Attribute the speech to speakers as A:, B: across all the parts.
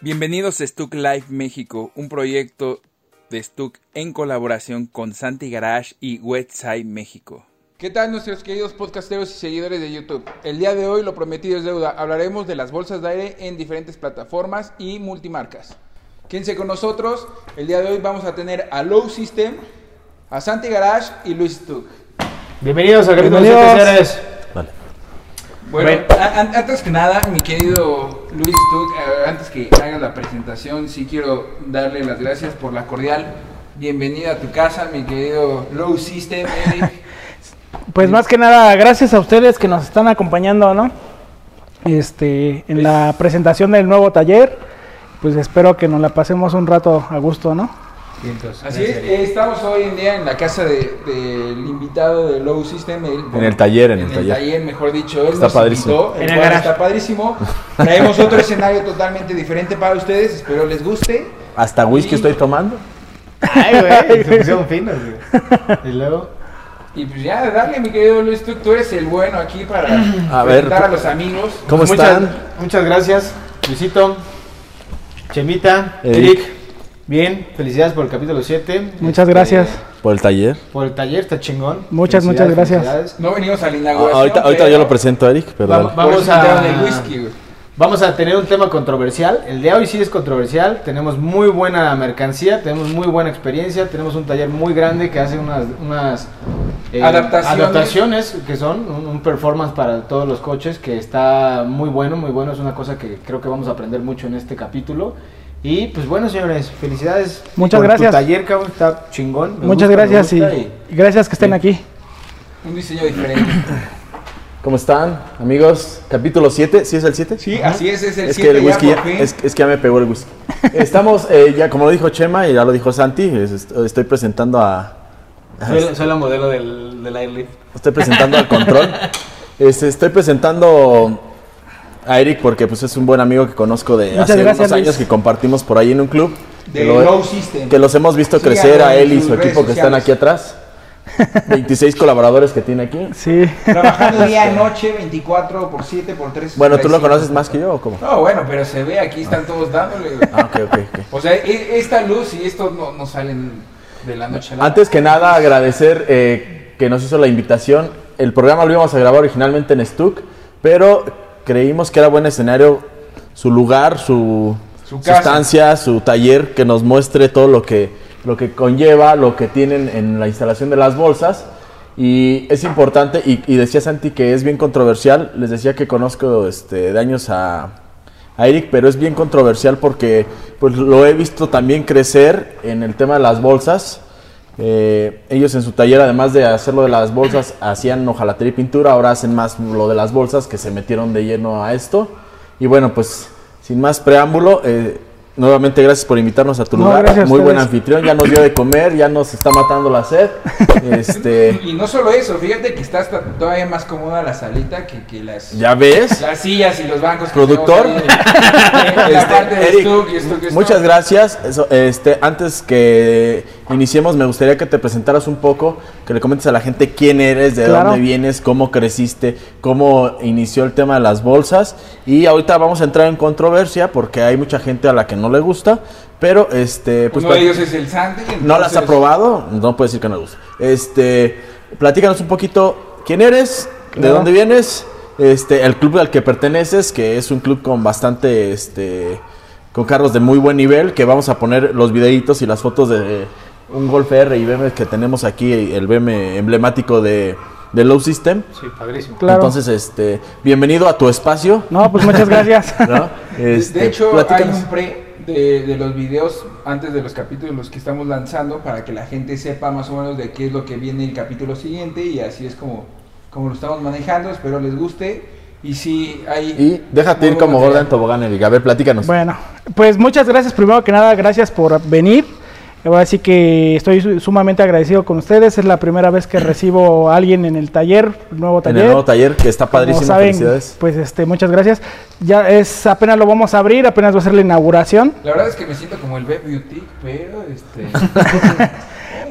A: Bienvenidos a Stuck Live México, un proyecto de Stuck en colaboración con Santi Garage y Website México.
B: ¿Qué tal nuestros queridos podcasteros y seguidores de YouTube? El día de hoy, lo prometido es deuda, hablaremos de las bolsas de aire en diferentes plataformas y multimarcas. Quédense con nosotros, el día de hoy vamos a tener a Low System, a Santi Garage y Luis Stuck.
C: Bienvenidos a Capítulos
D: Bienvenidos.
C: Especiales.
D: Vale.
B: Bueno,
C: Bueno.
B: a- an- antes que nada, mi querido Luis Stuck, eh, antes que haga la presentación, sí quiero darle las gracias por la cordial bienvenida a tu casa, mi querido Low System, Eric.
D: Pues más que nada, gracias a ustedes que nos están acompañando, ¿no? Este, en la presentación del nuevo taller, pues espero que nos la pasemos un rato a gusto, ¿no?
C: ¿Ah,
B: Así es, eh, estamos hoy en día en la casa de- del invitado de Low System. él-
E: En el taller, en el taller.
B: mejor dicho. él
E: Está
B: nos
E: padrísimo.
B: invitó, el
C: En el
B: cual
C: garage.
B: Está padrísimo. Traemos otro escenario totalmente diferente para ustedes, espero les guste.
E: Hasta whisky
B: Y-
E: estoy tomando.
C: Ay, güey, se pusieron finos, güey. Y luego.
B: Y pues ya, dale, mi querido Luis, tú, tú eres el bueno aquí para
E: A
B: presentar
E: ver,
B: a los amigos.
E: ¿Cómo
C: pues, muchas,
E: están?
C: Muchas gracias, Luisito, Chemita,
E: Eric.
C: Eric. Bien, felicidades por el capítulo 7.
D: Muchas gracias.
E: Por el taller.
C: Por el taller, está chingón.
D: Muchas, muchas
C: Felicidades,
D: gracias.
C: felicidades.
B: No venimos a la
E: Ah,
B: inauguración.
E: ahorita ahorita
B: pero
E: yo lo presento a Eric, pero
C: Vamos,
E: dale.
B: por eso
C: Vamos a-
B: invitaron el whisky, güey.
C: Vamos a tener un tema controversial. El de hoy sí es controversial. Tenemos muy buena mercancía, tenemos muy buena experiencia, tenemos un taller muy grande que hace unas, unas eh,
B: Adaptaciones.
C: adaptaciones que son un, un performance para todos los coches que está muy bueno, muy bueno. Es una cosa que creo que vamos a aprender mucho en este capítulo. Y pues bueno, señores, felicidades.
D: Muchas
C: por tu
D: gracias.
C: taller, cabrón, está chingón. me gusta,
D: Muchas
C: me
D: gracias y,
C: gusta
D: y gracias que estén
C: Sí.
D: aquí.
B: Un diseño diferente.
E: ¿Cómo están, amigos? Capítulo 7, ¿sí es el 7?
B: Sí, así es, es el
E: Es que
B: siete
E: el
B: ya
E: whisky
B: por
E: ya,
B: fin.
E: es, es que ya me pegó el whisky. Estamos, eh, ya como lo dijo Chema y ya lo dijo Santi, es- est- estoy presentando a,
F: Soy, la- soy la modelo del, del Airlift.
E: Estoy presentando al control. Este, estoy presentando a Eric porque pues, es un buen amigo que conozco de
D: Muchas
E: hace
D: gracias,
E: unos años
D: Luis.
E: que compartimos por ahí en un club.
B: De
E: que, lo-
B: No System.
E: que los hemos visto
B: Síganlo
E: crecer a
B: en
E: él y
B: sus
E: su
B: redes
E: equipo que están
B: sociales.
E: aquí atrás. 26 colaboradores que tiene aquí.
D: Sí.
B: Trabajando día y noche, 24 por 7 por 3.
E: Bueno, ¿tú lo conoces más que yo o cómo?
B: No, bueno, pero se ve, aquí están todos dándole. güey.
E: Ah, ok, ok, ok.
B: O sea, e- esta luz y esto no, no salen de la noche a la
E: Antes que nada, agradecer eh, que nos hizo la invitación. El programa lo íbamos a grabar originalmente en Stuck, pero creímos que era buen escenario su lugar, su,
B: Su
E: su
B: casa.
E: estancia, su taller, que nos muestre todo lo que, lo que conlleva, lo que tienen en la instalación de las bolsas. Y es importante, y, y decía Santi que es bien controversial, les decía que conozco este, de años a, a Eric, pero es bien controversial porque pues, lo he visto también crecer en el tema de las bolsas. Eh, ellos en su taller, además de hacer lo de las bolsas, hacían hojalatería y pintura, ahora hacen más lo de las bolsas que se metieron de lleno a esto. Y bueno, pues sin más preámbulo, eh, nuevamente gracias por invitarnos a tu
D: No,
E: lugar.
D: gracias a
E: Muy buen
D: ustedes.
E: anfitrión, ya nos dio de comer, ya nos está matando la sed. Este,
B: Y no solo eso, fíjate que está hasta todavía más cómoda la salita que, que las,
E: ¿Ya ves?
B: las sillas y los bancos. que
E: Productor.
B: tenemos ahí en- en la
E: Este,
B: parte de
E: Eric,
B: Stuck y esto que esto.
E: muchas gracias. Eso, este, antes que iniciemos, me gustaría que te presentaras un poco, que le comentes a la gente quién eres, de
D: Claro.
E: dónde vienes, cómo creciste, cómo inició el tema de las bolsas. Y ahorita vamos a entrar en controversia porque hay mucha gente a la que no le gusta, pero este, pues,
B: Uno de
E: plat-
B: ellos es el Santi.
E: no las
B: entonces-
E: ha probado, no puede decir que no le gusta. Este, platícanos un poquito quién eres, de
D: Claro.
E: dónde viennes, este, el club al que perteneces, que es un club con bastante, este, con carros de muy buen nivel, que vamos a poner los videitos y las fotos de un Golf R y BM que tenemos aquí, el BM emblemático de, de Low System.
C: Sí, padrísimo.
D: Claro.
E: Entonces, este, bienvenido a tu espacio.
D: No, pues muchas gracias.
E: ¿no?
B: De-
E: Este,
B: de hecho, hay
E: platícanos.
B: un pre de, de los videos antes de los capítulos que estamos lanzando para que la gente sepa más o menos de qué es lo que viene el capítulo siguiente y así es como, como lo estamos manejando. Espero les guste. Y si hay.
E: Y déjate
B: muy
E: ir
B: buen
E: como gorda
B: material.
E: en tobogán, Erika. A ver, platícanos.
D: Bueno, pues muchas gracias, primero que nada, gracias por venir. Así que estoy su- sumamente agradecido con ustedes. Es la primera vez que recibo a alguien en el taller, nuevo
E: en
D: taller.
E: el nuevo taller, que está
D: Como
E: padrísimo.
D: saben,
E: Felicidades.
D: Pues este, muchas gracias. Ya es apenas lo vamos a abrir, apenas va a ser la inauguración.
B: La verdad es que me siento como el Beb Beauty, pero este.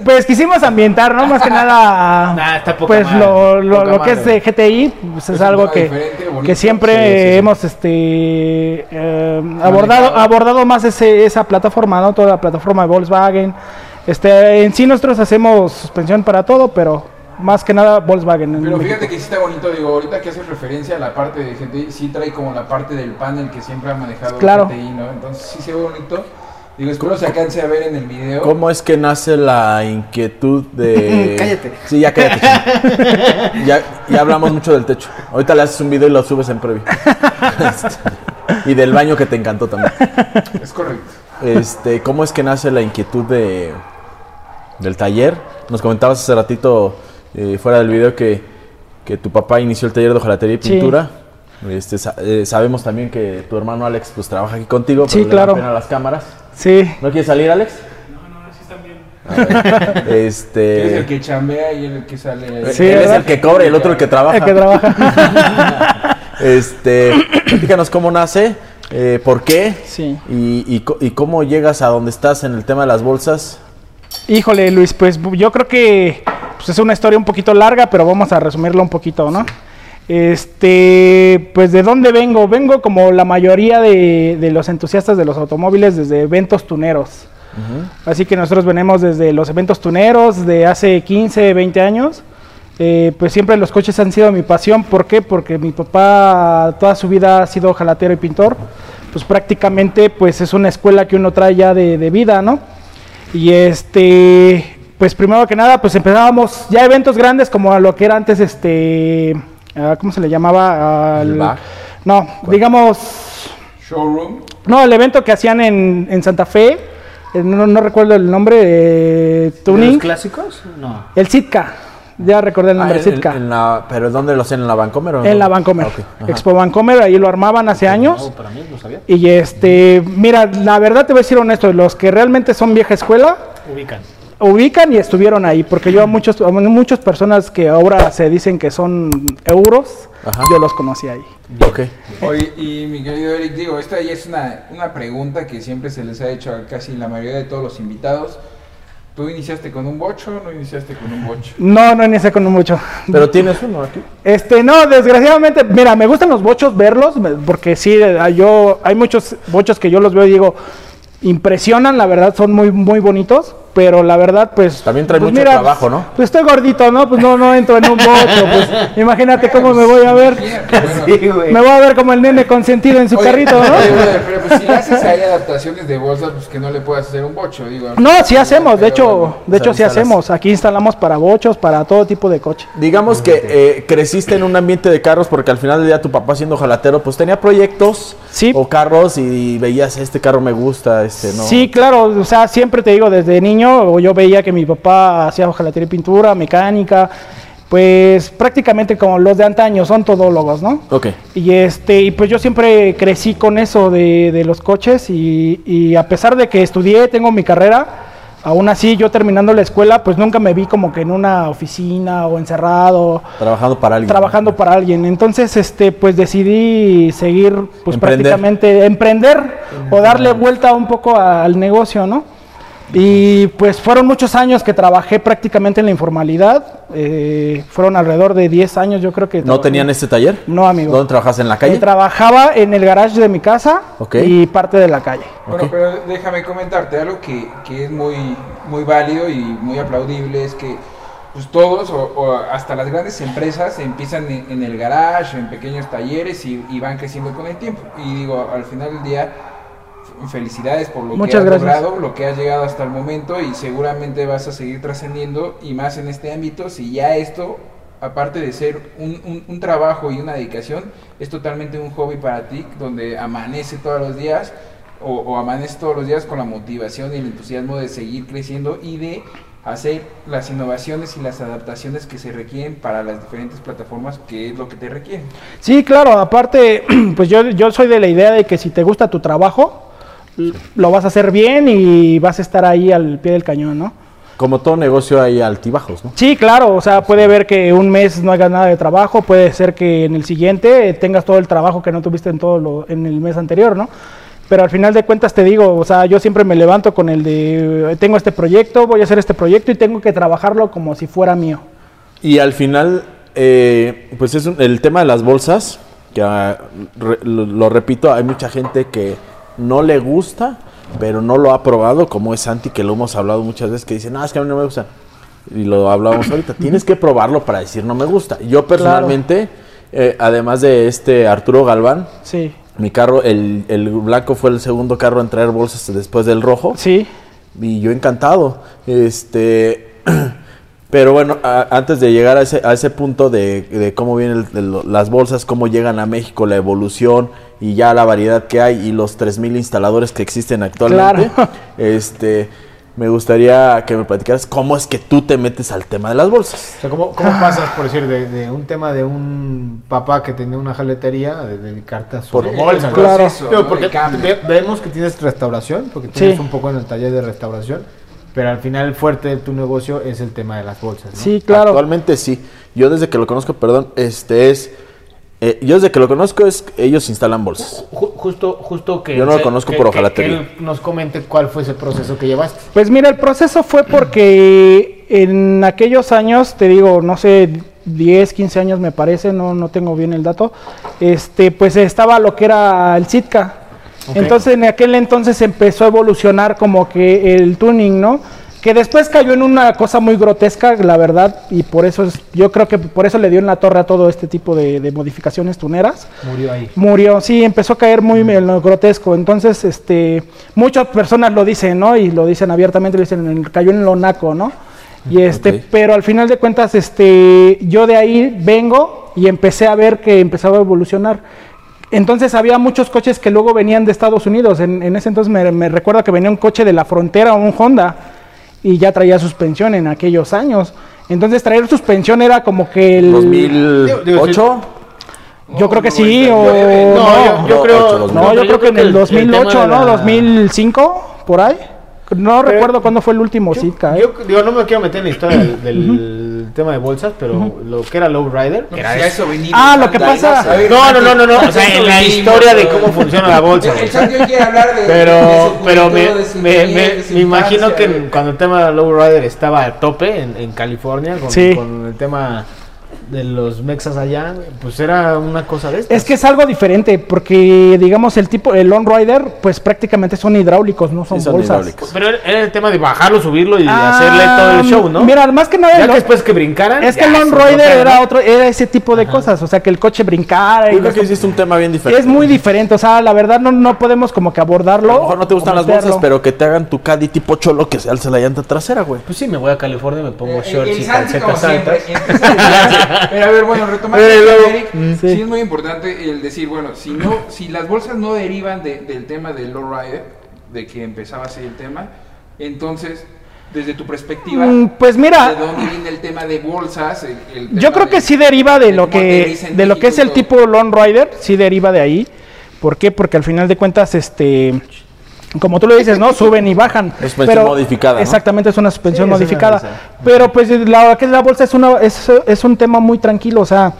D: Pues quisimos ambientar, ¿no? Más que nada.
F: Nah, está poca
D: pues
F: madre,
D: lo, lo-
F: poca
D: lo que es
F: madre.
D: de GTI pues, es,
B: un
D: algo
B: tema
D: que,
B: diferente, bonito.
D: que siempre
E: Sí, sí, sí.
D: hemos este eh, abordado, abordado más ese, esa plataforma, ¿no? Toda la plataforma de Volkswagen. Este, en sí nosotros hacemos suspensión para todo, pero más que nada Volkswagen. en
B: Pero
D: México.
B: fíjate que sí está bonito, digo, ahorita que hace referencia a la parte de GTI, sí trae como la parte del panel que siempre ha manejado
D: Claro.
B: GTI, ¿no? Entonces sí se ve bonito. Digo, espero se alcance a ver en el video.
E: ¿Cómo es que nace la inquietud de.
F: Cállate.
E: Sí, ya cállate. chino. ya, ya hablamos mucho del techo. Ahorita le haces un video y lo subes en previo. y del baño que te encantó también.
B: Es correcto.
E: Este, ¿cómo es que nace la inquietud de del taller? Nos comentabas hace ratito eh, fuera del video que, que tu papá inició el taller de hojalatería y
D: Sí.
E: pintura. Este, sa- eh, sabemos también que tu hermano Alex pues trabaja aquí contigo, pero
D: Sí,
E: le da
D: claro.
E: pena las cámaras.
D: Sí.
E: ¿No quieres salir, Alex? No, no, sí también.
B: Que es
E: Este,
B: el que chambea y el que sale.
D: Sí,
E: él es
D: ¿verdad?
E: el que cobra y el otro el que trabaja.
D: El que trabaja.
E: Este, platícanos cómo nace, eh, por qué
D: Sí.
E: y, y co- y cómo llegas a donde estás en el tema de las bolsas.
D: Híjole, Luis, pues bu- yo creo que pues, es una historia un poquito larga, pero vamos a resumirla un poquito, ¿no? Este, pues de dónde vengo? Vengo como la mayoría de, de los entusiastas de los automóviles desde eventos tuneros. Así que nosotros venimos desde los eventos tuneros de hace 15, 20 años. Eh, pues siempre los coches han sido mi pasión. ¿Por qué? Porque mi papá toda su vida ha sido jalatero y pintor. Pues prácticamente pues es una escuela que uno trae ya de, de vida, ¿no? Y este, pues primero que nada, pues empezábamos ya eventos grandes como a lo que era antes este, ah, ¿cómo se le llamaba? Al-
E: ¿El bar?
D: no, digamos
B: Showroom.
D: no, el evento que hacían en, en Santa Fe, eh, no, no recuerdo el nombre,
F: ¿De
D: eh, Tuning,
F: los clásicos? No.
D: el Sitka, ya recordé el
E: Ah,
D: nombre,
E: en-
D: Sitka,
E: en la- ¿Pero dónde lo hacían? ¿En la Vancomer? o
D: en
E: no?
D: la Vancomer,
E: Ah, ok, ajá.
D: Expo Vancomer, ahí lo armaban hace años.
F: No, para mí lo sabía.
D: Y este, mira, la verdad te voy a decir honesto, los que realmente son vieja escuela,
F: Ubican.
D: ubican y estuvieron ahí, porque yo a muchos, a muchas personas que ahora se dicen que son euros,
E: Ajá.
D: yo los conocí ahí.
E: Ok.
B: Oye, y mi querido Eric, digo, esta ya es una, una pregunta que siempre se les ha hecho a casi la mayoría de todos los invitados. ¿Tú iniciaste con un bocho o no iniciaste con un bocho?
D: No, no inicié con mucho.
E: Pero tienes uno aquí.
D: Este, no, desgraciadamente, mira, me gustan los bochos verlos, me- porque sí, eh, yo, hay muchos bochos que yo los veo y digo, impresionan, la verdad, son muy, muy bonitos, pero la verdad, pues...
E: También trae
D: pues,
E: mucho trabajo, ¿no?
D: Pues estoy gordito, ¿no? Pues no, no entro en un bocho, pues imagínate cómo me voy a ver.
B: Imagínate, bueno.
F: Sí, güey.
D: Me voy a ver como el nene consentido en su
B: Oye,
D: carrito,
B: oye,
D: ¿no?
B: brother, pero pues si le haces ahí adaptaciones de bolsas, pues que no le puedas hacer un bocho, digo.
D: No, sí hacemos, de
B: Pero
D: hecho,
B: bueno.
D: de hecho sí
E: instalas.
D: hacemos. Aquí instalamos para bochos, para todo tipo de coche.
E: Digamos que eh, creciste en un ambiente de carros porque al final del día tu papá siendo jalatero pues tenía proyectos
D: Sí.
E: o carros y veías este carro me gusta, este no.
D: Sí, claro, o sea, siempre te digo, desde niño yo veía que mi papá hacía hojalatería y pintura, mecánica, pues prácticamente como los de antaño, son todólogos, ¿no?
E: Ok.
D: Y este, y pues yo siempre crecí con eso de, de los coches y, y a pesar de que estudié, tengo mi carrera, aún así yo terminando la escuela, pues nunca me vi como que en una oficina o encerrado,
E: Trabajando para alguien.
D: trabajando para alguien. Entonces, este, pues decidí seguir, pues
E: Emprender.
D: prácticamente emprender o darle vuelta un poco al negocio, ¿no? Y pues fueron muchos años que trabajé prácticamente en la informalidad. eh, fueron alrededor de 10 años, yo creo que.
E: ¿No
D: trabajé.
E: tenían este taller?
D: No, amigo.
E: ¿Dónde trabajas? ¿En la
D: Eh,
E: calle?
D: trabajaba en el garage de mi casa
E: Ok.
D: y parte de la calle.
B: Bueno,
E: Ok.
B: pero déjame comentarte algo que, que es muy, muy válido y muy aplaudible, es que pues todos o, o hasta las grandes empresas empiezan en, en el garage, en pequeños talleres y, y van creciendo con el tiempo. Y digo, al final del día, f- felicidades por lo
D: Muchas
B: que has
D: gracias.
B: logrado, lo que has llegado hasta el momento y seguramente vas a seguir trascendiendo y más en este ámbito si ya esto... Aparte de ser un, un- un trabajo y una dedicación, es totalmente un hobby para ti, donde amanece todos los días, o, o amaneces todos los días con la motivación y el entusiasmo de seguir creciendo y de hacer las innovaciones y las adaptaciones que se requieren para las diferentes plataformas que es lo que te requieren.
D: Sí, claro, aparte, pues yo, yo soy de la idea de que si te gusta tu trabajo, l- lo vas a hacer bien y vas a estar ahí al pie del cañón, ¿no?
E: Como todo negocio hay altibajos, ¿no?
D: Sí, claro, o sea, puede ver que un mes no hagas nada de trabajo, puede ser que en el siguiente eh, tengas todo el trabajo que no tuviste en todo lo, en el mes anterior, ¿no? Pero al final de cuentas te digo, o sea, yo siempre me levanto con el de, eh, tengo este proyecto, voy a hacer este proyecto y tengo que trabajarlo como si fuera mío.
E: Y al final, eh, pues es un- el tema de las bolsas, que ah, re- lo, lo repito, hay mucha gente que no le gusta, pero no lo ha probado, como es Santi, que lo hemos hablado muchas veces, que dice, no, es que a mí no me gusta. Y lo hablábamos ahorita, tienes que probarlo para decir no me gusta. Yo personalmente, eh, además de este Arturo Galván,
D: Sí.
E: mi carro, el, el blanco fue el segundo carro en traer bolsas después del rojo.
D: Sí.
E: Y yo encantado. Este. Pero bueno, a- antes de llegar a ese, a ese punto de, de cómo vienen el- el- las bolsas, cómo llegan a México, la evolución y ya la variedad que hay y los 3.000 instaladores que existen actualmente,
D: Claro.
E: este, me gustaría que me platicaras cómo es que tú te metes al tema de las bolsas.
F: O sea, ¿cómo, cómo pasas, por decir, de, de un tema de un papá que tenía una jaletería, de dedicarte a su
E: Por-
F: bolsa?
D: Claro.
F: Digo, porque
B: cambio.
F: ve- vemos que tienes restauración, porque tú
D: Sí.
F: eres un poco en el taller de restauración, pero al final el fuerte de tu negocio es el tema de las bolsas, ¿no?
D: Sí, claro.
E: Actualmente sí. Yo desde que lo conozco, perdón, este es... eh, yo desde que lo conozco es ellos instalan bolsas.
F: Ju- justo, justo que...
E: Yo no lo conozco,
F: que-
E: pero
F: que-
E: ojalá
F: que
E: te
F: él nos comente cuál fue ese proceso que llevaste.
D: Pues mira, el proceso fue porque en aquellos años, te digo, no sé, 10, 15 años me parece, no, no tengo bien el dato, este, pues estaba lo que era el Sitka. Entonces en aquel entonces empezó a evolucionar como que el tuning, ¿no? Que después cayó en una cosa muy grotesca, la verdad, y por eso es- yo creo que por eso le dio en la torre a todo este tipo de, de modificaciones tuneras.
F: Murió ahí.
D: Murió, sí, empezó a caer muy en lo grotesco. Entonces, este, muchas personas lo dicen, ¿no? Y lo dicen abiertamente, lo dicen, en- cayó en lo naco, ¿no? Y este,
E: Ok.
D: pero al final de cuentas, este, yo de ahí vengo y empecé a ver que empezaba a evolucionar. Entonces había muchos coches que luego venían de Estados Unidos. En, en ese entonces me, me recuerda que venía un coche de la frontera, un Honda, y ya traía suspensión en aquellos años. Entonces traer suspensión era como que el...
E: ¿2008?
F: Digo, digo,
D: Yo creo que sí, o...
F: No, yo,
D: no.
F: yo creo...
E: No,
D: No, yo, creo que en el
F: tema
D: 2008,
F: de
D: ¿no?
F: la-
D: 2005, por ahí. No
F: Pero-
D: recuerdo cuándo fue el último
F: Yo-
D: Sitka, ¿eh?
F: Yo, digo, no me quiero meter en la historia del, del tema de bolsas, pero lo que era Lowrider.
B: No,
F: era
B: pues, ya
F: eso.
B: eso venimos,
D: Ah, lo que
B: anda,
D: pasa-
B: a ver,
F: No, no, no, no, no,
B: a
F: o sea,
B: eso
F: en la
B: venimos,
F: historia de
B: güey.
F: cómo funciona la bolsa,
B: El
F: güey.
B: Santi hoy quiere hablar de. de su
F: Pero,
B: juventud,
F: pero me,
B: de su
F: me-
B: niñez,
F: me-
B: de su
F: me imagino
B: infancia,
F: que
B: güey.
F: cuando el tema de Lowrider estaba a tope en, en California, con,
D: Sí.
F: con el tema de los mexas allá, güey, pues era una cosa de estas.
D: Es que es algo diferente, porque digamos el tipo, el on-rider, pues prácticamente son hidráulicos, no son,
E: Sí, son
D: bolsas.
E: hidráulicos.
F: Pero era- era el tema de bajarlo, subirlo y
D: Ah,
F: hacerle todo el show, ¿no?
D: Mira, más que nada,
F: ya
D: el
F: que
D: on-
F: después que brincaran.
D: es que
F: ya
D: el
F: se
D: on-rider
F: bloquearon,
D: era
F: ¿no?
D: otro, era ese tipo de cosas, o sea, que el coche brincara. y
E: Yo creo
D: los-
E: que hiciste un tema bien diferente.
D: es muy diferente, o sea, la verdad no, no podemos como que abordarlo.
E: A lo mejor no te gustan las
D: meterlo.
E: bolsas, pero que te hagan tu caddy tipo cholo que se alza la llanta trasera, güey.
F: Pues sí, me voy a California y me pongo
B: Eh,
F: shorts
B: el
F: y
B: Santi, como
F: calcetas
B: siempre,
F: altas.
B: empieza a desviarse. Pero a ver, bueno, retomando
F: Pero
B: el tema
F: luego-
B: de Eric,
D: Mm,
B: sí.
D: sí.
B: es muy importante el decir, bueno, si no, si las bolsas no derivan de- del tema del lowrider, de que empezaba así el tema, entonces, desde tu perspectiva,
D: Mm, Pues mira,
B: ¿de dónde viene el tema de bolsas? El- el tema
D: Yo creo que
B: de-
D: sí deriva de
B: de
D: lo
B: cómo
D: que
B: aterriza en
D: de lo que es el
B: México y
D: tipo long rider, sí deriva de ahí. ¿Por qué? Porque al final de cuentas, este, como tú lo dices, no suben y bajan.
E: Suspensión modificada, ¿no?
D: Exactamente, es una suspensión
F: Sí, es una
D: modificada.
F: bolsa.
D: Pero pues la que es la bolsa es una es, es un tema muy tranquilo, o sea,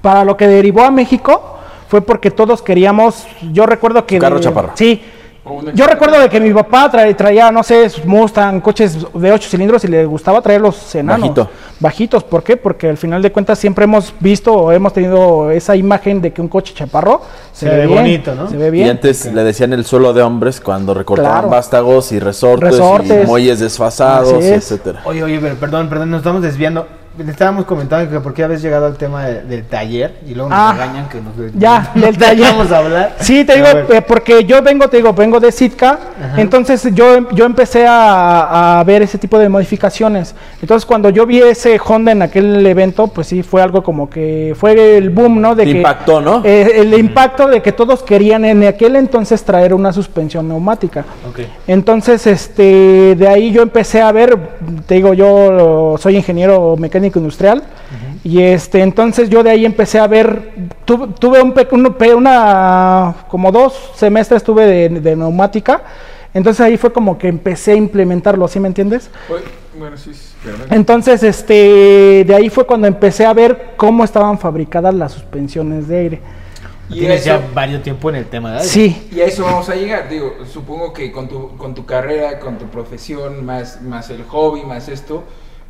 D: para lo que derivó a México fue porque todos queríamos, yo recuerdo que
E: Su carro
D: de-
E: chaparra.
D: Sí.
B: O una
D: Yo
B: chaparra.
D: recuerdo de que mi papá tra- traía, no sé, sus Mustang, coches de ocho cilindros y le gustaba traer los enanos.
E: Bajito.
D: Bajitos, ¿por qué? Porque al final de cuentas siempre hemos visto o hemos tenido esa imagen de que un coche chaparro se,
F: Se
D: ve
F: ve
D: bien,
F: bonito, ¿no?
D: Se ve
E: Y
D: bien.
E: antes le decían el suelo de hombres cuando recortaban
D: Claro.
E: vástagos y resortes,
D: Resortes.
E: y muelles desfasados,
D: Así es.
E: etcétera.
F: Oye, oye, pero perdón, perdón, nos estamos desviando. Estábamos comentando que por qué habías llegado al tema de- del taller y luego nos
D: Ah,
F: regañan que nos
D: ya,
F: nos
D: del taller.
F: vamos a hablar.
D: Sí, te
F: A
D: digo,
F: ver,
D: eh, porque yo vengo, te digo, vengo de Sitka, entonces yo, yo empecé a, a ver ese tipo de modificaciones. Entonces cuando yo vi ese Honda en aquel evento, pues sí, fue algo como que fue el boom, ¿no? De
E: Te
D: que,
E: impactó, ¿no?
D: eh, el impacto de que todos querían en aquel entonces traer una suspensión neumática.
F: ok.
D: Entonces, este, de ahí yo empecé a ver, te digo, yo soy ingeniero mecánico industrial y este, entonces yo de ahí empecé a ver, tu- tuve un, pe- un pe- una, como dos semestres tuve de, de neumática, entonces ahí fue como que empecé a implementarlo, ¿sí me entiendes?
B: Oye, Pues, Bueno, sí, sí, perdón.
D: Entonces, este, de ahí fue cuando empecé a ver cómo estaban fabricadas las suspensiones de aire.
B: Y
F: Tienes
B: eso-
F: ya varios tiempo en el tema, ¿verdad?
D: Sí,
B: Y a eso vamos a llegar, digo, supongo que con tu, con tu carrera, con tu profesión, más, más el hobby, más esto,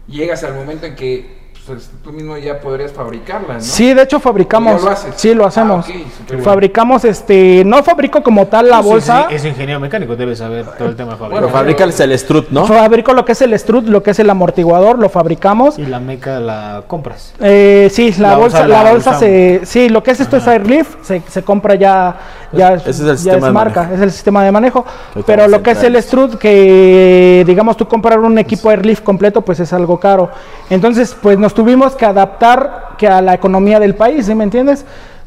B: llegas al momento en que pues, tú mismo ya podrías fabricarla, ¿no?
D: sí, de hecho fabricamos.
B: ¿Ya lo haces?
D: Sí, lo hacemos.
B: Ah, ok, súper bien.
D: fabricamos, este, no fabrico como tal la
F: Sí,
D: bolsa.
F: sí, es ingeniero mecánico, debe saber todo el tema de
E: Lo
F: fabricación.
B: Bueno,
E: fabrica el Celestrut, ¿no?
D: Fabrico lo que es el strut, lo que es el amortiguador, lo fabricamos.
F: y la meca la compras.
D: Eh, sí, la,
F: La
D: bolsa,
F: bolsa
D: la
F: la
D: bolsa se, sí, lo que es esto es Airlift, se, se compra ya, ya,
E: Ese es el
D: ya
E: sistema de
D: marca,
E: manejo.
D: es el sistema de manejo.
E: Ahorita
D: Pero
E: vamos a
D: lo que es
E: entrar
D: el
E: en eso.
D: Strut, que digamos tú comprar un equipo Airlift completo, pues es algo caro. Entonces, pues nos tuvimos que adaptar que a la economía del país, ¿sí me entiendes?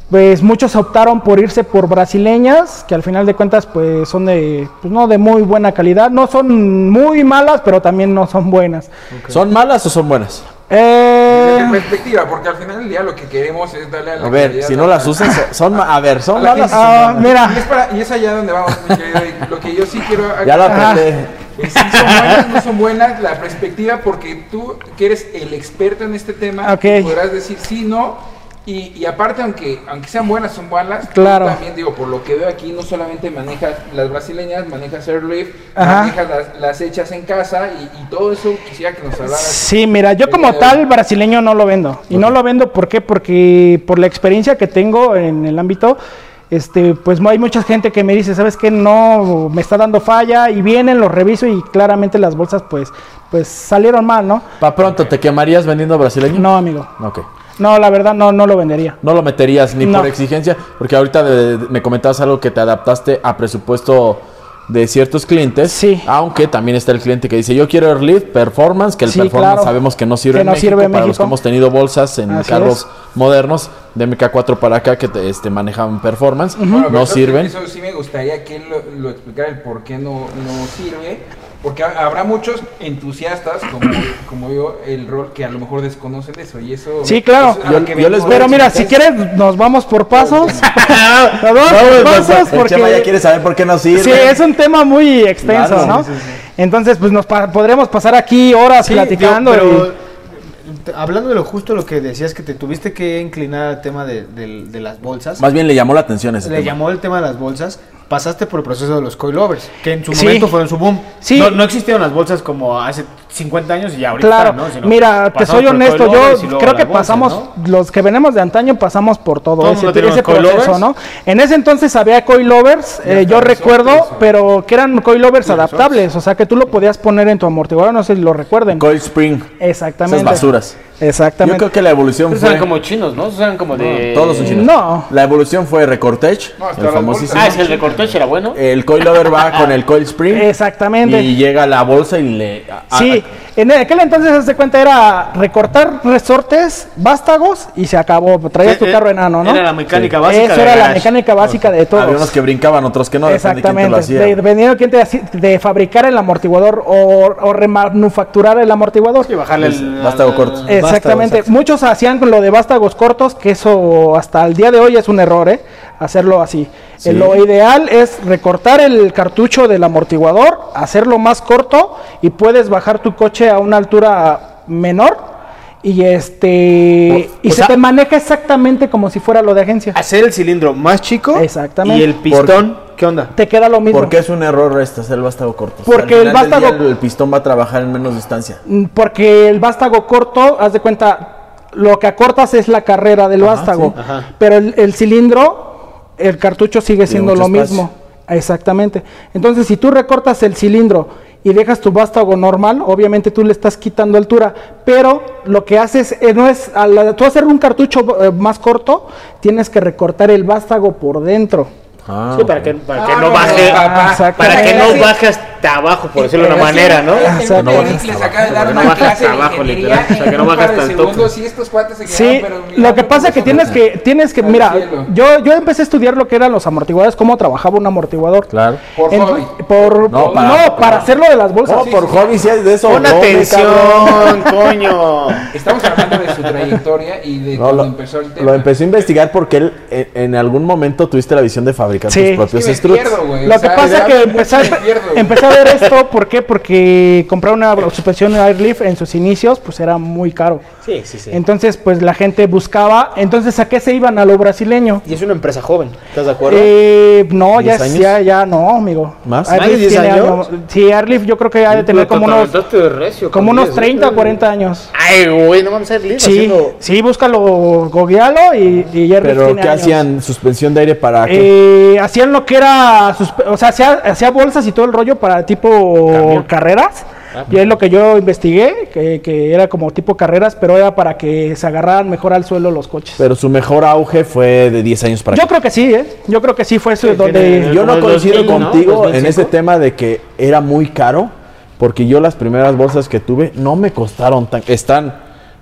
D: Pues muchos optaron por irse por brasileñas, que al final de cuentas pues son de, pues no de muy buena calidad, no son muy malas, pero también no son buenas.
E: ¿Son malas o son buenas?
D: Eh,
B: Desde mi perspectiva, porque al final del día lo que queremos es darle a la
E: A ver,
B: calidad
E: si no
B: a-
E: las usas, so- son ma- a ver, son
B: A la
E: malas. o
D: ah,
E: son buenas?
D: mira,
B: Y es, para, y es allá donde vamos, mi querido. Eric. Lo que yo sí quiero.
E: Ya lo
B: aclarar
E: apreté.
B: es Si Pues son buenas, no son buenas, la perspectiva, porque tú que eres el experto en este tema,
D: Ok.
B: podrás decir sí, no. Y, y aparte, aunque, aunque sean buenas, son malas. tú
D: Claro.
B: También digo, por lo que veo aquí, no solamente manejas las brasileñas, manejas Airlift,
D: Ajá.
B: manejas las, las hechas en casa y, y todo eso quisiera que nos hablaras.
D: Sí, mira, yo como
B: Pero-
D: tal brasileño no lo vendo. Y no lo vendo ¿por qué? porque por la experiencia que tengo en el ámbito, este, pues hay mucha gente que me dice, ¿sabes qué? No, me está dando falla y vienen, los reviso y claramente las bolsas pues, pues salieron mal, ¿no?
E: Pa' pronto, ¿te quemarías vendiendo brasileño?
D: No, amigo.
E: Ok.
D: No, la verdad no, no lo vendería.
E: No lo meterías ni
D: No.
E: por exigencia, porque ahorita de- de- me comentabas algo que te adaptaste a presupuesto de ciertos clientes.
D: Sí.
E: Aunque también está el cliente que dice, yo quiero Airlift Performance, que el
D: Sí,
E: Performance
D: claro.
E: sabemos que no sirve
D: Que
E: en
D: no
E: México,
D: sirve en
E: para los
D: México.
E: que hemos tenido bolsas en
D: Así
E: carros
D: es.
E: modernos, de MK4 para acá, que te- este, manejan Performance,
B: Bueno, pero creo
E: no sirven.
B: que Eso sí me gustaría que él lo, lo explicara el por qué no, no sirve. Porque ha- habrá muchos entusiastas, como, como yo, el rol que a lo mejor desconocen de eso. Y eso.
D: Sí, claro.
B: eso es a lo
E: Yo-
B: que
E: yo
B: vengo
E: les voy
D: Pero
E: a
D: mira, si
E: explicar-
D: quieres nos vamos por pasos. nos vamos
E: No,
D: por
E: pues,
D: pasos
E: el Chema ya quiere
D: porque...
E: saber por qué no sirve.
D: Sí, es un tema muy extenso,
E: Claro.
D: ¿no?
E: Sí,
D: Entonces, pues nos pa- podremos pasar aquí horas
F: Sí,
D: platicando.
F: digo,
D: y-
F: pero, t- Hablando de lo justo, lo que decías que te tuviste que inclinar al tema de, del- de las bolsas.
E: Más bien le llamó la atención ese
F: le
E: tema.
F: llamó el tema de las bolsas. Pasaste por el proceso de los coilovers, que en su
D: Sí.
F: momento fueron su boom.
D: Sí.
F: No, no existieron las bolsas como hace 50 años y ya ahorita.
D: Claro,
F: ¿no? Sino
D: mira, te
F: pasamos
D: soy
F: por
D: honesto,
F: coilovers y
D: yo
F: luego
D: creo
F: las
D: que
F: bolsas,
D: pasamos,
F: ¿no?
D: los que venimos de antaño pasamos por todo,
F: Todo el
D: ese,
F: mundo tenía
D: ese
F: unos
D: proceso,
F: coilovers.
D: ¿no? En ese entonces había coilovers, eh, yo recuerdo, pero que eran coilovers adaptables, o sea que tú lo podías poner en tu amortiguador, no sé si lo recuerden.
E: Coil Spring.
D: Exactamente.
E: Esas basuras. Yo
D: Exactamente.
E: creo que la evolución
F: Pues,
G: Esos
E: fue...
G: eran como chinos, ¿no? Esos eran como de.
E: Todos son chinos.
D: No.
E: La evolución fue Recortech,
B: No, hasta
E: el
B: las
E: famosísimo.
G: Ah, es que el de Cortech era bueno.
D: Eh,
E: El coilover va con el coil spring.
D: Exactamente.
E: Y llega a la bolsa y le. a-
F: ah,
E: a-
D: Sí, en aquel entonces haz de cuenta era recortar resortes vástagos y se acabó, traías tu
F: Eh,
D: carro enano, ¿no?
F: Era la mecánica
E: Sí.
F: básica.
D: Eso
F: de
D: era la
F: garage.
D: mecánica básica de todos.
E: había unos que brincaban, otros que no. depende de quién te lo
D: Exactamente.
E: hacía.
D: de- dependiendo de quién te hacía- de fabricar el amortiguador o, o remanufacturar el amortiguador.
F: Y bajarle
E: Es
F: el. Ah.
E: vástago corto.
F: al-
D: Exactamente.
E: Vástago,
D: Muchos hacían con lo de vástagos cortos, que eso hasta el día de hoy es un error, ¿eh? Hacerlo así.
E: Sí.
D: Eh, Lo ideal es recortar el cartucho del amortiguador, hacerlo más corto y puedes bajar tu coche a una altura menor. Y este
F: O-
D: y
F: o
D: se
F: sea-
D: te maneja exactamente como si fuera lo de agencia.
F: Hacer el cilindro más chico.
D: Exactamente.
F: Y el pistón. ¿Qué onda?
D: Te queda lo mismo.
E: ¿Por qué es un error este hacer el vástago corto?
D: Porque
E: al
D: el
E: final del día
D: vástago-
E: el pistón va a trabajar en menos distancia.
D: Mm, Porque el vástago corto, haz de cuenta, lo que acortas es la carrera del vástago,
F: sí, ajá.
D: pero el, el cilindro, el cartucho sigue siendo
E: mucho
D: lo
E: espacio.
D: mismo. Exactamente. Entonces, si tú recortas el cilindro y dejas tu vástago normal, obviamente tú le estás quitando altura, pero lo que haces eh, no es, al tú hacer un cartucho eh, más corto, tienes que recortar el vástago por dentro.
E: Ah,
G: Sí, para
E: ok.
G: que, para que
B: Ah,
G: no baje.
B: papá.
D: Exactamente.
G: Para que no
B: Sí.
G: baje hasta abajo, por decirlo de una manera, ¿no?
B: El- el-
D: Exacto.
B: el-
D: No
B: Eric
E: bajas
B: les
E: hasta
B: acaba de
E: abajo,
B: dar
E: no
B: una
G: bajas
B: clase
G: hasta abajo,
B: de
G: literal,
B: ingeniería
G: o sea, que no
B: en un
G: bajas
B: par de
G: tanto.
B: segundos y estos cuates se
D: Sí,
B: quedaron, pero mirando
D: lo que pasa es que
B: cómo
D: tienes
B: se
D: que, tienes que,
B: Al
D: mira,
B: cielo.
D: yo, yo empecé a estudiar lo que eran los amortiguadores, cómo trabajaba un amortiguador.
E: Claro.
B: Por
D: En-
B: hobby.
D: por-
E: No,
D: no,
E: para-
D: para, hacerlo de las bolsas.
E: No, por hobby, si hay de eso.
F: Pon
E: no, me cabrón.
F: atención, coño.
B: Estamos hablando de su trayectoria y de
E: No,
B: cuando
E: lo,
B: empezó el tema.
E: lo empecé a investigar porque él eh, en, algún momento tuviste la visión de fabricar
D: Sí.
E: tus
B: Es
E: propios
B: que me
E: struts.
B: pierdo, güey,
D: Lo
B: o
D: que
B: sea,
D: pasa es que
B: literalmente
D: empecé,
B: me pierdo, güey.
D: empecé a ver esto, ¿por qué? Porque comprar una suspensión Airlift en sus inicios, pues era muy caro.
G: Sí, sí, sí.
D: Entonces, pues la gente buscaba. Entonces, ¿a qué se iban? A lo brasileño.
G: y es una empresa joven, ¿estás de acuerdo?
D: Eh, no, ya,
E: ¿Diez años?
D: ya, ya, no, amigo.
E: ¿Más?
D: Arlif
F: ¿Más de diez
D: tiene
F: años?
D: algo- Sí, Arlif yo creo que ha de tener como unos, como unos
E: ¿eh?
D: 30 o 40 años.
G: Ay, güey, no vamos a salir
D: Sí, sí, búscalo, googlealo y, y Arlif
E: Pero
D: tiene
E: ¿qué
D: años.
E: hacían? ¿Suspensión de aire para qué?
D: este Eh, hacían lo que era, suspe- o sea, hacía, hacía bolsas y todo el rollo para tipo carreras.
E: Ah,
D: y es
E: pues.
D: lo que yo investigué, que, que era como tipo carreras, pero era para que se agarraran mejor al suelo los coches.
E: Pero su mejor auge fue de 10 años para
D: yo
E: acá.
D: creo que sí, ¿eh? Yo creo que sí fue eso donde...
E: Yo no
G: Como el
E: coincido
G: 2000, ¿no?
E: contigo en
G: 2005.
E: ese tema de que era muy caro, porque yo las primeras bolsas que tuve no me costaron tan... Están,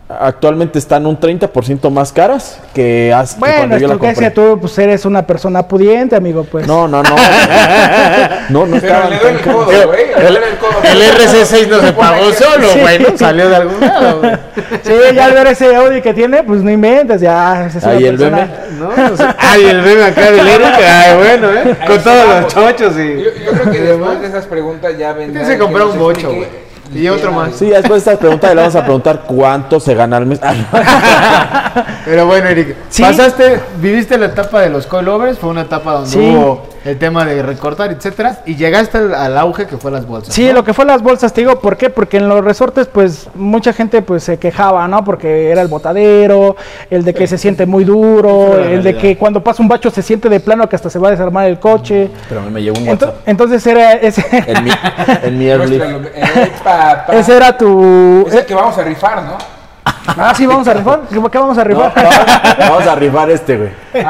E: actualmente están un 30% más caras que, hace, que
D: Bueno,
E: cuando yo
D: esto
E: la
D: que
E: compré.
D: decía tú, pues eres una persona pudiente, amigo, pues.
E: No, no, no. no,
B: Pero
E: no estaban
B: le
E: tan
B: duele el
E: caras.
B: codo, güey. Le duele el codo.
G: El RC6 no se pagó solo,
D: Sí.
G: güey. ¿no?
F: Salió de algún lado, güey.
D: Sí, ya al ver ese Audi que tiene, pues no inventes, ya. Es una
E: Ahí el
D: persona-
E: meme.
F: No, no sé. Ay, el bebé acá del Eric, ay, bueno, ¿eh? Con todos los chochos y...
B: Yo, yo creo que después de esas preguntas ya vendrá.
F: Tienes que comprar un bocho, güey. Y otro más.
E: Sí, ya después de esta pregunta le vamos a preguntar cuánto se gana al mes. Ah,
F: Pero bueno, Eric,
D: Sí.
F: pasaste, viviste la etapa de los coilovers, fue una etapa donde
D: Sí.
F: hubo el tema de recortar, etcétera, y llegaste al, al auge que fue las bolsas.
D: Sí,
F: ¿no?
D: lo que fue las bolsas, te digo, ¿por qué? Porque en los resortes, pues, mucha gente, pues, se quejaba, ¿no? Porque era el botadero, el de que se siente muy duro, el de que cuando pasa un bacho se siente de plano que hasta se va a desarmar el coche.
E: Pero me llegó un
D: Ento-
E: Mm, WhatsApp.
D: entonces era ese,
E: En mi, en mi
B: Muéstralo.
E: Airlift.
B: Eh,
E: Ah.
B: papá.
D: ese era tu... eh,
B: Es el que vamos a rifar, ¿no?
D: Ah, sí, vamos a rifar, ¿qué qué vamos a
E: No,
D: rifar?
E: vamos, vamos a rifar este, güey.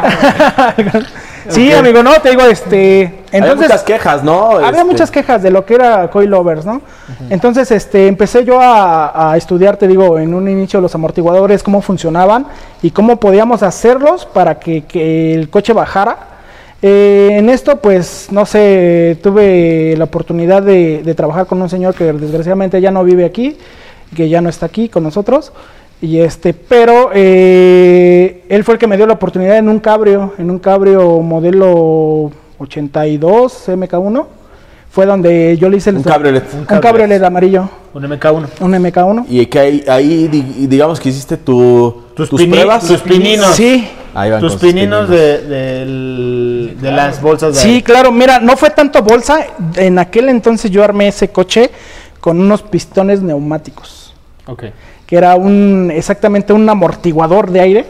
D: sí, amigo, no, te digo, este...
E: Había
D: Entonces,
E: muchas quejas, ¿no?
D: Había
E: Este,
D: muchas quejas de lo que era coilovers, ¿no? Entonces, este, empecé yo a, a estudiar, te digo, en un inicio los amortiguadores, cómo funcionaban y cómo podíamos hacerlos para que, que el coche bajara. Eh, en esto, pues, no sé, tuve la oportunidad de, de trabajar con un señor que desgraciadamente ya no vive aquí, que ya no está aquí con nosotros. Y este, pero eh, él fue el que me dio la oportunidad en un cabrio, en un cabrio modelo 82 MK1. Fue donde yo le hice el
E: Un cabriolet.
D: un cabriolet amarillo,
G: Un MK1.
D: un MK1.
E: Y que ahí, ahí di- digamos que hiciste tu,
G: Tus pini- tus pininos.
D: Sí,
E: Ahí van
G: Tus
E: con sus
G: pininos de, del- de las bolsas de
D: sí, claro, mira, no fue tanto bolsa. En aquel entonces yo armé ese coche con unos pistones neumáticos.
G: Ok.
D: que era un exactamente un amortiguador de aire.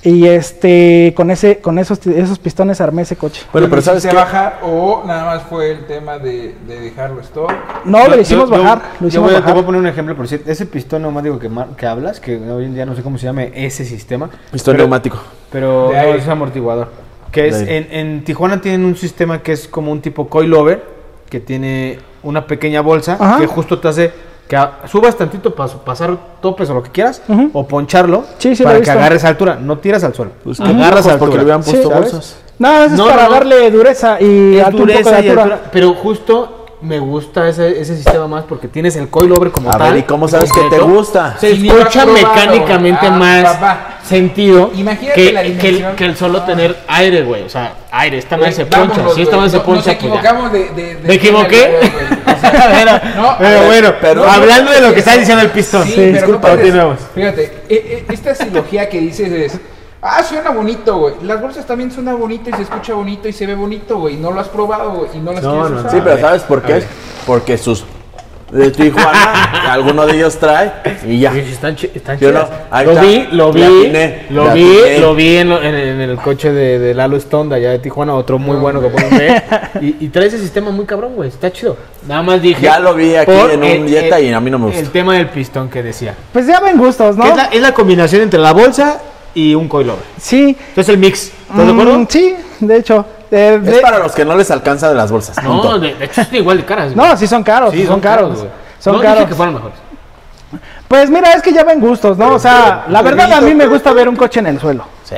D: Y este con ese con esos esos pistones armé ese coche.
E: Bueno, pero
B: ¿Y
E: ¿sabes
B: si
E: qué?
B: se baja o nada más fue el tema de, de dejarlo stock?
D: No, lo hicimos
F: Yo- yo-
D: bajar,
F: Yo,
D: lo hicimos
F: voy, a- te
D: bajar.
F: voy a poner un ejemplo, por cierto. Ese pistón neumático que, mar- que hablas, que hoy en día no sé cómo se llame ese sistema.
E: Pistón
F: pero-
E: neumático.
F: Pero
B: De
F: no,
B: aire.
F: es amortiguador. Que es,
E: De
F: en, en Tijuana tienen un sistema que es como un tipo coilover, que tiene una pequeña bolsa
D: Ajá.
F: que justo te hace que a- subas tantito para pasar topes o lo que quieras,
D: Ujú.
F: o poncharlo
D: Sí, sí, lo he
F: para que
D: visto.
F: agarres altura. No tiras al suelo.
E: Pues, qué
F: agarras
E: locos,
F: altura.
E: porque le hubieran
D: Sí,
E: puesto
D: ¿sabes?
E: bolsas.
D: Nada, eso
F: No,
D: es para
F: no, no.
D: darle dureza y
F: Es
D: alto un poco
F: dureza y
D: de altura.
F: altura, Pero justo me gusta ese, ese sistema más porque tienes el coilover como
E: A
F: tal.
E: ver, ¿y cómo sabes que te
F: completo.
E: gusta?
F: Se
B: Sí,
F: escucha
B: ni lo has probado.
F: mecánicamente
B: Ah,
F: más
B: papá.
F: sentido
B: Imagínate
F: que,
B: la
F: que el-
B: dimensión.
F: que el solo
B: Ah.
F: tener...
G: Aire, güey. O sea, aire. Esta madre se
B: Vámonos,
G: poncha. Si esta
B: güey.
G: madre se
B: No-
G: poncha,
B: Nos
G: pues ya.
B: equivocamos de... de, de-
G: ¿Me equivoqué?
B: güey. O sea, no, a
F: pero
B: ver,
F: bueno,
E: pero-
F: hablando de lo que está diciendo el pistón.
B: Sí, pero
F: disculpa,
B: no puedes-
F: continuemos.
B: Fíjate, e- e- esta silogía que dices es. Ah, suena bonito, güey. Las bolsas también suena bonito y se escucha bonito y se ve bonito, güey. No lo has probado, güey. Y no las
F: No,
B: quieres
F: no, no.
B: usar.
E: Sí,
F: A
E: pero
F: ver,
E: ¿sabes por qué? Porque sus de Tijuana, alguno de ellos trae y
H: eh,
E: ya.
G: Sí, Están, chi- están
E: Yo no-
G: chidas.
E: ahí
G: lo
E: está,
G: vi, lo
E: le
G: vi,
E: atiné,
G: lo
E: le
G: vi,
E: atiné.
G: lo vi en, lo- en- en el coche de, de Lalo Stone de allá de Tijuana, otro muy bueno que pueden ver. Y, y trae ese sistema muy cabrón, güey, está chido. Nada más dije.
E: Ya lo vi aquí
G: por
E: en un Jetta y a mí no me gustó.
G: El tema del pistón que decía.
D: Pues ya ven gustos, ¿no?
F: Es, la, es la combinación entre la bolsa y un coilover.
D: Sí.
F: Entonces el mix. ¿Estás de
D: Mm,
F: acuerdo?
D: Sí, de hecho. eh, de-
E: Es para los que no les alcanza de las bolsas.
G: No,
E: punto.
G: de, de hecho están igual de caras. güey.
D: No, sí son caros, sí, son, caros.
G: güey.
D: son
G: no,
D: caros.
G: Dije que fueron mejores.
D: Pues mira, es que ya ven gustos, ¿no? O sea, la verdad a mí me gusta ver un coche en el suelo.
G: Sí.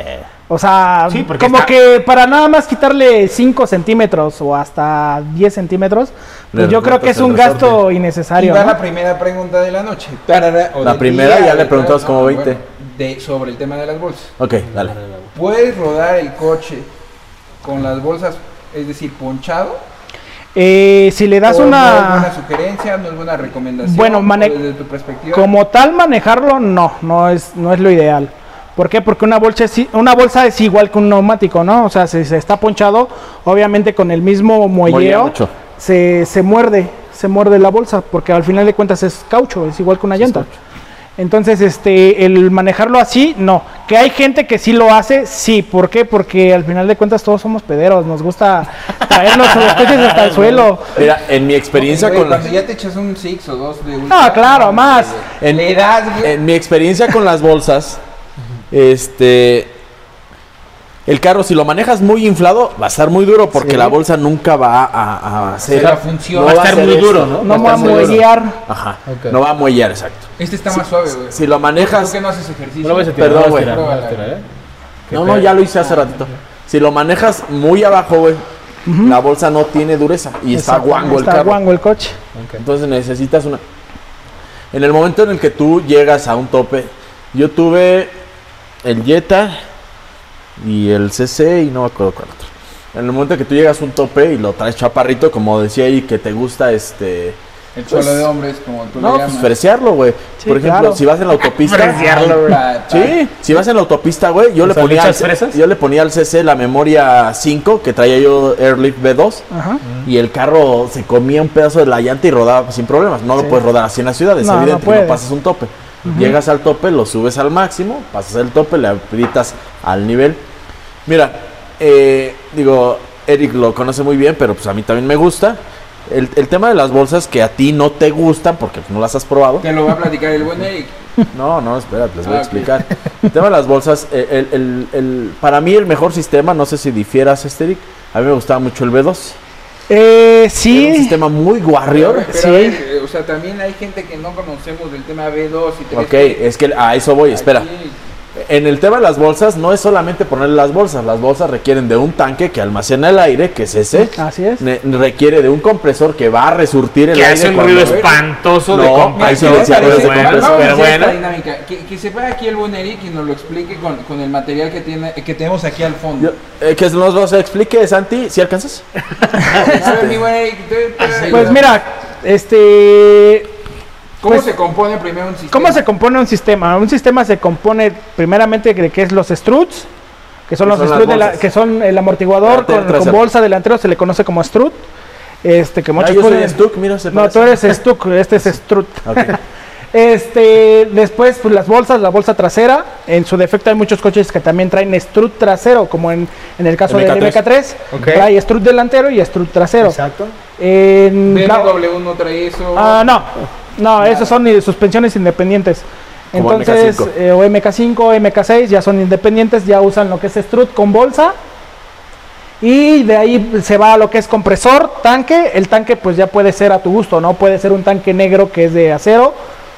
D: O sea,
F: Sí, porque
D: como
F: está-
D: que para nada más quitarle 5 centímetros o hasta 10 centímetros, pues
E: Le
D: yo creo que
E: rotas
D: es
E: el
D: un
E: resorte.
D: gasto
B: Y
D: innecesario.
B: va
D: ¿no?
B: la primera pregunta de la noche. Tarara, o
E: La
B: del
E: primera ya le
B: de-
E: preguntamos como 20.
B: de, sobre el tema de las bolsas.
E: Ok, dale.
B: ¿Puedes rodar el coche con las bolsas, es decir, ponchado?
D: Eh, si le das
B: ¿O
D: una...
B: Oh, No es buena sugerencia, no es buena recomendación.
D: Bueno, mane-
B: o desde tu perspectiva.
D: Como tal manejarlo, no, no es, no es lo ideal. ¿Por qué? Porque una bolsa, es, i- una bolsa es igual que un neumático, ¿no? O sea, si se está ponchado, obviamente con el mismo muelleo
E: mucho.
D: se, se muerde, se muerde la bolsa, porque al final de cuentas es caucho, es igual que una llanta. Entonces, este, el manejarlo así, no. Que hay gente que sí lo hace, sí. ¿Por qué? Porque al final de cuentas todos somos pederos, nos gusta traer nuestros coches hasta el suelo.
E: Mira, en mi
B: Güey, pues
E: experiencia con las...
B: cuando ya te echas un six o dos de
D: No,
B: ultra,
D: Ah, claro,
B: no,
D: más.
B: güey.
E: En-
B: Le das, güey.
E: En Eh, mi experiencia con las bolsas, este. El carro, si lo manejas muy inflado, va a estar muy duro porque la bolsa nunca va a, a hacer.
B: Hacer la función.
E: va a estar muy duro, ¿no?
D: No va a
E: estar muy duro.
D: muellear.
E: Ajá. No va a muellar, exacto.
B: Este está más suave, güey.
E: Si lo
B: ¿Por
E: manejas.
B: qué no haces ejercicio?
G: No lo ves a
E: Perdón,
G: tirar, no lo
E: güey.
G: ves a tirar, no lo ves a
B: Pruébala.
G: tirar, ¿eh?
E: No, Ah, no, ya lo hice hace ratito. Si lo manejas muy abajo, güey, la bolsa no tiene dureza y está
D: Exacto,
E: guango el
D: está
E: carro.
D: guango el coche.
E: Entonces necesitas una. En el momento en el que tú llegas a un tope, yo tuve el Jetta y el CC y no me acuerdo cuál otro. En el momento en que tú llegas a un tope y lo traes chaparrito, como decía ahí, que te gusta este.
B: El cholo de hombres, como tú
E: No,
B: le
E: pues
B: llamas.
E: freciarlo, güey.
D: Sí,
E: Por ejemplo,
D: claro.
E: si vas en la autopista.
B: Pa- pa-
E: Sí, si vas en la autopista, güey, yo, le
G: sea, ¿le
E: ponía al
G: echas
E: C-
G: fresas?
E: yo le ponía al CC la memoria 5 que traía yo Airlift B2
D: Ajá.
E: y el carro se comía un pedazo de la llanta y rodaba sin problemas. No lo puedes rodar así en la ciudad, es
D: No, no
E: evidente, no,
D: puedes.
E: pasas un tope. Llegas al tope, lo subes al máximo, pasas el tope, le aprietas al nivel. Mira, eh, digo, Eric lo conoce muy bien, pero pues a mí también me gusta. El, el tema de las bolsas que a ti no te gustan porque pues, no las has probado.
B: Te lo va a platicar el buen Eric.
E: No, no, espérate, les voy
B: Ah,
E: a
B: ok.
E: explicar. El tema de las bolsas, eh, el, el- el- para mí el mejor sistema, no sé si difieras, Esteric, a mí me gustaba mucho el B2.
D: Eh,
E: Era un
D: sí,
E: sistema muy guarrior.
B: Pero, a
D: Sí.
B: ver, eh, o sea, también hay gente que no conocemos del tema B2 y 3.
E: Ok, es que a eso voy, espera. En el tema de las bolsas, no es solamente ponerle las bolsas, las bolsas requieren de un tanque que almacena el aire, que es ese.
D: así es.
E: Ne- requiere de un compresor que va a resurtir el
G: Que
E: aire.
G: hace un
E: cuando-
G: ruido espantoso de
E: No, ahí sí
G: compresión.
E: decía
G: pero
E: ruido de
G: bueno,
E: compresión.
G: pero bueno.
B: dinámica. Que, que se vaya aquí el buen Eric y nos lo explique con, con el material que tiene que tenemos aquí al
E: Yo-
B: fondo.
E: eh, que nos los explique, Santi, si alcanzas.
B: A ver, mi buen Eric, te- te-
D: Pues mira, este,
B: ¿cómo
D: pues-
B: se compone primero un sistema?
D: ¿cómo se compone un sistema? Un sistema se compone primeramente de que es los struts, que son
E: Que
D: los
E: son las
D: struts de la-
E: bolsas.
D: que son el amortiguador
E: Delantero,
D: con, con
E: trasero.
D: bolsa delantero se le conoce como strut. Este que
E: Ah,
D: muchos
E: yo soy
D: pueden-
E: Stuck, mira, se
D: No,
E: parece.
D: tú eres stuck, este es strut.
E: Ok.
D: Este, después pues las bolsas, la bolsa trasera, en su defecto hay muchos coches que también traen strut trasero, como en, en el caso del
E: MK3.
D: MK3,
G: Ok.
D: trae strut delantero y strut trasero.
F: Exacto.
D: En la-
B: BMW no trae eso.
D: Ah, no, no, esos son eh, suspensiones independientes.
E: Como
D: Entonces,
E: MK5.
D: eh, o MK5, MK6 ya son independientes, ya usan lo que es strut con bolsa. Y de ahí se va a lo que es compresor, tanque. El tanque pues ya puede ser a tu gusto, ¿no? Puede ser un tanque negro que es de acero,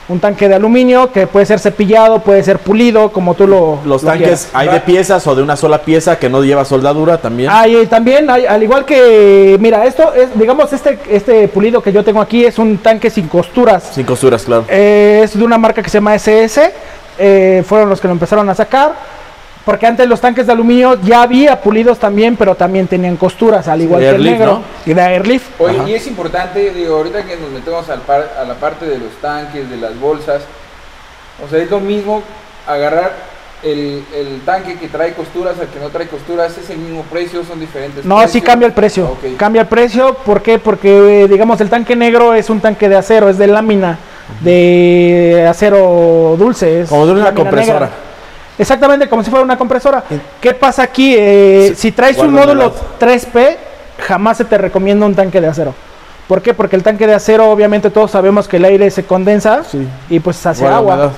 D: un tanque de aluminio que puede ser cepillado, puede ser pulido, como tú lo...
E: Los
D: lo
E: tanques
D: quieras.
E: hay de piezas o de una sola pieza que no lleva soldadura también.
D: Hay eh, también, hay- al igual que, mira, esto es, digamos, este, este pulido que yo tengo aquí es un tanque sin costuras.
E: Sin costuras, claro.
D: Eh, es de una marca que se llama SS. eh, fueron los que lo empezaron a sacar. Porque antes los tanques de aluminio ya había pulidos también, pero también tenían costuras, al igual
E: de
D: que el
E: Airlift,
D: negro.
E: ¿no?
D: Y de Airlift.
B: Oye, y es importante, digo, ahorita que nos metemos al par- a la parte de los tanques, de las bolsas, o sea, es lo mismo agarrar el, el tanque que trae costuras al que no trae costuras, es el mismo precio, son diferentes.
D: No, sí cambia el precio.
B: Ok.
D: Cambia el precio, ¿por qué? Porque, eh, digamos, el tanque negro es un tanque de acero, es de lámina, de acero dulce. es
E: Como de una
D: lámina
E: compresora.
D: Exactamente, como si fuera una compresora. ¿Qué pasa aquí? Eh,
E: Sí,
D: si traes un
E: guarda mi
D: módulo
E: lado.
D: 3P, jamás se te recomienda un tanque de acero. ¿Por qué? Porque el tanque de acero, obviamente todos sabemos que el aire se condensa
E: Sí.
D: y pues hace
E: Guarda
D: agua.
E: humedad.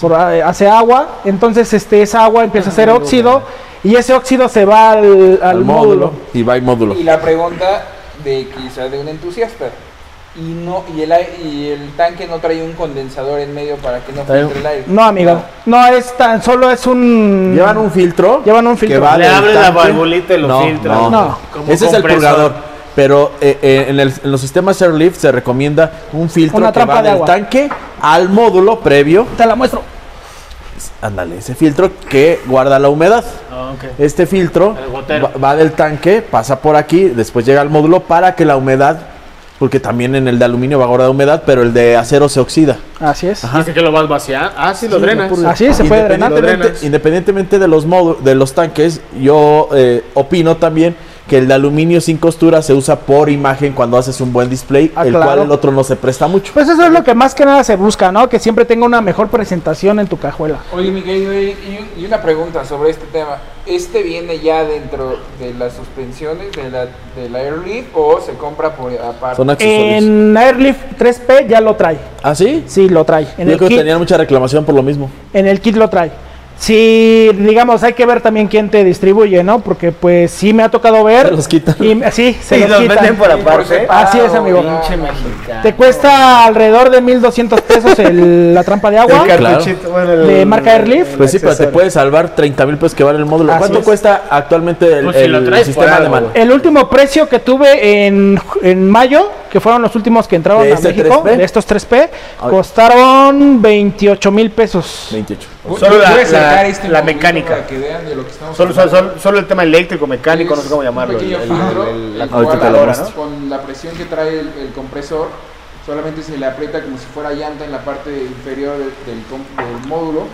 D: Por- eh, hace agua, entonces este, esa agua empieza a ser óxido y ese óxido se va al, al
E: Al
D: módulo.
E: Y va el módulo.
B: Y la pregunta de quizá de un entusiasta. Y no y el, ai- y el tanque no trae un condensador en medio para que no
E: Trae un-
B: filtre el aire.
D: No, amigo. No, es tan solo es un.
E: Llevan un filtro.
D: Llevan un filtro.
E: que va
G: Le
E: del
G: abre la
E: tanque.
G: valvulita y lo filtra.
E: No,
D: No.
G: Como
E: Ese es el
G: compresor.
E: purgador. Pero eh, eh, en, el- en los sistemas Airlift se recomienda un filtro
D: Una
E: que
D: trampa
E: va
D: de
E: del
D: agua.
E: tanque al módulo previo
D: Te la muestro.
E: Ándale, ese filtro que guarda la humedad. Este filtro
G: Ah, El gotero.
E: va, va del tanque, pasa por aquí, después llega al módulo para que la humedad, porque también en el de aluminio va a guardar humedad, pero el de acero se oxida.
D: Así es.
G: Dice que lo vas vaciar. Ah, sí, lo drenas.
D: Así es, se puede drenar.
G: Lo
E: Independientemente,
G: drenas.
E: independientemente de los modu- de los tanques, yo eh, opino también que el de aluminio sin costura se usa por imagen cuando haces un buen display,
D: Ah,
E: el
D: claro.
E: cual el otro no se presta mucho.
D: Pues eso es lo que más que nada se busca, ¿no? Que siempre tenga una mejor presentación en tu cajuela.
B: Oye, Miguel, y- y, un- y una pregunta sobre este tema. ¿Este viene ya dentro de las suspensiones de la, de la Airlift o se compra por aparte?
E: Son accesorios.
D: En Airlift 3P ya lo trae.
E: ¿Ah, sí?
D: Sí, lo trae. En
E: yo
D: el
E: creo que
D: kit-
E: tenían mucha reclamación por lo mismo.
D: en el kit lo trae. Sí, digamos, hay que ver también quién te distribuye, ¿no? Porque pues sí me ha tocado ver.
E: Se los quitan.
D: Y, sí, se
F: Y
D: los,
F: los
D: quitan.
F: venden por
B: Por
F: aparte.
B: separado,
D: Así es, amigo.
B: ya.
F: Pinche mexicano.
D: Te cuesta alrededor de 1200 pesos el- la trampa de agua.
E: Claro.
F: bueno,
D: De marca Airlift.
E: Pues sí, pero te
F: accesorio.
E: puede salvar 30 mil pesos que vale el módulo.
D: Así
E: ¿Cuánto
D: es.
E: cuesta actualmente el,
G: Pues si
E: el
G: lo traes por
E: sistema
G: algo,
E: alemán?
G: güey.
D: El último precio que tuve en, ju- en mayo, que fueron los últimos que entraron
E: ¿De
D: a
E: este
D: México,
E: 3P?
D: de estos 3P,
E: A ver.
D: costaron 28 mil pesos.
E: 28.
G: Solo
B: Voy a
G: la-
B: acercar
G: la-
B: este
G: la
B: momento
G: mecánica.
B: para que vean de lo que estamos
G: Solo, solo,
B: hablando.
G: solo, solo el tema eléctrico, mecánico, no sé cómo
B: Es un
G: llamarlo.
B: pequeño
G: el- el-
B: filtro,
G: el-
B: el
G: la-
B: cual,
E: ahorita te lo
B: ahora,
E: muestro.
B: Con la presión que trae el, el compresor, solamente se le aprieta como si fuera llanta en la parte inferior del, del com- del módulo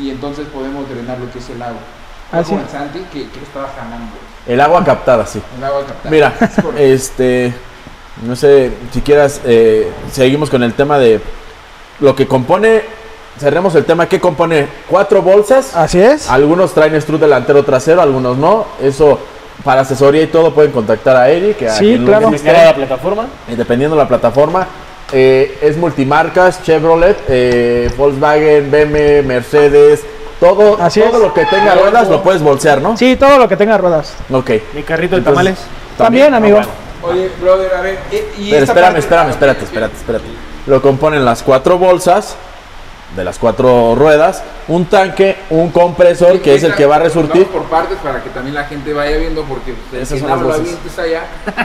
B: y entonces podemos drenar lo que es el agua.
D: Ah,
B: Fue
D: sí.
B: como el Santi que, que estaba jalando
E: El agua captada, sí.
B: el agua captada.
E: Mira,
B: Es correcto.
E: este, no sé, si quieras, eh, seguimos con el tema de lo que compone, cerremos el tema, ¿qué compone? Cuatro bolsas,
D: Así es.
E: algunos traen strut delantero trasero, algunos no, eso para asesoría y todo pueden contactar a Eric, a
D: Sí,
E: quien lo
D: claro.
E: administre,
G: ¿Era la plataforma?
E: eh, dependiendo de la plataforma. Eh, es multimarcas, Chevrolet, eh, Volkswagen, BMW, Mercedes, todo,
D: Así
E: todo
D: es.
E: lo que
G: Ah,
E: tenga ruedas lo puedes bolsear, ¿no?
D: Sí, todo lo que tenga ruedas.
E: Ok.
G: Mi carrito de
E: Entonces,
G: tamales.
D: También,
E: ah,
D: amigo.
B: Oye, brother, a ver. e- y
E: Pero
B: esta
E: espérame,
B: parte-
E: espérame, espérate, espérate, espérate. Lo componen las cuatro bolsas de las cuatro ruedas, un tanque, un compresor que es el que va a resurtir.
B: Vamos por partes para que también la gente vaya viendo porque pues,
E: Esas
B: el que
E: son las
B: habla
E: bolsas.
B: bien está allá, pues,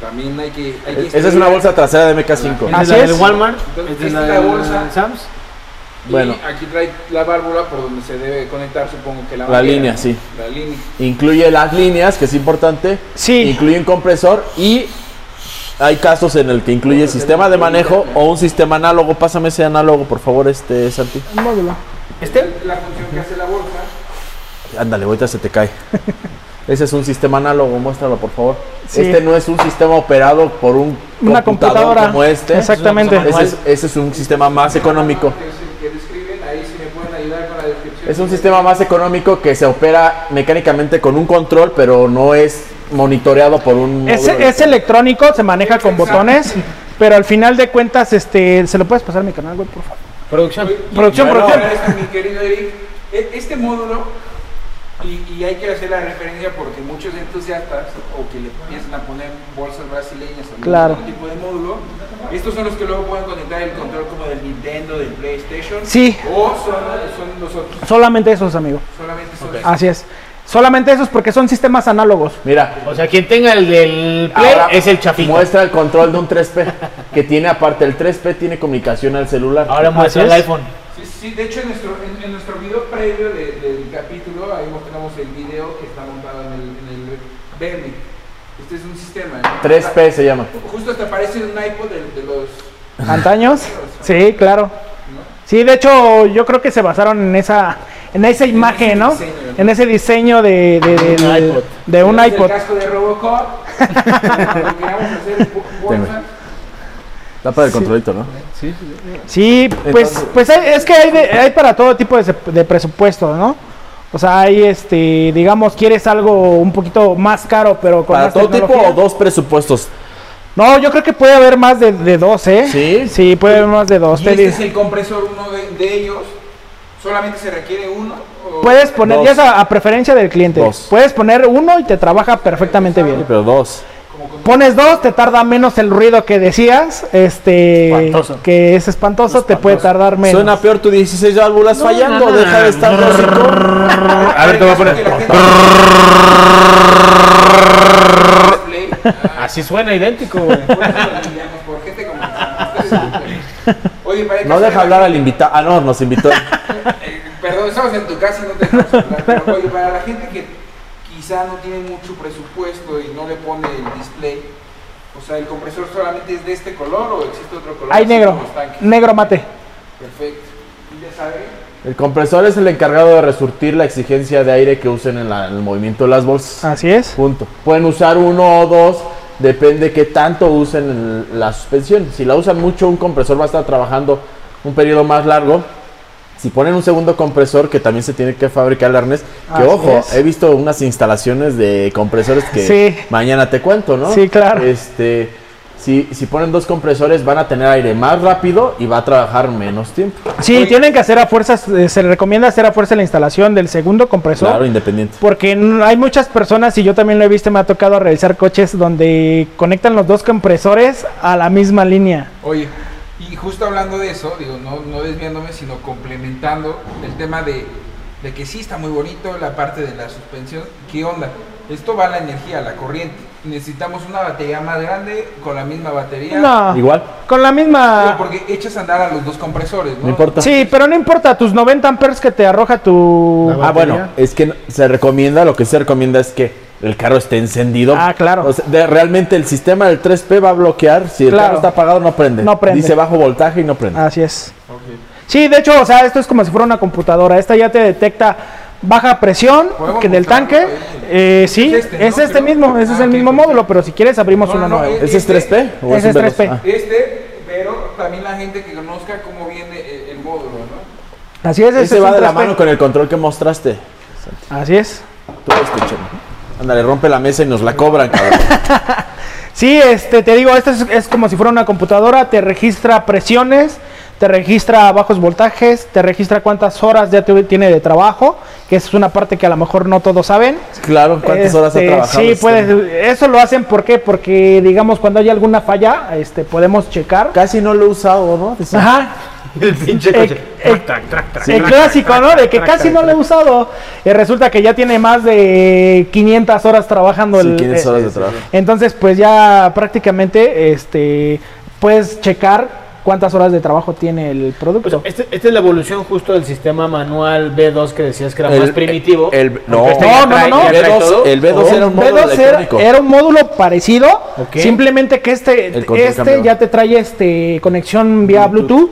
B: también hay que, hay que
E: Esa es una
B: instruir.
E: bolsa trasera de MK5.
D: Ah,
G: ¿Es
D: Así
G: la
D: es.
G: del Walmart?
B: Entonces,
G: ¿Es de
B: esta
G: la
B: es la
G: del
B: bolsa.
G: Sam's?
B: Y
E: Bueno.
B: aquí trae la válvula por donde se debe conectar, supongo que la
E: La
B: manguera,
E: línea,
B: ¿no?
E: sí.
B: La línea.
E: Incluye las líneas, que es importante.
D: Sí.
E: Incluye un compresor y hay casos en el que incluye sistema de manejo o un sistema análogo. Pásame ese análogo, por favor, este Santi.
D: Un módulo.
G: ¿Este?
E: ¿Este?
B: Es La función que hace la bolsa.
E: Ándale, ahorita se te cae. Ese es un sistema análogo, muéstralo por favor.
D: Sí.
E: Este no es un sistema operado por un
D: Una computadora.
E: como este.
D: Exactamente.
E: Ese es, ese es un sistema más económico.
B: Que, se- que describen, ahí si me pueden ayudar con la descripción.
E: Es un sistema más económico que se opera mecánicamente con un control, pero no es monitoreado por un.
D: Es,
E: módulo.
D: es electrónico, se maneja con botones, pero al final de cuentas, este, ¿se lo puedes pasar a mi canal, güey, por favor?
G: Producción.
D: Producción,
E: Bueno.
D: producción.
B: Esto, mi querido Eric, e- este módulo, y, y hay que hacer la referencia porque muchos entusiastas o que le empiezan a poner bolsas brasileñas o
D: Claro.
B: algún tipo de módulo, estos son los que luego pueden conectar el control como del Nintendo, del PlayStation,
D: Sí.
B: o son, son los otros,
D: Solamente esos, amigo.
B: solamente son
D: Así es. Solamente esos porque son sistemas análogos.
E: Mira,
G: O sea, quien tenga el del Play
E: ahora
G: es el chafito.
E: Muestra el control de un 3P que tiene aparte el 3P tiene comunicación al celular.
G: Ahora muestra el
D: Así es.
G: iPhone.
B: Sí, sí, de hecho en nuestro, en, en nuestro video previo de- del capítulo, ahí mostramos el video que está montado en el, en el BM. Este es un sistema. ¿no? Ah,
E: 3P se llama.
B: Justo hasta aparece un iPod de, de los...
D: ¿Antaños? Sí, claro. Sí, de hecho, yo creo que se basaron en esa, en esa imagen, ¿no?
B: diseño, ¿no?
D: En ese diseño de, de, de-
G: Un
D: del-
G: iPod.
D: de un
B: tenemos El
D: iPod.
B: casco de Robocop. lo que vamos a hacer es bu- bolsa.
E: Está para el controlito, ¿no?
D: Sí, pues,
E: Entonces-
D: pues hay- es que hay, de- hay para todo tipo de, se- de presupuesto, ¿no? O sea, hay, este, digamos, quieres algo un poquito más caro, pero con
E: Para
D: más
E: todo tipo
D: tecnología.
E: o dos presupuestos.
D: No, yo creo que puede haber más de, de dos, ¿eh?
E: ¿Sí?
D: Sí, puede haber más de dos.
B: Y
D: Te
B: este
D: dice-
B: es el compresor, uno de, de ellos. Solamente se requiere uno. o-
D: Puedes poner,
E: Dos.
D: ya es a, a preferencia del cliente,
E: Dos.
D: puedes poner uno y te trabaja perfectamente
E: Sí,
D: bien.
E: pero dos.
D: Pones dos, te tarda menos el ruido que decías, este,
G: Espantoso.
D: que es espantoso, te puede tardar menos.
E: Suena peor tu 16 válvulas fallando,
G: no, no,
E: deja de estar
G: no,
E: dosico.
G: A ver, te voy a poner.
B: Play. Ah,
G: Así suena idéntico, güey.
B: por eso lo enviamos, por gente como ustedes. Oye, para el
E: No
B: caso de
E: deja
B: la-
E: hablar al invitado. Ah, no, nos invitó.
B: Eh, Perdón, estabas en tu casa y no te dejamos hablar, pero, oye, para la gente que quizá no tiene mucho presupuesto y no le pone el display, o sea, ¿el compresor solamente es de este color o existe otro color?
D: Hay
B: así
D: negro,
B: como los tanques?
D: negro mate.
B: Perfecto. Y ya saben,
E: El compresor es el encargado de resurtir la exigencia de aire que usen en, la- en el movimiento de las bolsas.
D: Así es.
E: Punto. Pueden usar uno o dos, depende qué tanto usen el- la suspensión. Si la usan mucho, un compresor va a estar trabajando un periodo más largo. Si ponen un segundo compresor, que también se tiene que fabricar el arnés, que
D: Así
E: ojo,
D: es.
E: he visto unas instalaciones de compresores que
D: Sí.
E: mañana te cuento, ¿no?
D: Sí, claro.
E: Este, si, si ponen dos compresores, van a tener aire más rápido y va a trabajar menos tiempo.
D: Sí, tienen que hacer a fuerzas, eh, se les recomienda hacer a fuerza la instalación del segundo compresor.
E: Claro, independiente.
D: Porque n- hay muchas personas, y yo también lo he visto, me ha tocado realizar coches donde conectan los dos compresores a la misma línea.
B: Oye, y justo hablando de eso, digo, no, no desviándome, sino complementando el tema de, de que sí está muy bonito la parte de la suspensión. ¿Qué onda? Esto va a la energía, a la corriente. Necesitamos una batería más grande con la misma batería.
D: No,
E: Igual,
D: con la
B: Digo,
D: misma...
B: porque echas a andar a los dos compresores, ¿no?
E: Ah. no importa.
D: Sí, pero no importa, tus 90 amperes que te arroja tu...
E: Ah, bueno, es que no- se recomienda, lo que se recomienda es que el carro esté encendido.
D: Ah, claro.
E: O sea, de- realmente el sistema del 3P va a bloquear. Si el
D: Claro.
E: carro está apagado, no prende.
D: No prende. Ah.
E: Dice bajo voltaje y no prende.
D: Así es. Sí, de hecho, o sea, esto es como si fuera una computadora. Esta ya te detecta baja presión
B: Podemos
D: que del
B: mostrarlo,
D: tanque.
B: eh.
D: Eh, sí,
B: Es este, ¿no?
D: es este
B: Creo.
D: mismo, ese
B: Ah,
D: es el
B: ok,
D: mismo
B: ok.
D: módulo, pero si quieres abrimos
B: No, eh, no,
D: uno
B: no,
D: nuevo.
B: es-
E: ¿Ese es 3P? o
D: Ese
E: un Ah.
D: es 3P.
E: V2?
B: Este, pero también la gente que conozca cómo viene el, el módulo, ¿no?
D: Así es,
E: Ah,
D: ese
E: Ese
D: es
E: va
D: un
E: de la
D: 3P.
E: mano con el control que mostraste.
D: Así es.
E: Tú este, chema. Ándale, rompe la mesa y nos la cobran, cabrón.
D: Sí, este, te digo, esto es, es como si fuera una computadora, te registra presiones, te registra bajos voltajes, te registra cuántas horas ya tuve- tiene de trabajo, que es una parte que a lo mejor no todos saben.
E: claro, ¿cuántas horas ha
D: Este,
E: trabajado?
D: Sí,
E: el
D: puedes,
E: sistema?
D: eso lo hacen ¿por qué? porque, digamos, cuando hay alguna falla, este, podemos checar.
E: Casi no lo he usado, ¿no? Dice-
D: Ajá.
F: El pinche
D: Eh,
F: coche.
D: eh, el clásico, ¿no? De que casi no lo he usado. Y resulta que ya tiene más de 500 horas trabajando
E: Sí,
D: el,
E: 500
D: eh,
E: horas de trabajo.
D: entonces, pues ya prácticamente este, puedes checar cuántas horas de trabajo tiene el
G: O sea,
D: producto.
G: este- esta es la evolución justo del sistema manual B2 que decías que era
E: El-
G: más primitivo.
E: el- no.
G: Aunque este
D: No,
G: ya
D: no,
G: trae-
D: no, no.
G: ya
E: El
G: trae todo.
E: B2, el B2 era un módulo
D: B2 era,
E: electrónico.
D: era un módulo parecido,
G: Ok.
D: simplemente que este,
E: El control
D: este
E: cambió.
D: ya te trae este conexión vía Bluetooth,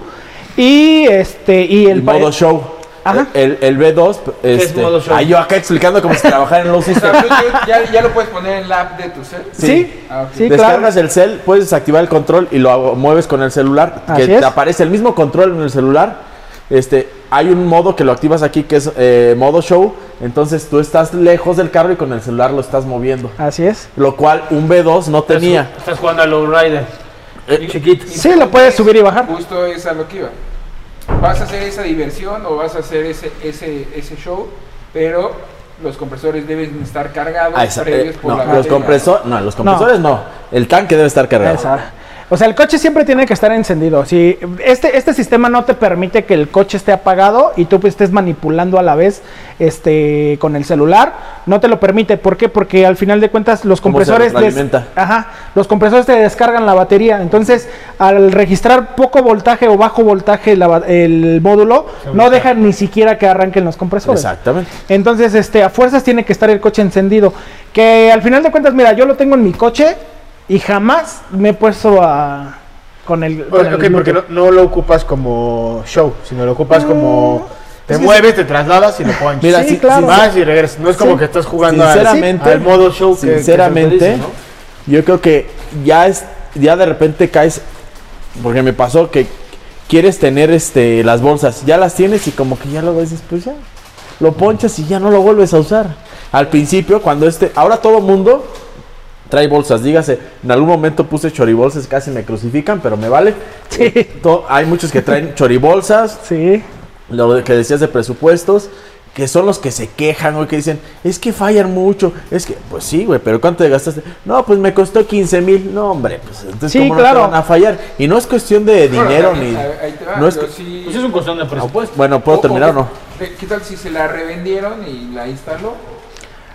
D: y este y el,
E: el
D: pa-
E: modo show.
D: Ajá.
E: El, el B2,
G: es
E: este,
G: modo show?
E: ah, yo acá explicando cómo se trabajara en los
B: O sea, Bluetooth ya, ya lo puedes poner en la app de tu cel.
D: sí,
E: sí.
B: Ah, ok.
D: sí, claro.
E: Descargas el cel, puedes desactivar el control y lo mueves con el celular.
D: Así
E: que
D: es.
E: te aparece el mismo control en el celular. Este, hay un modo que lo activas aquí que es eh, modo show. Entonces tú estás lejos del carro y con el celular lo estás moviendo.
D: Así es.
E: Lo cual un B2 no
G: Estás-
E: tenía.
G: Estás jugando a Lowrider.
E: Eh,
G: Chiquito.
D: Sí, lo puedes subir y bajar.
B: Justo es a lo que iba. Vas a hacer esa diversión o vas a hacer ese, ese, ese show, pero los compresores deben estar cargados
E: ah, esa-
B: previos
E: eh,
B: por
E: no,
B: la
E: los
B: batería.
E: compresor- no, los compresores no. El tanque debe estar cargado.
D: Esa. O sea, el coche siempre tiene que estar encendido. Si este, este sistema no te permite que el coche esté apagado y tú pues, estés manipulando a la vez este, con el celular, no te lo permite. ¿Por qué? Porque al final de cuentas los
E: Como se
D: compresores, des-
E: retroalimenta.
D: ajá, los compresores te descargan la batería. Entonces, al registrar poco voltaje o bajo voltaje la ba- el módulo, no deja ni siquiera que arranquen los compresores.
E: Exactamente.
D: Entonces, este, a fuerzas tiene que estar el coche encendido. Que al final de cuentas, mira, yo lo tengo en mi coche y jamás me he puesto a. con el. con el
F: Ok, porque no,
D: Bluetooth.
F: no lo ocupas como show, sino lo ocupas como... Te
D: es que
F: mueves, te trasladas y lo pones.
E: Mira,
D: Sí,
E: si-
D: claro.
E: si-
F: Vas y regresas. No es como
D: Sí.
F: que estás jugando al-
E: Sinceramente,
F: al modo show. que- que se
E: Sinceramente,
F: utiliza, ¿no?
E: yo creo que ya es, ya de repente caes, porque me pasó que quieres tener este las bolsas, ya las tienes y como que ya lo dices, pues ya, lo ponchas y ya no lo vuelves a usar. Al principio, cuando este, ahora todo mundo trae bolsas, dígase, en algún momento puse choribolsas, casi me crucifican, pero me vale. Eh,
D: Sí.
E: To- hay muchos que traen choribolsas,
D: Sí.
E: lo de- que decías de presupuestos, que son los que se quejan, güey, que dicen, es que fallan mucho, es que, pues sí, güey, pero ¿cuánto te gastaste? No, pues me costó 15 mil, no, hombre, pues entonces
D: Sí,
E: ¿cómo
D: claro.
E: no te van a fallar? Y no es cuestión de
B: Bueno,
E: dinero
B: también,
E: ni...
B: ahí- ahí te va,
E: no es
B: pero
E: que-
B: sí-
G: Pues es un cuestión de presupuesto.
E: Bueno, ¿puedo terminar o no?
B: ¿Qué qué tal si se la revendieron y la instaló?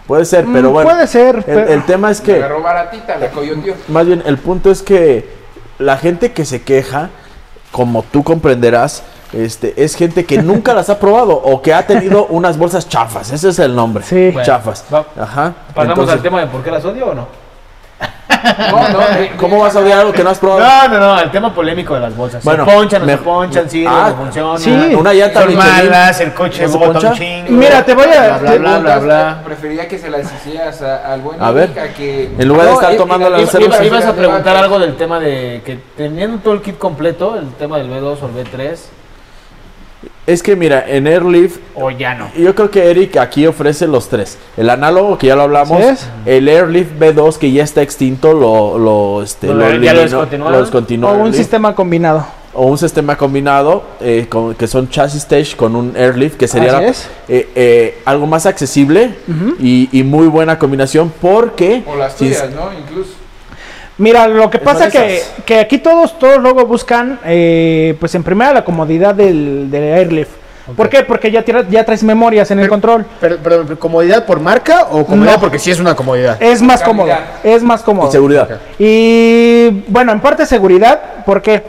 E: Puede ser, pero
D: Mm,
E: bueno.
D: puede ser,
E: El,
D: pero-
E: el tema es
B: La
E: que...
B: agarró baratita, la coyoteó.
E: Más bien, el punto es que la gente que se queja, como tú comprenderás, Este, es gente que nunca las ha probado o que ha tenido unas bolsas chafas. Ese es el nombre.
D: Sí.
E: Chafas.
G: va-
E: Ajá.
G: ¿Pasamos al
E: Entonces,
G: tema de por qué las odio o no?
B: No, no, de-
E: ¿Cómo vas a odiar algo que no has probado?
F: No, no, no, el tema polémico de las bolsas.
E: Bueno,
F: se ponchan, no se
E: me-
F: ponchan, sí,
E: Ah,
F: no funcionan.
D: sí.
E: Una llanta
F: son
E: Michelin.
F: malas, el coche
E: ¿No se
F: bota
E: poncha?
F: un chingo.
D: Mira, te voy a-
F: Bla, bla, bla, bla, bla.
B: Preferiría que se las hicieras a- al buen
E: A ver,
B: Eric, a que...
E: en lugar de estar
B: eh,
E: tomando
B: eh,
E: la
B: eh,
E: cerveza.
G: Ibas,
E: Ibas-
G: ibas a
B: Ibas
G: preguntar algo del tema de que teniendo todo el kit completo, el tema del B2 o el B3,
E: Es que mira, en Airleaf
G: o ya no.
E: Yo creo que Eric aquí ofrece los tres. El análogo, que ya lo hablamos.
D: ¿Sí es?
E: El Airlift B2, que ya está extinto, lo, lo, este,
G: Bueno, ya lo
E: eliminó-
G: descontinuaron.
E: lo descontinuó
D: O un
E: Airlift.
D: sistema combinado.
E: O un sistema combinado, eh, con- que son chassis stage con un Airlift, que sería
D: Así
E: la-
D: es.
E: eh, eh, algo más accesible y, y muy buena combinación porque...
B: O las
E: sin-
B: tuyas, ¿no? Incluso.
D: Mira, lo que
E: Es más
D: pasa que,
E: esas.
D: que aquí todos, todos luego buscan, eh, pues en primera la comodidad del, del Airlift. ¿Por qué? Porque ya, tira- ya traes memorias en el control.
F: Pero, pero, pero, ¿comodidad por marca o comodidad
D: No. Eh,
F: porque sí es una comodidad?
D: Es más cómodo,
B: Calidad.
D: es más
E: y
D: cómodo.
E: seguridad.
D: Y bueno, en parte seguridad, ¿por qué?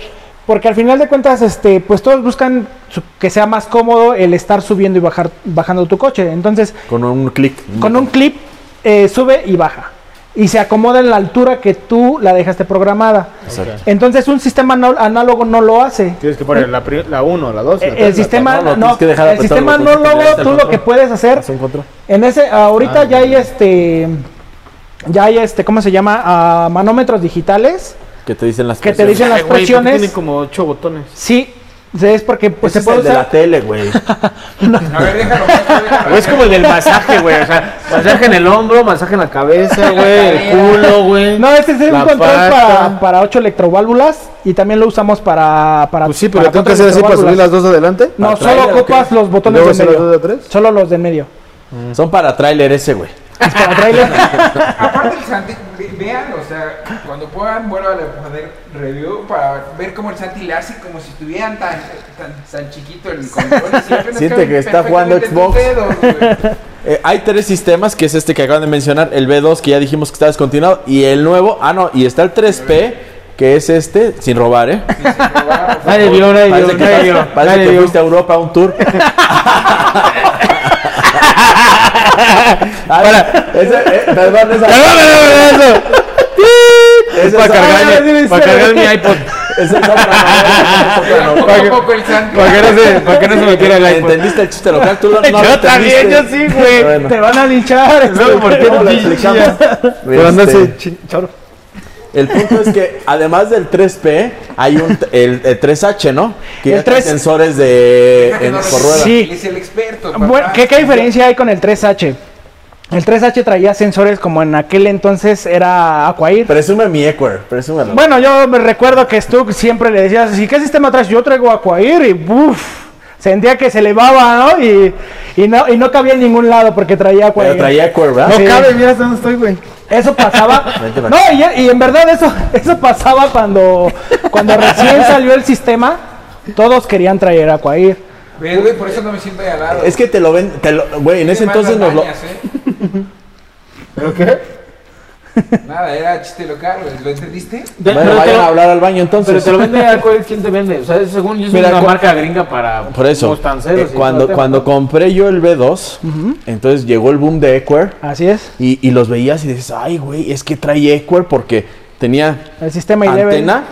D: Porque al final de cuentas, este, pues todos buscan su- que sea más cómodo el estar subiendo y bajar, bajando tu coche. Entonces,
E: Con un clic.
D: con un clip eh, sube y baja. Y se acomoda en la altura que tú la dejaste programada.
E: Exacto.
D: Entonces un sistema anal- análogo no lo hace.
F: Tienes que poner la 1, la 2,
D: Eh, El sistema
E: no, lo
D: no,
E: tienes que dejar
D: el
E: apretar
D: sistema
E: los
D: no
E: botones que le
D: luego
E: das al
D: tú lo
E: control.
D: que puedes hacer
E: Haz un control.
D: en ese
E: Ah,
D: ahorita ya hay este ya hay este ¿cómo se llama? Ah, manómetros digitales
E: Que te dicen las
D: que te dicen las presiones.
G: Tienen como 8 botones.
D: Sí, es porque pues,
E: Pues
D: se puede
E: el de la
D: usar
E: tele, güey.
B: A ver, déjalo. maestro, déjalo.
G: es como el del masaje, güey. O sea, masaje en el hombro, masaje en la cabeza, güey. El culo, güey.
D: No, este es un
G: La
D: control para,
G: pata.
D: para 8 electroválvulas y también lo usamos para para
F: Pues sí, pero
D: para
F: tengo que
D: cuatro
F: hacer así para subir
D: electroválvulas.
F: las dos adelante.
D: No,
E: ¿Para
D: solo
E: trailer o qué?
D: ocupas los
F: ¿Y
D: botones
F: luego
D: de
F: se las dos de
D: medio.
F: atrás?
D: Solo los de medio.
E: Son para tráiler ese, güey.
D: Es para trailer.
B: Aparte, el Santi, ve- vean, o sea, cuando puedan, vuelvan a poner review para ver cómo el Santi le hace como si estuvieran tan, tan, tan chiquito el control. y siempre nos
E: Siente
B: caben
E: que está jugando
B: perfectamente tus dedos, güey.
E: Eh, hay tres sistemas, que es este que acaban de mencionar, el B2 que ya dijimos que está descontinuado, y el nuevo, ah no, y está el 3P, que es este, sin robar, ¿eh?
G: Nadie vio, nadie vio,
E: Parece que,
G: nadie vio.
E: parece
G: nadie
E: que
G: vio.
E: fuiste a Europa a un tour. Ahora, ese, eh, perdón, esa, esa es
G: Para
E: otra-
G: cargar, mi-
D: debe
G: para
D: ser.
G: cargar mi iPod.
E: esa es otra novela, esa es otra novela.
B: Poco a poco el Santi.
G: Para que no se, para que no se me quiera el iPod.
E: ¿Entendiste el chiste local? Tú no, no lo
G: Yo también, yo
E: entendiste.
G: sí, güey.
E: Bueno.
D: Te van a linchar. este.
G: Luego, ¿por qué
E: Luego
G: no
E: lo
G: te
E: explicamos.
G: chillas?
F: Pero andarse
E: Este,
F: chin- choro.
E: El punto es que además del 3P hay un t- el, el 3H, ¿no? Que
D: El
E: ya trae
D: 3.
E: sensores de en por rueda.
D: Sí.
B: Él es el experto. papá.
D: Bueno, Este, ¿qué, qué diferencia hay con el 3H? El 3H traía sensores como en aquel entonces era Aquair.
E: Presume mi Equer, presúmelo.
D: Bueno, yo me recuerdo que Stuck siempre le decía, ¿y qué sistema traes? Yo traigo Aquair y ¡buf! Sentía que se elevaba, ¿no? Y, y no, y no cabía en ningún lado porque traía Aquair.
E: Pero traía Equer, ¿verdad?
F: No
D: Sí.
F: cabe, mira hasta dónde estoy, güey.
D: Eso pasaba.
E: Vente para
D: no, y, y en verdad eso, eso pasaba cuando, cuando recién salió el sistema. Todos querían traer Aquair.
B: Ve, güey, por eso no me siento ahí al lado.
E: Es que te lo ven, te lo- güey, en ese
B: Qué malas
E: entonces nos lo
B: mañas, ¿eh?
F: ¿Pero qué?
B: Nada, era chiste local, güey. ¿Lo entendiste?
G: Pero
E: Bueno,
G: te
E: vayan
G: lo-
E: a hablar al baño
G: Pero
E: entonces.
G: te lo vende a cuál quién te vende. O sea, es según yo es
E: Mira,
G: una
E: cu-
G: marca gringa para
E: Por eso, eh,
G: mostanceros.
E: cuando, cuando compré yo el B2, entonces llegó el boom de Equer
D: Así es.
E: y, y los veías y dices, ay, güey, es que trae Equer porque tenía
D: El sistema Eleven.
E: antena.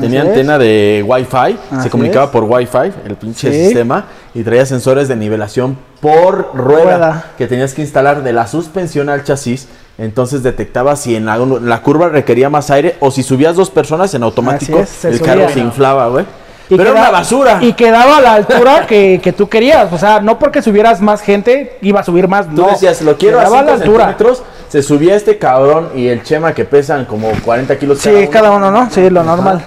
E: Tenía
D: Así es.
E: antena de Wi-Fi,
D: Así
E: se comunicaba
D: es.
E: por Wi-Fi, el pinche
D: Sí.
E: sistema, y traía sensores de nivelación por rueda,
D: Rueda.
E: que tenías que instalar de la suspensión al chasis. Entonces detectaba si en la, la curva requería más aire o si subías dos personas en automático,
D: es, se
E: el
D: subía.
E: carro se inflaba, güey.
D: Y
E: Pero era
D: queda-
E: una basura.
D: Y quedaba a la altura que, que tú querías. O sea, no porque subieras más gente, iba a subir más.
E: Tú
D: no.
E: decías, lo quiero a
D: Quedaba
E: 5 centímetros, se subía este cabrón y el Chema que pesan como 40 kilos
D: Sí, cada uno, ¿no? Sí, lo normal.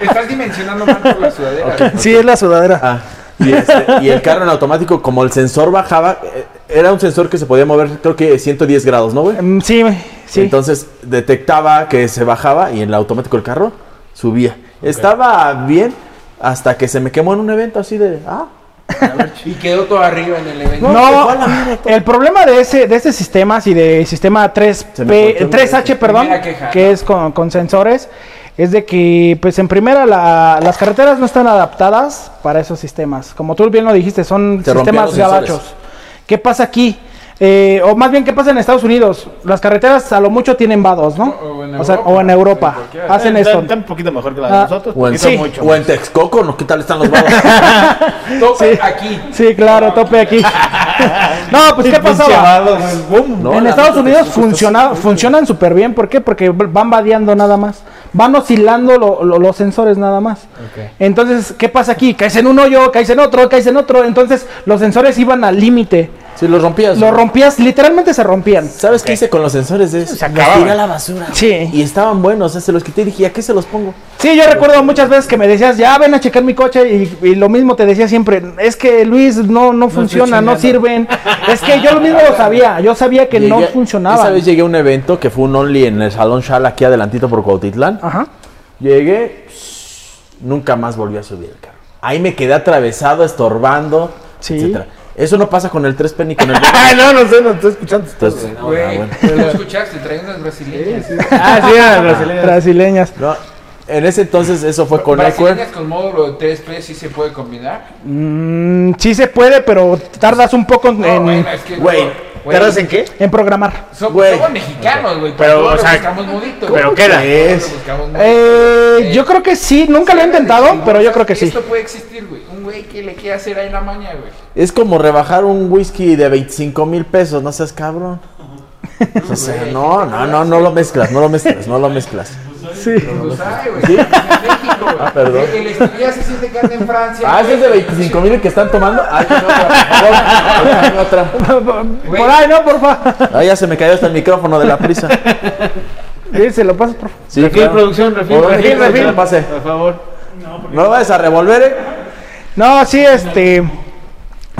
B: Estás dimensionando mal por la sudadera. güey.
D: Sí, es la sudadera.
E: Ah, y, este, y el carro en automático, como el sensor bajaba, eh, era un sensor que se podía mover, creo que 110 grados, ¿no, güey?
D: Mm, Sí, sí.
E: Entonces detectaba que se bajaba y en el automático el carro subía. Estaba bien hasta que se me quemó en un evento así de. Ah,
B: Y quedó todo arriba en el evento.
D: no,
E: se fue a la mierda todo.
D: el problema de ese de este sistema y de sistema 3P,
E: Se me cortó el
D: 3H, perdón,
B: Primera queja.
D: que es con, con sensores, es de que, pues en primera, la- las carreteras no están adaptadas para esos sistemas. Como tú bien lo dijiste, son
E: Se rompieron
D: sistemas
E: los sensores.
D: gabachos. ¿Qué pasa aquí? Eh, o más bien, ¿qué pasa en Estados Unidos? Las carreteras a lo mucho tienen vados, ¿no?
B: O en
D: O sea,
B: Europa,
D: o
B: en
D: en
B: Eh,
D: Europa.
B: cualquier-
D: Hacen esto.
H: Está un poquito mejor que la de
D: Ah,
H: nosotros.
E: O en,
H: poquito
D: sí.
H: mucho.
E: o en Texcoco, ¿no? ¿Qué tal están los vagos?
B: Tope aquí.
D: Sí, claro, tope aquí. no, pues ¿qué pasaba?
E: No,
D: en
E: la
D: Estados
E: neta, pues,
D: Unidos
E: Texcoco está
D: funciona- funcionan súper bien. ¿Por qué? Porque van vadeando nada más. Van oscilando lo- lo- los sensores nada más. Entonces, ¿qué pasa aquí? Caes en un hoyo, caes en otro, caes en otro. Entonces, los sensores iban al límite.
E: Si los pues, rompías.
D: Los rompías, literalmente se rompían.
E: ¿Sabes qué hice con los sensores de eso?
H: acababan.
E: Los tiré a la basura.
D: Sí.
E: Y estaban buenos, o sea, se los quité y dije, ¿a qué se los pongo?
D: Sí, yo recuerdo muchas veces que me decías, ya ven a checar mi coche y, y lo mismo te decía siempre, es que Luis no, no funciona, no sirven. es que yo lo mismo lo sabía, yo sabía que no
E: Llegué-
D: funcionaba.
E: Esa vez llegué a un evento que fue un Only en el Salón Shal aquí adelantito por Cuautitlán.
D: Ajá.
E: Llegué, pss, nunca más volví a subir el carro. Ahí me quedé atravesado, estorbando,
D: Sí.
E: etcétera. Eso no pasa con el 3P ni con el...
G: Ay, no, no sé, no estoy escuchando.
E: Entonces, ah,
B: Güey,
E: bueno.
B: ¿tú escuchaste? Traen unas brasileñas.
G: Ah, sí, era brasileño.
D: Brasileñas.
E: No, en ese entonces eso fue con Ecuer.
B: Brasileñas con módulo de 3P sí se puede combinar.
D: Mm, sí se puede, pero tardas un poco en,
B: No, bueno, es que-
E: Güey,
B: güey,
G: ¿Tardas en qué?
D: en programar.
B: so-
E: güey.
B: Somos mexicanos, güey.
H: Pero,
B: Pero,
H: o sea,
B: buscamos modito.
H: pero queda.
E: Es-
D: Eh, yo creo que sí, nunca lo he intentado, pero yo creo que sí.
B: Esto puede existir, güey. Un güey que le quiera hacer ahí la maña, güey.
E: Es como rebajar un whisky de 25 mil pesos, no seas cabrón. O sea, no, no, no, no lo mezclas, no lo mezclas, no lo mezclas.
B: Lo sabe, Pues güey. En México, güey.
E: Ah, perdón.
B: El estudiante sí es de carne en Francia.
E: Ah, ese es de
B: güey.
E: 25 mil que están tomando. Ah, dame otra, por favor, dame otra.
D: Por ahí, no, por favor.
E: Ah, ya se me cayó hasta el micrófono de la prisa.
D: Sí, se lo pasas, por favor.
E: Sí, claro.
G: producción, refil,
E: Por
G: refil,
E: favor, que
G: refil.
E: la pase.
G: Por favor.
E: No lo vayas a revolver, eh.
D: No, sí, este.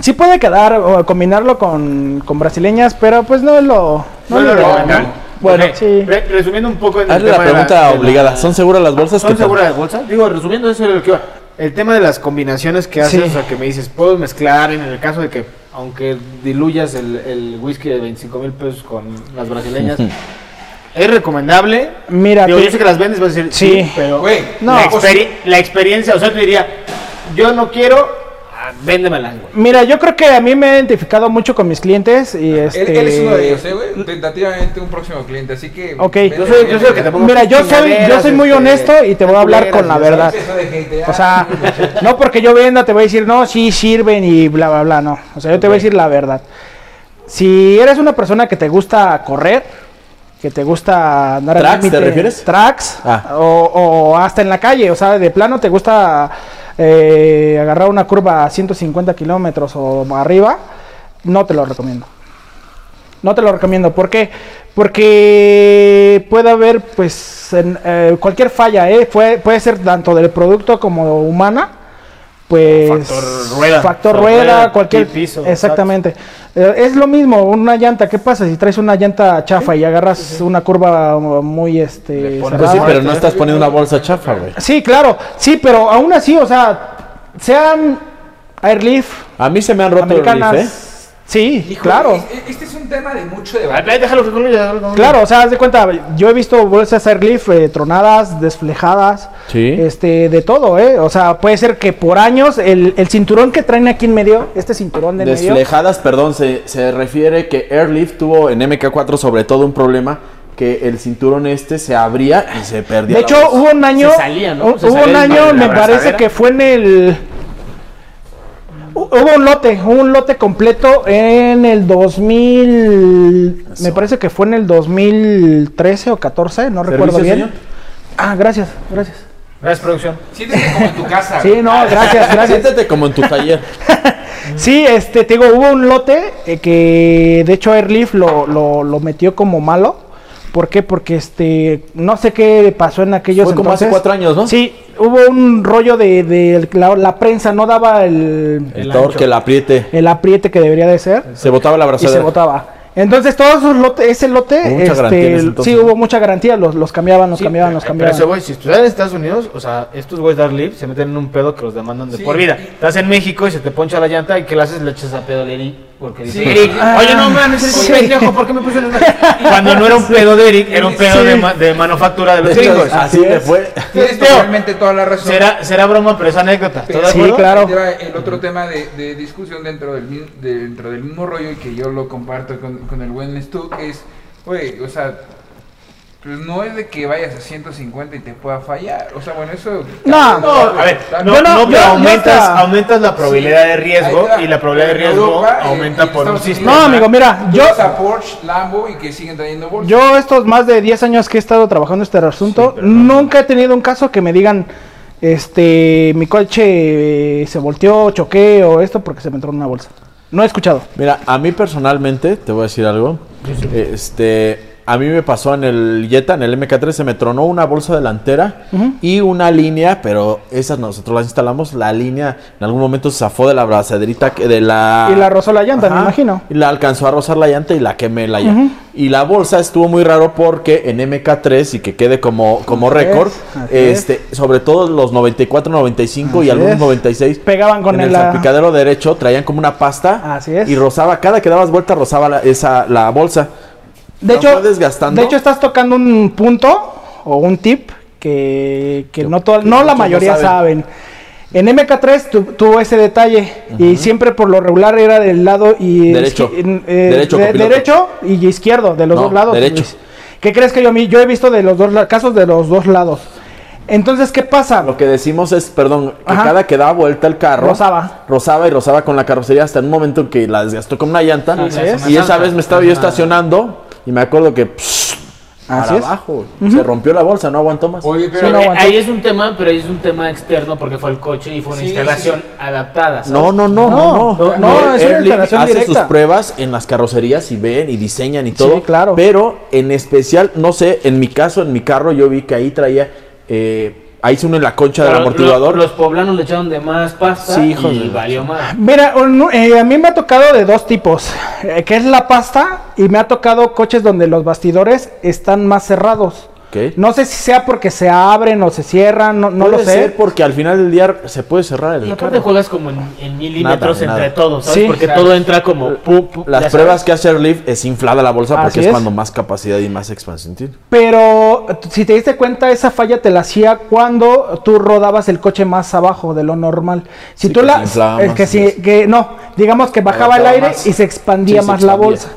D: Sí puede quedar, o combinarlo con, con brasileñas, pero pues no es lo. No, es lo ideal, ¿no? Bueno,
H: Ok,
D: sí.
H: re- resumiendo un poco en el
E: Hazle la
H: tema de
E: pregunta
H: de la-
E: obligada. ¿Son seguras las bolsas? Pues
H: ¿Son
E: que te-
H: seguras de bolsa? Digo, resumiendo eso era lo que iba. El tema de las combinaciones que haces,
D: Sí.
H: o sea, que me dices, puedo mezclar en el caso de que, aunque diluyas el, el whisky de 25 mil pesos con las brasileñas, es recomendable.
D: Mira, pues,
H: Digo,
D: tú-
H: yo sé que las vendes, vas a decir,
D: Sí.
H: sí, pero
B: Güey,
D: no.
H: la, experi- la experiencia, o sea, te diría, yo no quiero, ah, véndemelas, güey.
D: Mira, yo creo que a mí me he identificado mucho con mis clientes y
B: Él,
D: este.
B: él es uno de ellos, ¿eh, güey. Tentativamente un próximo cliente, así que.
D: Ok.
H: Yo soy, yo soy el que te pongo
D: Mira, yo soy, yo soy muy
H: este,
D: honesto y te voy a hablar con la verdad.
B: Eso de gente,
D: O sea, no porque yo venda te voy a decir, no, sí sirven y bla, bla, bla, no. O sea, yo te voy a decir la verdad. Si eres una persona que te gusta correr, que te gusta andar al
E: ¿Tracks te
D: límite,
E: refieres?
D: Tracks,
E: Ah.
D: o, o hasta en la calle, o sea, de plano te gusta eh, agarrar una curva a 150 kilómetros o arriba, no te lo recomiendo. No te lo recomiendo. ¿Por qué? Porque puede haber, pues, en, eh, cualquier falla, ¿eh? Puede, puede ser tanto del producto como humana. Pues.
H: Factor rueda.
D: Factor
H: Factor
D: rueda,
H: rueda,
D: cualquier.
H: piso, exacto.
D: exactamente. Eh, es lo mismo, una llanta. ¿Qué pasa si traes una llanta chafa y agarras una curva muy, este.
E: Pues sí,
D: cerrada? pues,
E: pero no estás poniendo una bolsa chafa, güey.
D: Sí, claro. Sí, pero aún así, o sea, sean Airlift,
E: A mí se me han roto el
D: americanas.
E: rifle, ¿eh?
D: Sí,
B: Híjole,
D: claro.
B: es- Este es un tema de mucho
H: Ah,
B: debate.
H: Déjalo que concluya. déjalo que concluya.
D: Claro, o sea, haz de cuenta, yo he visto bolsas Airlift eh, tronadas, desflejadas,
E: Sí.
D: este, de todo, ¿eh? O sea, puede ser que por años el, el cinturón que traen aquí en medio, este cinturón de en medio,
E: Desflejadas, perdón, se, se refiere que Airlift tuvo en MK4 sobre todo un problema que el cinturón este se abría y se perdía.
D: de
E: la
D: hecho
E: bolsa.
D: hubo un año,
G: Se salía, ¿no?
D: hu-
G: Se
D: hubo
G: salía
D: un
G: el-
D: año,
G: la
D: me
G: abrazadera.
D: parece que fue en el, hu- hubo un lote, hubo un lote completo en el 2000, me parece que fue en el 2013 o 14, no recuerdo
E: ¿Servicio,
D: bien.
E: señor?
D: Ah, gracias, gracias.
H: Gracias, producción.
B: Siéntete como en tu casa.
G: Ah.
D: Sí, no, gracias, gracias.
E: Siéntate como en tu taller.
D: Sí, este, te digo, hubo un lote eh, que de hecho Airlift lo, lo, lo metió como malo. ¿Por qué? Porque este, no sé qué pasó en aquellos
E: Fue como hace
D: entonces.
E: cuatro años, ¿no?
D: Sí, hubo un rollo de, de la, la prensa, no daba el,
E: El torque, el apriete.
D: el apriete que debería de ser
E: Se botaba la
D: y
E: brazada.
D: se botaba. Entonces, todos esos lote, ese lote,
E: Hubo mucha garantía en ese
D: este,
E: entonces,
D: sí,
E: ¿no?
D: hubo mucha garantía, los, los cambiaban, los
H: Sí,
D: cambiaban, los
H: pero-
D: cambiaban.
H: Pero eso, güey, si estás en Estados Unidos, o sea, estos güeyes de Arlib se meten en un pedo que los demandan de
B: Sí,
H: por vida.
B: y-
H: Estás en México y se te poncha la llanta y ¿qué le haces? Le echas a pedo
F: Porque
H: Sí, oye, no mames, eres un pendejo, ¿por qué me puse el
G: Cuando no era un pedo de Eric, era un pedo de, ma- de manufactura de los gringos.
E: Así le fue.
B: Tienes
G: Teo.
B: totalmente toda la razón.
G: Será, será broma, pero es anécdota.
B: Pero
G: ¿Estás de
D: Sí,
G: acuerdo?
D: claro.
B: Era el otro tema de, de discusión dentro del, mi- dentro del mismo rollo y que yo lo comparto con, con el buen Stu es, güey, o sea, pues no es de que vayas a 150 y te pueda fallar. O sea, bueno, eso...
D: No.
G: No, a ver, no,
D: Yo no-
G: no,
D: yo-
G: pero
D: yo
G: aumentas,
D: hasta-
G: aumentas la probabilidad de riesgo
B: Ahí está.
G: y la probabilidad de
B: En
G: riesgo
B: Europa, en-
G: aumenta
B: en
G: por un
B: Estados Unidos,
G: sistema.
D: No, amigo, mira, yo,
B: Yo... a Porsche, Lambo y que siguen trayendo bolsas.
D: yo estos más de 10 años que he estado trabajando este asunto, nunca he tenido un caso que me digan, este, mi coche eh, se volteó, choqué o esto porque se me entró en una bolsa. No he escuchado.
E: Mira, a mí personalmente, te voy a decir algo. Este, a mí me pasó en el Jetta, en el MK3, se me tronó una bolsa delantera y una línea, pero esas nosotros las instalamos. La línea en algún momento se zafó de la brazaderita que- de la.
D: Y la rozó la llanta, me
E: Ah. Ajá.
D: imagino.
E: Y la alcanzó a rozar la llanta y la quemé la llanta. Y la bolsa estuvo muy raro porque en MK3 y que quede como, como
D: Así es,
E: récord,
D: así es.
E: este, sobre todo los 94, 95 y
D: Así
E: algunos
D: es.
E: 96
D: Pegaban con
E: en el,
D: el, ah,
E: salpicadero derecho traían como una pasta
D: Así es.
E: y rozaba cada que dabas vuelta rozaba la, esa la bolsa
D: De
E: ¿La
D: hecho,
E: fue desgastando?
D: de hecho estás tocando un punto o un tip que, que
E: Que-
D: no, toda-
E: que
D: no la
E: muchos no
D: mayoría saben.
E: saben.
D: En MK3 tu- tuvo ese detalle y siempre por lo regular era del lado y
E: Derecho.
D: izqui- en- eh,
E: Derecho,
D: de-
E: copiloto.
D: derecho y izquierdo, de los
E: No,
D: dos lados.
E: derecho.
D: Luis. ¿Qué crees que yo a mí- yo he visto de los dos la- casos de los dos lados? Entonces, ¿qué pasa?
E: lo que decimos es perdón que
D: Ajá.
E: cada que daba vuelta el carro
D: Rozaba.
E: rozaba y rozaba con la carrocería hasta en un momento en que la desgastó con una llanta
D: Así es.
E: y esa vez me estaba yo estacionando y me acuerdo que psh,
D: Así
E: para
D: es.
E: abajo se rompió la bolsa no aguantó más
B: Oye, pero...
G: Eh,
D: Sí, no aguantó.
H: Ahí es un tema, pero ahí es un tema externo porque fue el coche y fue una
B: Sí,
H: instalación adaptada. ¿sabes?
E: No, no, no,
D: No,
E: no, no.
D: no, es una
E: Airlink
D: instalación
E: hace
D: directa.
E: sus pruebas en las carrocerías y ven y diseñan y todo.
D: claro.
E: Pero en especial, no sé, en mi caso, en mi carro, yo vi que ahí traía, eh, ahí se une la concha del
H: Pero
E: amortiguador.
H: lo- los poblanos le echaron de más pasta
E: Sí, hijos
H: y
E: de-
H: valió más.
D: Mira, un- eh, a mí me ha tocado de dos tipos, eh, que es la pasta y me ha tocado coches donde los bastidores están más cerrados.
E: Ok.
D: No sé si sea porque se abren o se cierran, no, no lo
E: Puede
D: sé.
E: ser porque al final del día se puede cerrar el
H: Y aparte
E: carro.
H: juegas como en, en milímetros
E: Nada,
H: entre
E: nada.
H: todos, ¿sabes?
D: Sí.
H: Porque
D: Claro.
H: todo entra como... pu- pu- ya
E: Las
H: sabes.
E: pruebas que hace Airlift es inflada la bolsa
D: Así
E: porque es,
D: es.
E: cuando más capacidad y más expansión tiene.
D: Pero eh, si te diste cuenta, esa falla te la hacía cuando tú rodabas el coche más abajo de lo normal. Si
E: Sí,
D: tú
E: que
D: la...
E: se inflaba
D: es
E: más,
D: que sí,
E: sí.
D: que no, digamos que bajaba el
E: Agotaba
D: aire
E: más.
D: y se expandía
E: Sí, se
D: más la
E: expandía.
D: bolsa.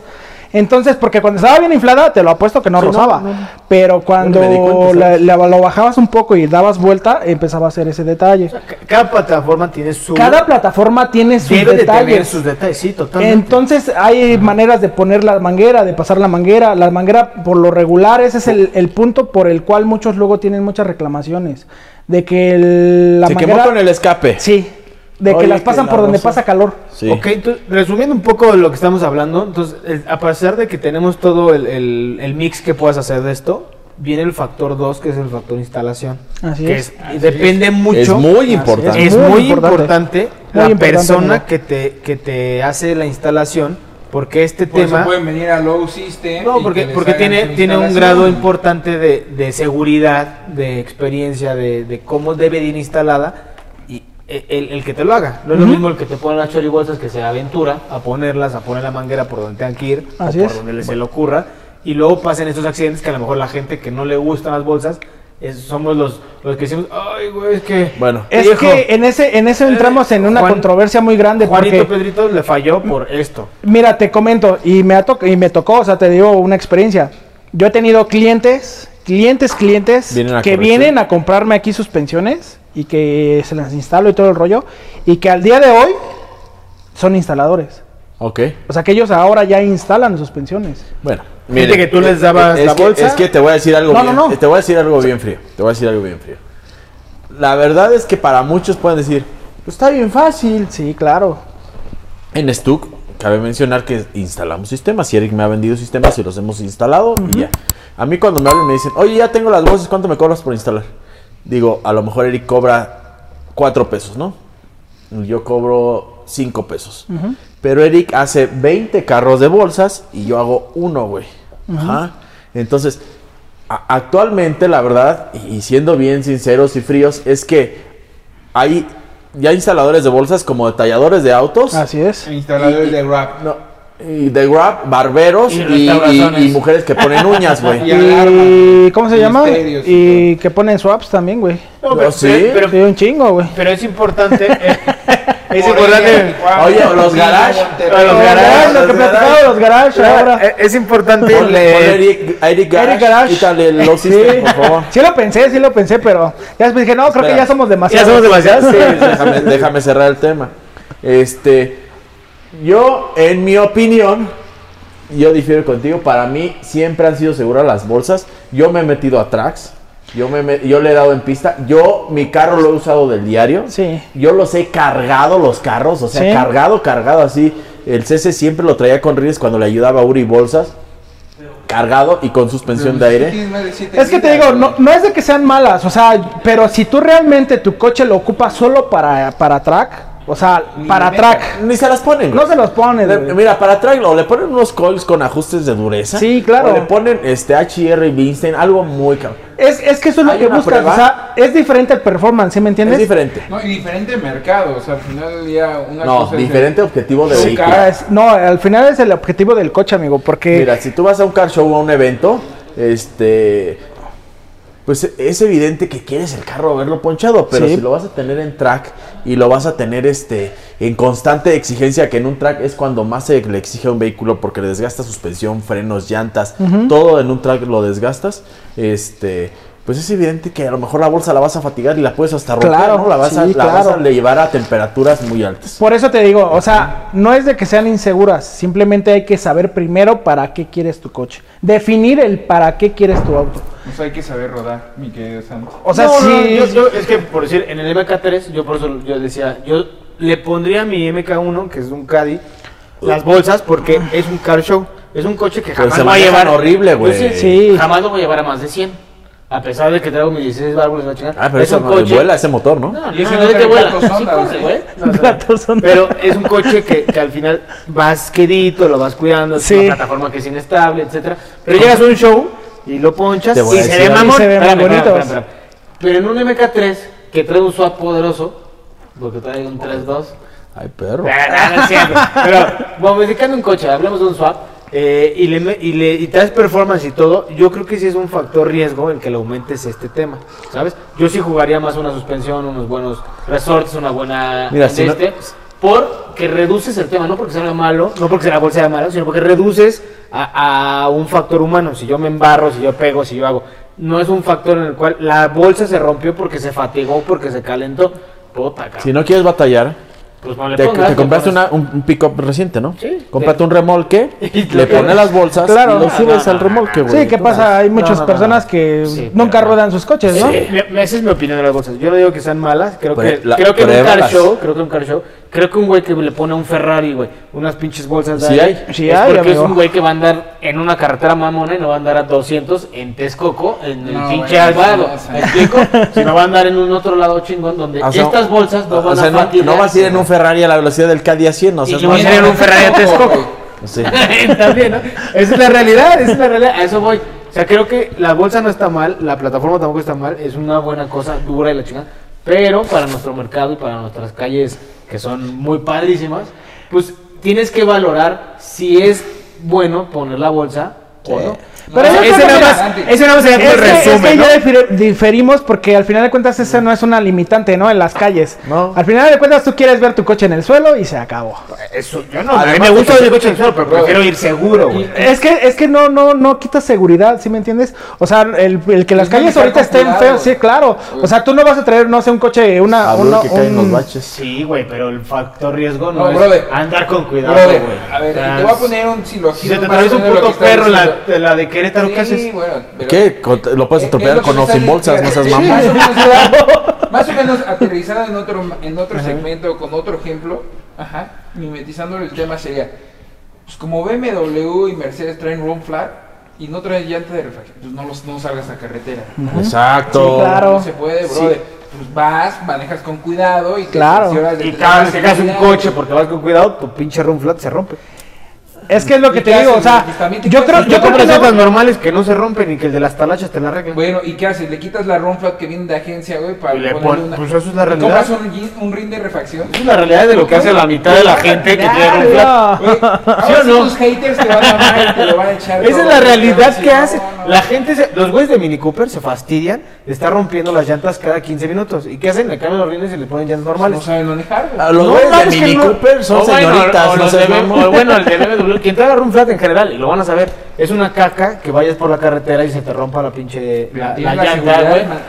D: Entonces, porque cuando estaba bien inflada, te lo apuesto que no
E: Sí, no,
D: rozaba.
E: no, no.
D: Pero cuando
E: Bueno, me di cuenta,
D: la-
E: ¿sabes?
D: la- lo bajabas un poco y dabas vuelta, empezaba a hacer ese detalle.
G: Cada plataforma tiene su...
D: Cada plataforma tiene sus
G: debe de
D: detalles.
G: tener sus detalles, sí, totalmente.
D: Entonces hay maneras de poner la manguera, de pasar la manguera. La manguera por lo regular, ese es el, el punto por el cual muchos luego tienen muchas reclamaciones. De que el- la
E: se
D: manguera...
E: quemó con el escape.
D: Sí, de que
E: Oye,
D: las
E: que
D: pasan
E: la
D: por donde
E: rosa.
D: pasa calor.
E: Sí.
G: Ok, entonces, resumiendo un poco de lo que estamos hablando, entonces, el- a pesar de que tenemos todo el, el- el mix que puedas hacer de esto, viene el factor 2, que es el factor instalación.
D: Así
G: que
D: es.
G: es- y depende mucho.
E: Es muy importante.
G: es
D: Muy
G: muy
D: importante.
G: importante, la
D: Muy importante, amigo.
G: persona que te, que te hace la instalación, porque este
B: Por eso
G: tema...
B: pueden venir a Low System. y
G: No,
B: que
G: porque,
B: les
G: porque
B: hagan
G: tiene,
B: su
G: tiene un
B: instalación.
G: grado importante de, de seguridad, de experiencia, de, de cómo debe de ir instalada y e- el, el que te lo haga. No es lo
D: Ujú.
G: mismo el que te pone las choribolsas que se aventura a ponerlas, a poner la manguera por donde tengan que ir,
D: Así
G: o por
D: es.
G: donde se le ocurra. Y luego pasan estos accidentes que a lo mejor la gente que no le gustan las bolsas, es- somos los, los que decimos, "Ah, ay, güey, es que...
E: Bueno,
D: Es
G: Viejo.
D: que en ese, en eso entramos en una
G: Juan-
D: controversia muy grande
G: Juanito
D: porque...
G: Pedrito le falló por esto.
D: Mira, te comento, y me, ha toc- y me tocó, o sea, te digo una experiencia. Yo he tenido clientes, clientes, clientes,
E: Vienen a
D: que
E: corregir.
D: vienen a comprarme aquí suspensiones y que se las instalo y todo el rollo, y que al día de hoy son instaladores.
E: ok.
D: O sea, que ellos ahora ya instalan suspensiones.
E: Bueno,
G: Gente
E: miren,
G: que tú les dabas
E: es
G: la
E: que-
G: bolsa.
E: Es que te voy a decir algo
D: No,
E: bien,
D: no, no.
E: te voy a decir algo bien frío. Te voy a decir algo bien frío. La verdad es que para muchos pueden decir, "Pues está bien fácil.
D: Sí, claro.
E: En Stuck, cabe mencionar que instalamos sistemas. Y Eric me ha vendido sistemas y los hemos instalado y ya. A mí cuando me hablan me dicen, oye, ya tengo las bolsas, ¿cuánto me cobras por instalar? Digo, a lo mejor Eric cobra cuatro pesos, ¿no? Yo cobro cinco pesos. Pero Eric hace 20 carros de bolsas y yo hago uno, güey. Ajá. Entonces, a- actualmente, la verdad, y y siendo bien sinceros y fríos, es que hay ya instaladores de bolsas como detalladores de autos.
D: Así es.
B: Instaladores de rap.
E: No, y de Grab, barberos y,
G: Y
E: y-
G: restauraciones.
E: y mujeres que ponen uñas,
B: Y
E: güey.
B: alarma.
D: Y, ¿Cómo se llama?
B: Misterios y
D: Y que ponen swaps también, güey.
E: pero- sí.
G: pero,
D: Sí, un chingo, güey.
G: pero es importante. eh,
B: Morelia,
G: es importante.
B: Juan,
E: Oye, los
B: Montillo,
E: garage.
B: Monterrey.
G: Los
D: Los
G: garajes,
D: garajes, lo que
E: los
D: platicaba de los garajes ahora.
G: eh, Es importante.
E: Pon-
G: le-
E: pon Eric, Eric Garage,
D: Eric Garage.
E: quítale el lock system, por favor.
D: Sí lo pensé, sí lo pensé, pero ya después dije, no, creo que
E: Espera.
D: ya Ah, somos
G: ¿Ya
D: demasiados.
G: somos demasiados?
E: Sí, déjame, déjame cerrar el tema. Este, yo, en mi opinión, yo difiero contigo. Para mí siempre han sido seguras las bolsas. Yo me he metido a tracks. Yo, me, me- yo le he dado en pista. Yo, mi carro lo he usado del diario.
D: Sí.
E: Yo los he cargado, los carros. O sea,
D: Sí.
E: cargado, cargado así. El CC siempre lo traía con rines cuando le ayudaba a Uri Bolsas. Cargado y con suspensión de aire.
B: Tienes más de siete
D: Es que te
B: vidas,
D: digo, no,
B: güey.
D: no es de que sean malas, o sea, pero si tú realmente tu coche lo ocupas solo para, para track, o sea,
B: Ni
D: para
B: le
D: track,
B: metas.
E: Ni se las ponen.
D: No
E: güey.
D: se los ponen,
E: Le-
D: güey.
E: mira, para traerlo, le ponen unos coils con ajustes de dureza.
D: Sí, claro.
E: O le ponen este HR Weinstein, algo muy caro.
D: es, es que eso es lo
E: Hay
D: que
E: una
D: buscas,
E: prueba.
D: o sea, es diferente el performance, ¿sí me entiendes?
E: Es diferente.
B: No, y diferente mercado. O sea, al final del día, una
E: No,
B: cosa es el-
E: diferente objetivo de
B: Sí,
E: vehículo.
B: claro.
D: Ah, es- no, al final es el objetivo del coche, amigo, porque...
E: Mira, si tú vas a un car show o a un evento, este. Pues es evidente que quieres el carro verlo ponchado, pero
D: Sí.
E: si lo vas a tener en track y lo vas a tener este en constante exigencia, que en un track es cuando más se le exige a un vehículo porque le desgasta suspensión, frenos, llantas, todo en un track lo desgastas, este, pues es evidente que a lo mejor la bolsa la vas a fatigar y la puedes hasta romper,
D: Claro,
E: ¿no? La vas, a,
D: sí,
E: la vas a
D: claro.
E: llevar a temperaturas muy altas.
D: Por eso te digo, o sea, no es de que sean inseguras, simplemente hay que saber primero para qué quieres tu coche, definir el para qué quieres tu auto.
B: O sea, hay que saber rodar, mi querido Santo.
D: O sea,
G: No, no,
D: sí-
G: yo- yo- es que por decir, en el MK3, yo por eso yo decía, yo le pondría a mi MK1, que es un Caddy, las bolsas porque es un car show. Es un coche que
E: Pero
G: jamás
E: Pues se
G: va a
E: manejan
G: llevar.
E: horrible, güey.
G: Yo sí-
D: Sí.
G: Jamás lo voy a llevar a más de 100. A pesar de que traigo mis 16 válvulas, la chingada.
E: Ah, pero eso
G: un
E: no- vuela ese motor, ¿no?
G: No, no,
B: Y ese
G: no,
B: no
G: no te
B: trae
G: vuela.
B: platos
G: Sí
B: ondas,
G: corre,
B: ¿sí?
G: güey. No, o sea,
D: Platos ondas.
G: Pero es un coche que, que al final vas quedito, lo vas cuidando,
D: Sí.
G: es una plataforma que es inestable, etcétera. Pero llegas a un show y lo ponchas
E: Te voy
G: y
E: a
G: se
E: decir
G: ve
E: algo.
G: mamón.
D: Se ven
G: Espérame,
D: bonitos.
G: espérame, espérame, espérame. Pero en un MK3 que trae un swap poderoso, porque trae un 3-2.
E: Ay, perro.
G: Nah, nah, Ah, no es cierto. Pero modificando un coche, hablemos de un swap. eh, y, le, me- y, le, y traes performance y todo, yo creo que sí es un factor riesgo el que le aumentes este tema, ¿sabes? Yo sí jugaría más una suspensión, unos buenos resorts, una buena...
E: Mira, si no-
G: este, Porque reduces el tema, no porque sea malo, no porque la bolsa sea mala, sino porque reduces a, a un factor humano. Si yo me embarro, si yo pego, si yo hago... No es un factor en el cual la bolsa se rompió porque se fatigó, porque se calentó. Puta, cabrón.
E: Si no quieres batallar,
G: Pues no le
E: Te,
G: pongas,
E: te
G: le
E: compraste una-
G: pones-
E: un, un pick-up reciente, ¿no?
G: Sí.
E: Cómprate un remolque,
G: Y lo
E: le
G: que-
E: pones las bolsas
D: Claro.
E: y lo
D: Ah,
E: subes
G: no,
E: al
G: no,
E: remolque,
G: no,
E: güey.
D: Sí, ¿qué pasa? Hay muchas
G: No, no, no.
D: personas que
G: Sí,
D: nunca
G: pero-
D: ruedan sus coches, ¿no?
G: Sí, Este, me- me- Esa es mi opinión de las bolsas. Yo no digo que sean malas. Creo que,
E: Pues, Ah. la-
G: creo que en un car
E: pruébalas.
G: show, creo que en un car show, creo que un güey que le pone a un Ferrari, güey, unas pinches bolsas de
E: Sí
G: aire,
E: hay.
D: Sí
G: es
D: hay,
G: porque es
D: amigo.
G: un güey que va a andar en una carretera mamona y no va a andar a 200 en Texcoco, en el
B: No,
G: pinche
B: güey,
G: Alvaro.
B: no, o sea.
G: ¿Me explico? Sino va a andar en un otro lado chingón donde
E: Ah, O sea,
G: estas bolsas no
E: o
G: van
E: sea,
G: a
E: no,
G: fatigar.
E: no vas a ir en un Ferrari a la velocidad del Caddy a 100, o sea,
G: Y
E: no,
G: vas a ir en un Ferrari a Texcoco.
E: sí.
G: También, ¿no? Esa es la realidad, esa es la realidad. A eso voy. O sea, creo que la bolsa no está mal, la plataforma tampoco está mal, es una buena cosa, dura y la chingada. Pero para nuestro mercado y para nuestras calles, que son muy padrísimas, pues tienes que valorar si es bueno poner la bolsa o no.
D: Pero yo creo
G: ese
D: que
G: nada
D: mira,
G: más, ese nada más
D: Es
G: sería como
D: que- es que
G: resumen, ¿no?
D: ya difir- diferimos porque al final de cuentas esa no es una limitante, ¿no? En las calles.
E: No.
D: Al final de cuentas tú quieres ver tu coche en el suelo y se acabó.
G: Eso, yo no, a mí me gusta el coche en el suelo, pero prefiero ir seguro, güey.
D: Es que, es que no, no, no quita seguridad, ¿sí me entiendes? O sea, el, el que las
B: Es que
D: calles
B: está
D: ahorita estén
B: calculado.
D: feas, sí, claro. O sea, tú no vas a traer, no sé, un coche, una,
E: A ver
D: una-
E: que caen los
D: un-
E: baches.
G: Sí, güey, pero el factor riesgo no,
B: No,
G: es
B: brother.
G: andar con cuidado,
B: Brother,
G: güey.
B: a ver,
G: O sea,
B: te voy a poner un
G: Si
B: silogismo.
G: se te
B: más o
G: atraviesa un
B: menos lo que
G: puto
B: estás
G: perro, la,
B: diciendo.
G: la de Querétaro, ¿qué
B: Sí,
G: haces?
B: bueno, pero-
E: ¿Qué? Con- Lo puedes
B: Eh,
E: atropellar
B: es lo
E: con
B: que
E: o
B: está
E: sin bolsas, no
B: diciendo.
E: seas mamón.
B: Sí, Más o menos, más o menos aterrizado en otro, en otro segmento, con otro ejemplo, ajá, mimetizándole el tema sería, pues como BMW y Mercedes traen room flat y no traen llanta de refacción, pues no, los, no salgas a carretera.
E: Exacto.
D: Sí, claro.
B: No se puede, brother. Pues vas, manejas con cuidado y te
D: Claro.
B: cercioras de
G: Y
B: que
G: cada vez
B: te
G: que hagas un
B: cuidado.
G: coche porque vas con cuidado, tu pinche run flat se rompe.
D: Es que es lo que
B: ¿Y
D: te
B: qué
D: digo,
B: haces,
D: o sea,
B: güey? Pues también te
D: yo
B: quitas
D: creo,
B: el
D: yo creo que
G: compras
D: no-
G: hojas normales que no se rompen y que el de las talachas te la arreglen.
B: Bueno, ¿y qué haces? ¿Le quitas la ronflat que viene de agencia, güey, para
G: Y le
B: ponerle
G: pon-
B: una...
G: Pues eso es la
B: ¿Compras
G: realidad.
B: un, gin- un rin de refacción?
G: Es la realidad de lo que hace la mitad de la gente que tiene un
D: Ah,
B: Güey, ahora sí tus haters te van a amar y te lo van a echar
G: Esa
B: todo,
G: es la
B: güey,
G: realidad
B: sí,
G: que
B: no,
G: hace.
B: no,
G: La gente, se- los güeyes de Mini Cooper se fastidian de estar rompiendo las llantas cada 15 minutos. ¿Y qué hacen? Le cambian los rines y le ponen llantas
B: No
G: normales.
B: saben manejar, güey.
E: A los
G: No,
E: güeyes de
G: mames, que
E: Mini
G: no.
E: Cooper son
G: O Oh, bueno,
E: señoritas,
G: o
E: no
G: los
E: seas
G: de B-
E: mamón.
G: o bueno, el de BMW, quien te agarra un flat en general, y lo van a saber, es una caca que vayas por la carretera y se te rompa la pinche la, la
B: Tienes
G: llanta,
B: seguridad,
G: güey.
B: man-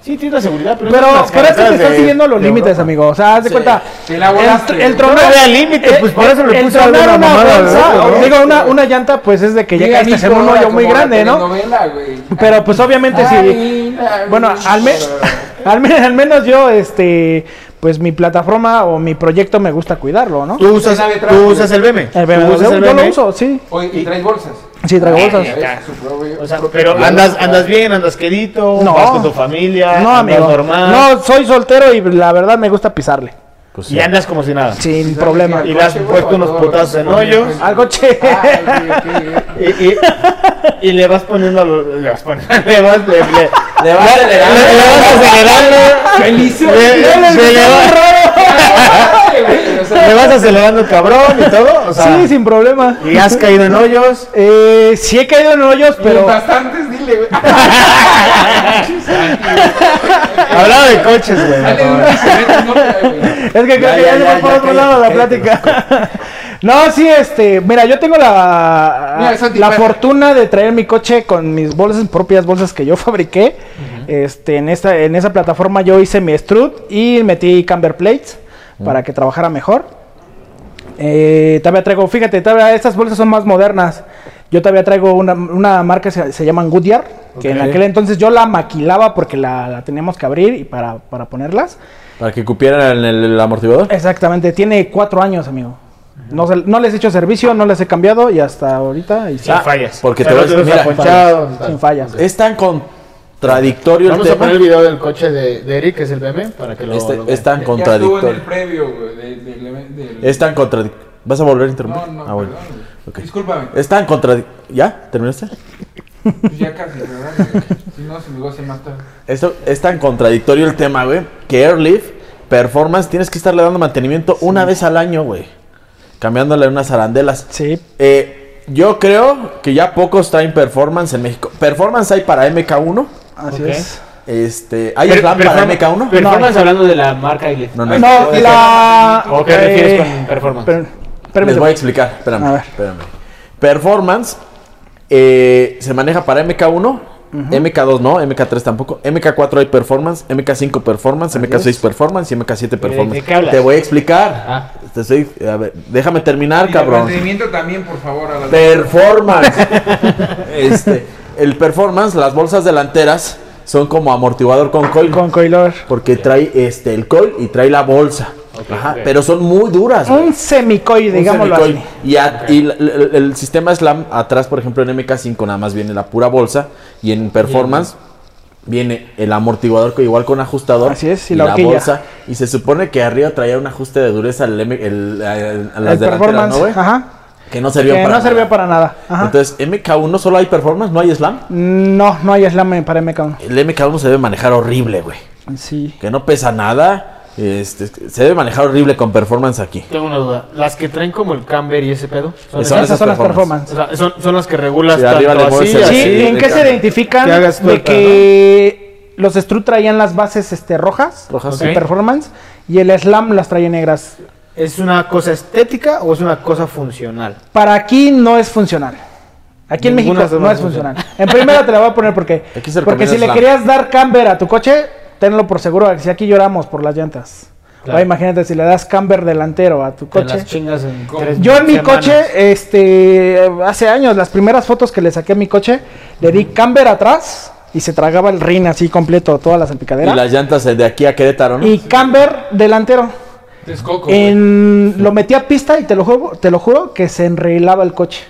G: Sí, tiene la seguridad, pero...
D: Pero,
G: las
D: pero es que
G: carreteras
D: te estás
G: de-
D: siguiendo los
G: de
D: límites,
G: Europa.
D: amigo. O sea, haz de cuenta.
B: Te la volaste,
D: el,
B: güey.
D: el tronar
G: No vea límites, pues, por eso le
D: el
G: puse
D: tronar
G: alguna
D: una
G: mamada,
D: bolsa,
G: ¿verdad?
D: o digo, una, una llanta, pues es de que
B: Llega
D: llega
B: Nico
D: a en un
B: Hora
D: hoyo muy
B: como la
D: grande, ¿no?
B: telenovela, güey.
D: Pero pues obviamente sí.
B: Ay, la-
D: Bueno, al, me- al, me- al menos yo, este, pues mi plataforma o mi proyecto me gusta cuidarlo, ¿no?
F: Tú usas,
B: sabe trapo,
F: tú
B: güey.
F: usas el BM.
D: Eh, pero
F: Tú usas
D: yo,
F: el
D: yo lo
F: BM.
D: uso, sí.
B: Oye, y traes bolsas.
D: Sí, traigo bolsas.
B: Es su propio-
F: O sea,
B: propio
F: pero
B: problema.
F: andas, andas bien, andas quedito,
D: No.
F: vas con tu familia,
D: No,
F: andas
D: amigo.
F: normal
D: No, soy soltero y la verdad me gusta pisarle.
E: Pues sí.
F: y andas como si nada.
D: Sin problema.
F: Y le has
B: Coche,
E: pues,
F: puesto
B: güey,
F: unos
B: todo,
F: putazos en hoyos.
B: güey.
D: Algo che.
B: Ah, ok, ok, ok.
F: Y, y- y le vas poniendo, a lo- le vas poniendo, le vas, le, le, le-
E: Le vas a
F: le vas acelerando, le, se le va-
B: Ay, güey, o sea,
F: le vas acelerando cabrón y todo, o sea,
D: Sí, sin problema.
F: Ah. y has caído en hoyos.
D: Eh, sí he caído en hoyos, pero...
B: bastantes, dile, güey.
F: Hablaba de coches, güey.
B: Dale duro y se mete en otra, güey.
D: Es que creo
E: Ya,
D: que
E: ya,
D: ya se
E: ya,
D: fue por
E: ya,
D: otro
E: cállate,
D: lado la
E: cállate,
D: plática. No, sí, este, mira, yo tengo la,
B: Mira, Santi,
D: la
B: para-
D: fortuna de traer mi coche con mis bolsas, propias bolsas que yo fabriqué. Este, en esta, en esa plataforma yo hice mi strut y metí camber plates para que trabajara mejor. Eh, todavía traigo, fíjate, todavía estas bolsas son más modernas. Yo todavía traigo una, una marca que se, se llaman Goodyear, que en
E: Ok.
D: aquel entonces yo la maquilaba porque la, la teníamos que abrir y para, para ponerlas.
E: Para que cupieran en el, el amortiguador.
G: Eh,
D: Exactamente, tiene cuatro años, amigo. No, se- no les he hecho servicio, no les he cambiado y hasta ahorita y
F: Sin fallas.
E: porque te
F: Pero
E: vas-
F: ves
E: mira,
F: aponchado,
D: sin fallas.
E: Es tan contradictorio
H: Vamos
E: el
H: a
E: tema.
H: poner el video del coche de, de Eric, que es el BM, para que lo,
E: Este-
H: lo vean.
E: es tan
B: Ya estuvo en el
E: contradictorio.
B: previo, güey. del- del- del-
E: Es tan contradictorio. ¿Vas a volver a
B: No,
E: interrumpir?
B: no,
E: ah, bueno.
B: perdón, güey.
E: Ok.
B: Discúlpame.
D: Eh.
E: Es tan contradictorio. ¿Ya? ¿Terminaste?
B: Pues ya casi, ¿verdad? güey? Si no, si mi voz se mata.
E: Esto es tan contradictorio el tema, güey, que Airlift, performance, tienes que estarle dando mantenimiento una vez al año, güey. Cambiándole unas arandelas.
D: Sí,
E: Eh, yo creo que ya pocos traen performance en México. Performance hay para MK1.
D: así es.
E: Este, ¿Hay
G: Pero-
E: el plan
G: pero-
E: para MK1?
G: Performance hablando de la marca y
E: no, no.
D: No, la...
G: ¿O qué refieres
D: eh,
G: con performance?
D: per-
E: Les
D: permíteme.
E: voy a explicar. Espérame,
D: A ver.
E: espérame. Performance eh, se maneja para MK1, MK2 no, MK3 tampoco. MK4 hay performance, MK5 performance, MK6 performance y MK7 performance.
G: qué hablas?
E: Te voy a explicar.
G: Ah.
E: Te estoy- a ver, déjame
D: Ah,
E: terminar,
B: Y el
E: cabrón.
B: mantenimiento también, por favor. A la...
E: Performance. este, el performance, las bolsas delanteras son como amortiguador con coil.
D: Con coilor.
E: porque trae este el coil y trae la bolsa. Ajá, Pero son muy duras. güey.
D: Un semicoil,
E: Un
D: digámoslo
E: semicoil.
D: así.
E: Y, a- y la- la- la- el sistema slam atrás, por ejemplo, en MK5 nada más viene la pura bolsa y en performance viene el amortiguador que igual con ajustador
D: Así es, y
E: y
D: la
E: la
D: horquilla.
E: bolsa y se supone que arriba traía un ajuste de dureza al M- el- a- a las
D: El
E: delanteras,
D: performance,
E: ¿no, güey?
D: ajá.
E: Que no sirvió
D: Que
E: para
D: no servía
E: nada.
D: para nada. Ajá.
E: Entonces, MK1 solo hay performance, no hay slam.
D: no, no hay slam para MK1.
E: El MK1 se debe manejar horrible, güey.
D: Sí.
E: Que no pesa nada. Este, se debe manejar horrible con performance aquí.
H: Tengo una duda. Las que traen como el camber y ese pedo, son,
E: Son
D: Esas
E: esas
D: son las
E: performance.
H: o sea,
D: performance.
H: son, son las que regulas
E: Sí, arriba le
H: tanto
E: mueves
H: así.
E: el-
H: así.
D: Sí,
E: sí,
D: ¿en qué se
E: de cambio.
D: identifican
F: Que hagas
D: de
F: tuerca,
D: que los Stru traían las bases este, rojas,
E: Rojas.
D: en
H: Ok.
D: performance, y el Slam las traía negras?
F: ¿Es una cosa estética o es una cosa funcional?
D: Para aquí no es funcional. Aquí en
F: Ninguna
D: México
F: de
D: no
F: las
D: es
F: dos es
D: funcional. En primera te la voy a poner porque
E: Aquí se
D: porque
E: recomienda
D: si le
E: slam.
D: querías dar camber a tu coche, tenlo por seguro si aquí lloramos por las llantas.
H: Claro.
D: Ahora imagínate si le das camber delantero a tu
H: Te las
D: coche.
H: chingas en
B: Yo
H: tres
D: Yo en mi
H: semanas.
D: coche, este, hace años, las primeras fotos que le saqué a mi coche, le di camber atrás y se tragaba el rin así completo, todas las
E: Y
D: salpicaderas.
E: las llantas eh, de aquí a Querétaro, ¿no?
D: Y camber delantero.
B: Texcoco, güey.
D: En, lo metí a pista y te lo juro, te lo juro que se enrailaba el coche.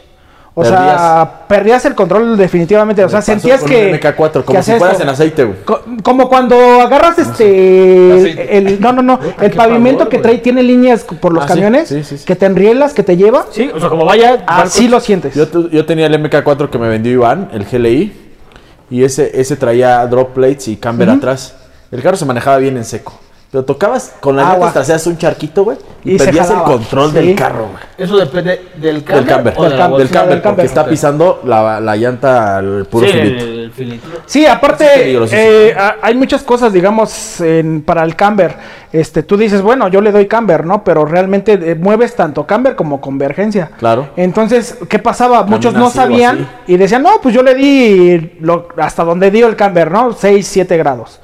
D: O sea, perdías el control definitivamente. O sea, sentías que.
E: MK4,
D: que
E: como si
D: hacías
E: fueras
D: esto.
E: en aceite, güey.
D: Co- Como cuando agarras este el,
B: Aceite.
D: el- no no no el pavimento que trae tiene líneas por los
E: Ah, sí,
D: camiones
E: sí, sí, sí.
D: que te enrielas que te lleva
G: Sí, o sea, como vaya.
D: así Ah, lo sientes
E: Yo, tu- yo tenía el MK4 que me vendió Iván, el GLI, y ese, ese traía drop plates y camber atrás. El carro se manejaba bien en seco. Pero tocabas con las
D: Agua.
E: llantas traseras un charquito, güey, y,
D: Y se
E: perdías el
D: jalaba.
E: control
D: Sí.
E: del carro, güey.
G: Eso depende del
E: Del camber.
G: o de
E: Del,
G: la bolsa.
E: camber,
D: del camber.
E: porque está pisando la, la llanta al puro
G: Sí,
E: filito.
G: el filito.
D: sí
E: Eso es
D: aparte
E: peligrosísimo.
D: eh, a- hay muchas cosas digamos en- para el camber este tú dices bueno yo le doy camber no pero realmente eh, mueves tanto camber como convergencia
E: Claro.
D: entonces qué pasaba muchos no
E: así o así.
D: sabían y decían no pues yo le di lo- hasta donde dio el camber no 6, 7 grados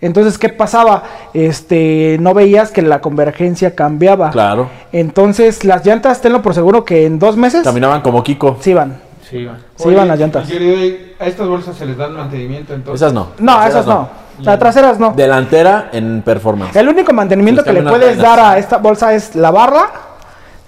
D: entonces, ¿qué pasaba? Este, no veías que la convergencia cambiaba.
E: Claro.
D: Entonces, las llantas, tenlo por seguro que en dos meses
E: Caminaban como Kiko.
D: se iban.
G: Sí, va.
D: Se iban las llantas.
B: a estas bolsas se les dan mantenimiento, entonces.
E: Esas no.
D: No,
E: Traseras
D: esas no. Las traseras no.
E: Delantera en performance.
D: El único mantenimiento
E: Pues
D: que le
E: también
D: puedes
E: apenas.
D: dar a esta bolsa es lavarla.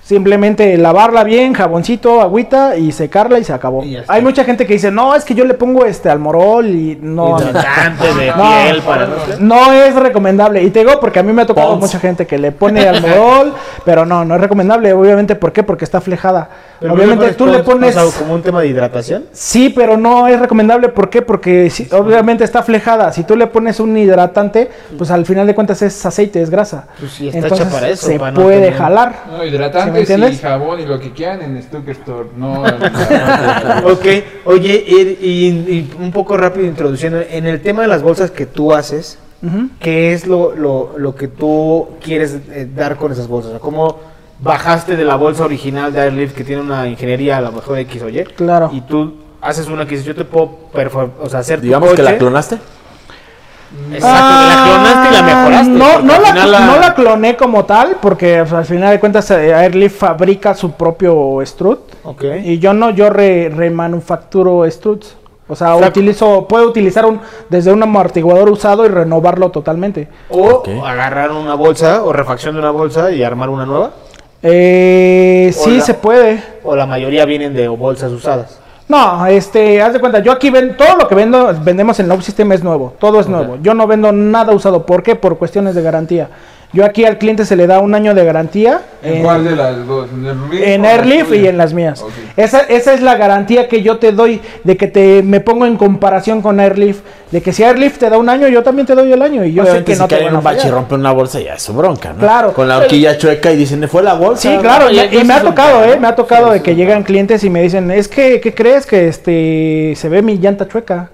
D: Simplemente lavarla bien, jaboncito, agüita y secarla y se acabó.
F: Y ya está.
D: Hay mucha gente que dice, no, es que yo le pongo este almorol y no. amigo.
G: Antes de
D: No.
G: piel para.
D: No es recomendable. Y te digo porque a mí me ha tocado
E: Pons.
D: mucha gente que le pone almorol, pero no, no es recomendable. Obviamente, ¿por qué? Porque está flejada. Obviamente tú le pones...
F: como un tema de hidratación.
D: Sí, pero no es recomendable. ¿Por qué? Porque si- obviamente está flejada. Si tú le pones un hidratante, pues al final de cuentas es aceite, es grasa.
F: Pues sí, está hecha para eso,
D: se
F: para no
D: puede
F: tener-
D: jalar.
B: No,
D: ¿Sí me
B: hidratantes y
D: entiendes?
B: jabón y lo que quieran en Stuck Store. No, en la-
F: Ok, oye, y, y- y un poco rápido introduciendo, en el tema de las bolsas que tú haces,
D: Ujú.
F: ¿qué es lo, lo- lo que tú quieres eh, dar con esas bolsas? O sea, ¿Cómo
H: Bajaste de la bolsa original de Airlift que tiene una ingeniería a lo mejor X o Y.
D: Claro.
H: Y tú haces una que dices, yo te puedo perfor- o sea, hacer tu
E: Digamos que la
H: coche.
E: clonaste.
H: Exacto, que la clonaste y la mejoraste.
D: Ah, No,
H: porque
D: no,
H: al
D: la,
H: final
D: no la cloné como tal, porque o sea, al final de cuentas eh, Airlift fabrica su propio strut.
F: Ok.
D: Y yo no, yo re- remanufacturo struts. O sea, utilizo, puedo utilizar un, desde un amortiguador usado y renovarlo totalmente.
H: O
E: Ok.
H: agarrar una bolsa o refacción de una bolsa y armar una nueva.
D: Eh, sí,
H: Hola.
D: se puede.
H: O la mayoría vienen de bolsas usadas.
D: No, este, haz de cuenta, yo aquí ven todo lo que vendo, vendemos en Love System es nuevo, todo es nuevo. Yo no vendo nada usado, ¿por qué? Por cuestiones de garantía. Yo aquí al cliente se le da un año de garantía
B: ¿En
D: en,
B: cuál de las dos? ¿En, el Rift
D: en
B: o la
D: Airlift y
B: tuya?
D: en las mías.
B: Ok.
D: Esa, esa es la garantía que yo te doy de que te me pongo en comparación con Airlift, de que si Airlift te da un año, yo también te doy el año y
B: Pues
D: yo
E: Obviamente,
D: sé Pues que
E: si
D: no te
E: cae en
D: van a
E: un bache y
D: fallar.
E: rompe una bolsa, ya es su bronca, ¿no?
D: Claro.
E: Con la horquilla chueca y dicen, fue la bolsa.
D: Sí, claro, y, y me ha tocado, ¿eh? Me ha tocado de que llegan clientes y me dicen, es que, ¿qué crees que este se ve mi llanta chueca?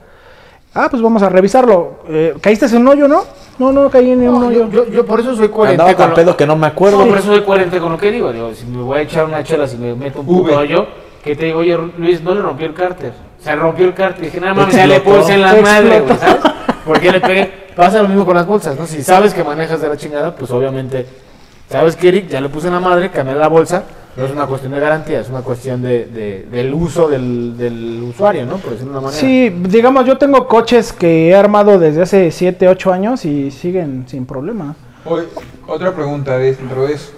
D: Ah, pues vamos a revisarlo. Eh, ¿Caíste en un hoyo, no? No, no caí en un hoyo.
H: yo, por eso soy
E: Andaba tan pedo que no me acuerdo.
G: No, por eso soy coherente con lo que digo. Digo, si me voy a echar una chela, si me meto un
B: V.
G: puto hoyo, que te digo, oye, Luis, no le rompió el cárter. Se rompió el cárter. Dije, nada más, ya le
E: Explotó.
G: puse en la madre, güey,
D: Explotó.
G: ¿sabes? Porque le pegué. Pasa lo mismo con las bolsas, ¿no? Si sabes que manejas de la chingada, pues obviamente, sabes que Eric ya le puse en la madre, cambié la bolsa. No es una cuestión de garantía, es una cuestión de, de- del uso del, del usuario, ¿no? Por decirlo de una manera.
D: Sí, digamos, yo tengo coches que he armado desde hace 7, 8 años y siguen sin problema.
B: Oye, otra pregunta dentro de eso.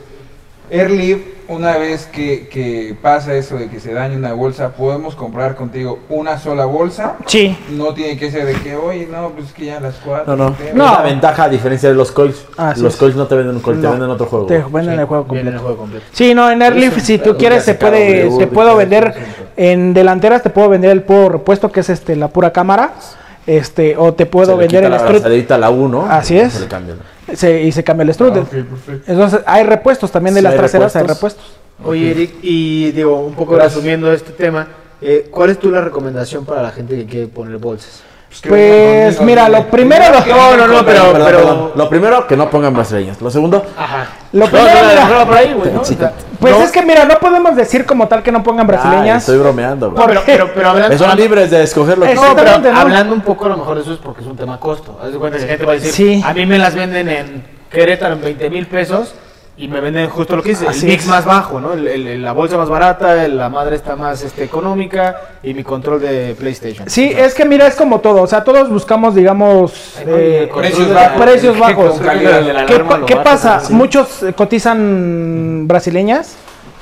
B: Airlift, una vez que, que pasa eso de que se dañe una bolsa, ¿podemos comprar contigo una sola bolsa?
D: Sí.
B: No tiene que ser de que, oye, no, pues es que ya las cuatro.
E: No, no.
B: ¿qué?
D: No.
E: Es la ventaja a diferencia de los coils.
D: Así
E: los
D: es.
E: coils no te venden un coil, te
D: No,
E: venden otro juego.
D: Te
E: güey.
D: venden el juego
H: Viene el
D: completo.
H: juego completo.
D: Sí, no, en Airlift, si tú quieres, se puede,
E: KW,
D: te puedo vender en delanteras, te puedo vender el puro repuesto, que es este la pura cámara, este, o te
E: Se
D: puedo
E: le
D: vender
E: quita
D: el
E: la
D: strut
E: brazadita a la 1.
D: Así es.
E: Se le cambia. ¿no?
D: se- y se cambia el strut.
B: Ah, ok, perfecto.
D: Entonces, hay repuestos también de
E: Sí,
D: las
E: hay
D: traseras, hay
E: repuestos.
D: repuestos.
F: Oye, Eric, y digo, un poco resumiendo este tema, eh, ¿cuál es tu la recomendación para la gente que quiere poner bolsas?
B: Pues, que vengan
D: Pues
B: conmigo,
D: mira,
B: dile.
D: lo primero, lo,
B: No, no, no,
E: Perdón, perdón, perdón. Lo primero, que no pongan brasileñas. Lo segundo,
D: lo
G: No,
D: primero,
G: no,
D: mira,
G: no, por ahí, güey, ¿no? O sea,
D: pues es que mira, no podemos decir como tal que no pongan
E: ay,
D: brasileñas.
E: Ah, estoy bromeando. güey.
D: porque-
G: pero hablando,
E: Son libres de escoger lo que
D: Exacto.
E: quieran.
D: Exactamente, ¿no?
G: hablando un poco a lo mejor de eso es porque es un tema costo. Haz de cuenta que la gente va a decir,
D: Sí.
G: a mí me las venden en Querétaro en 20 mil pesos y me venden justo lo que dice,
D: Así
G: el mix
D: es.
G: más bajo, ¿no? El- el- la bolsa más barata, el- la madre está más este, económica y mi control de PlayStation.
D: Sí, es que mira, es como todo, o sea, todos buscamos, digamos, eh,
B: Precios bajos.
D: precios bajos.
B: Con calidad.
D: ¿Qué, pa- qué pasa? Muchos eh, cotizan brasileñas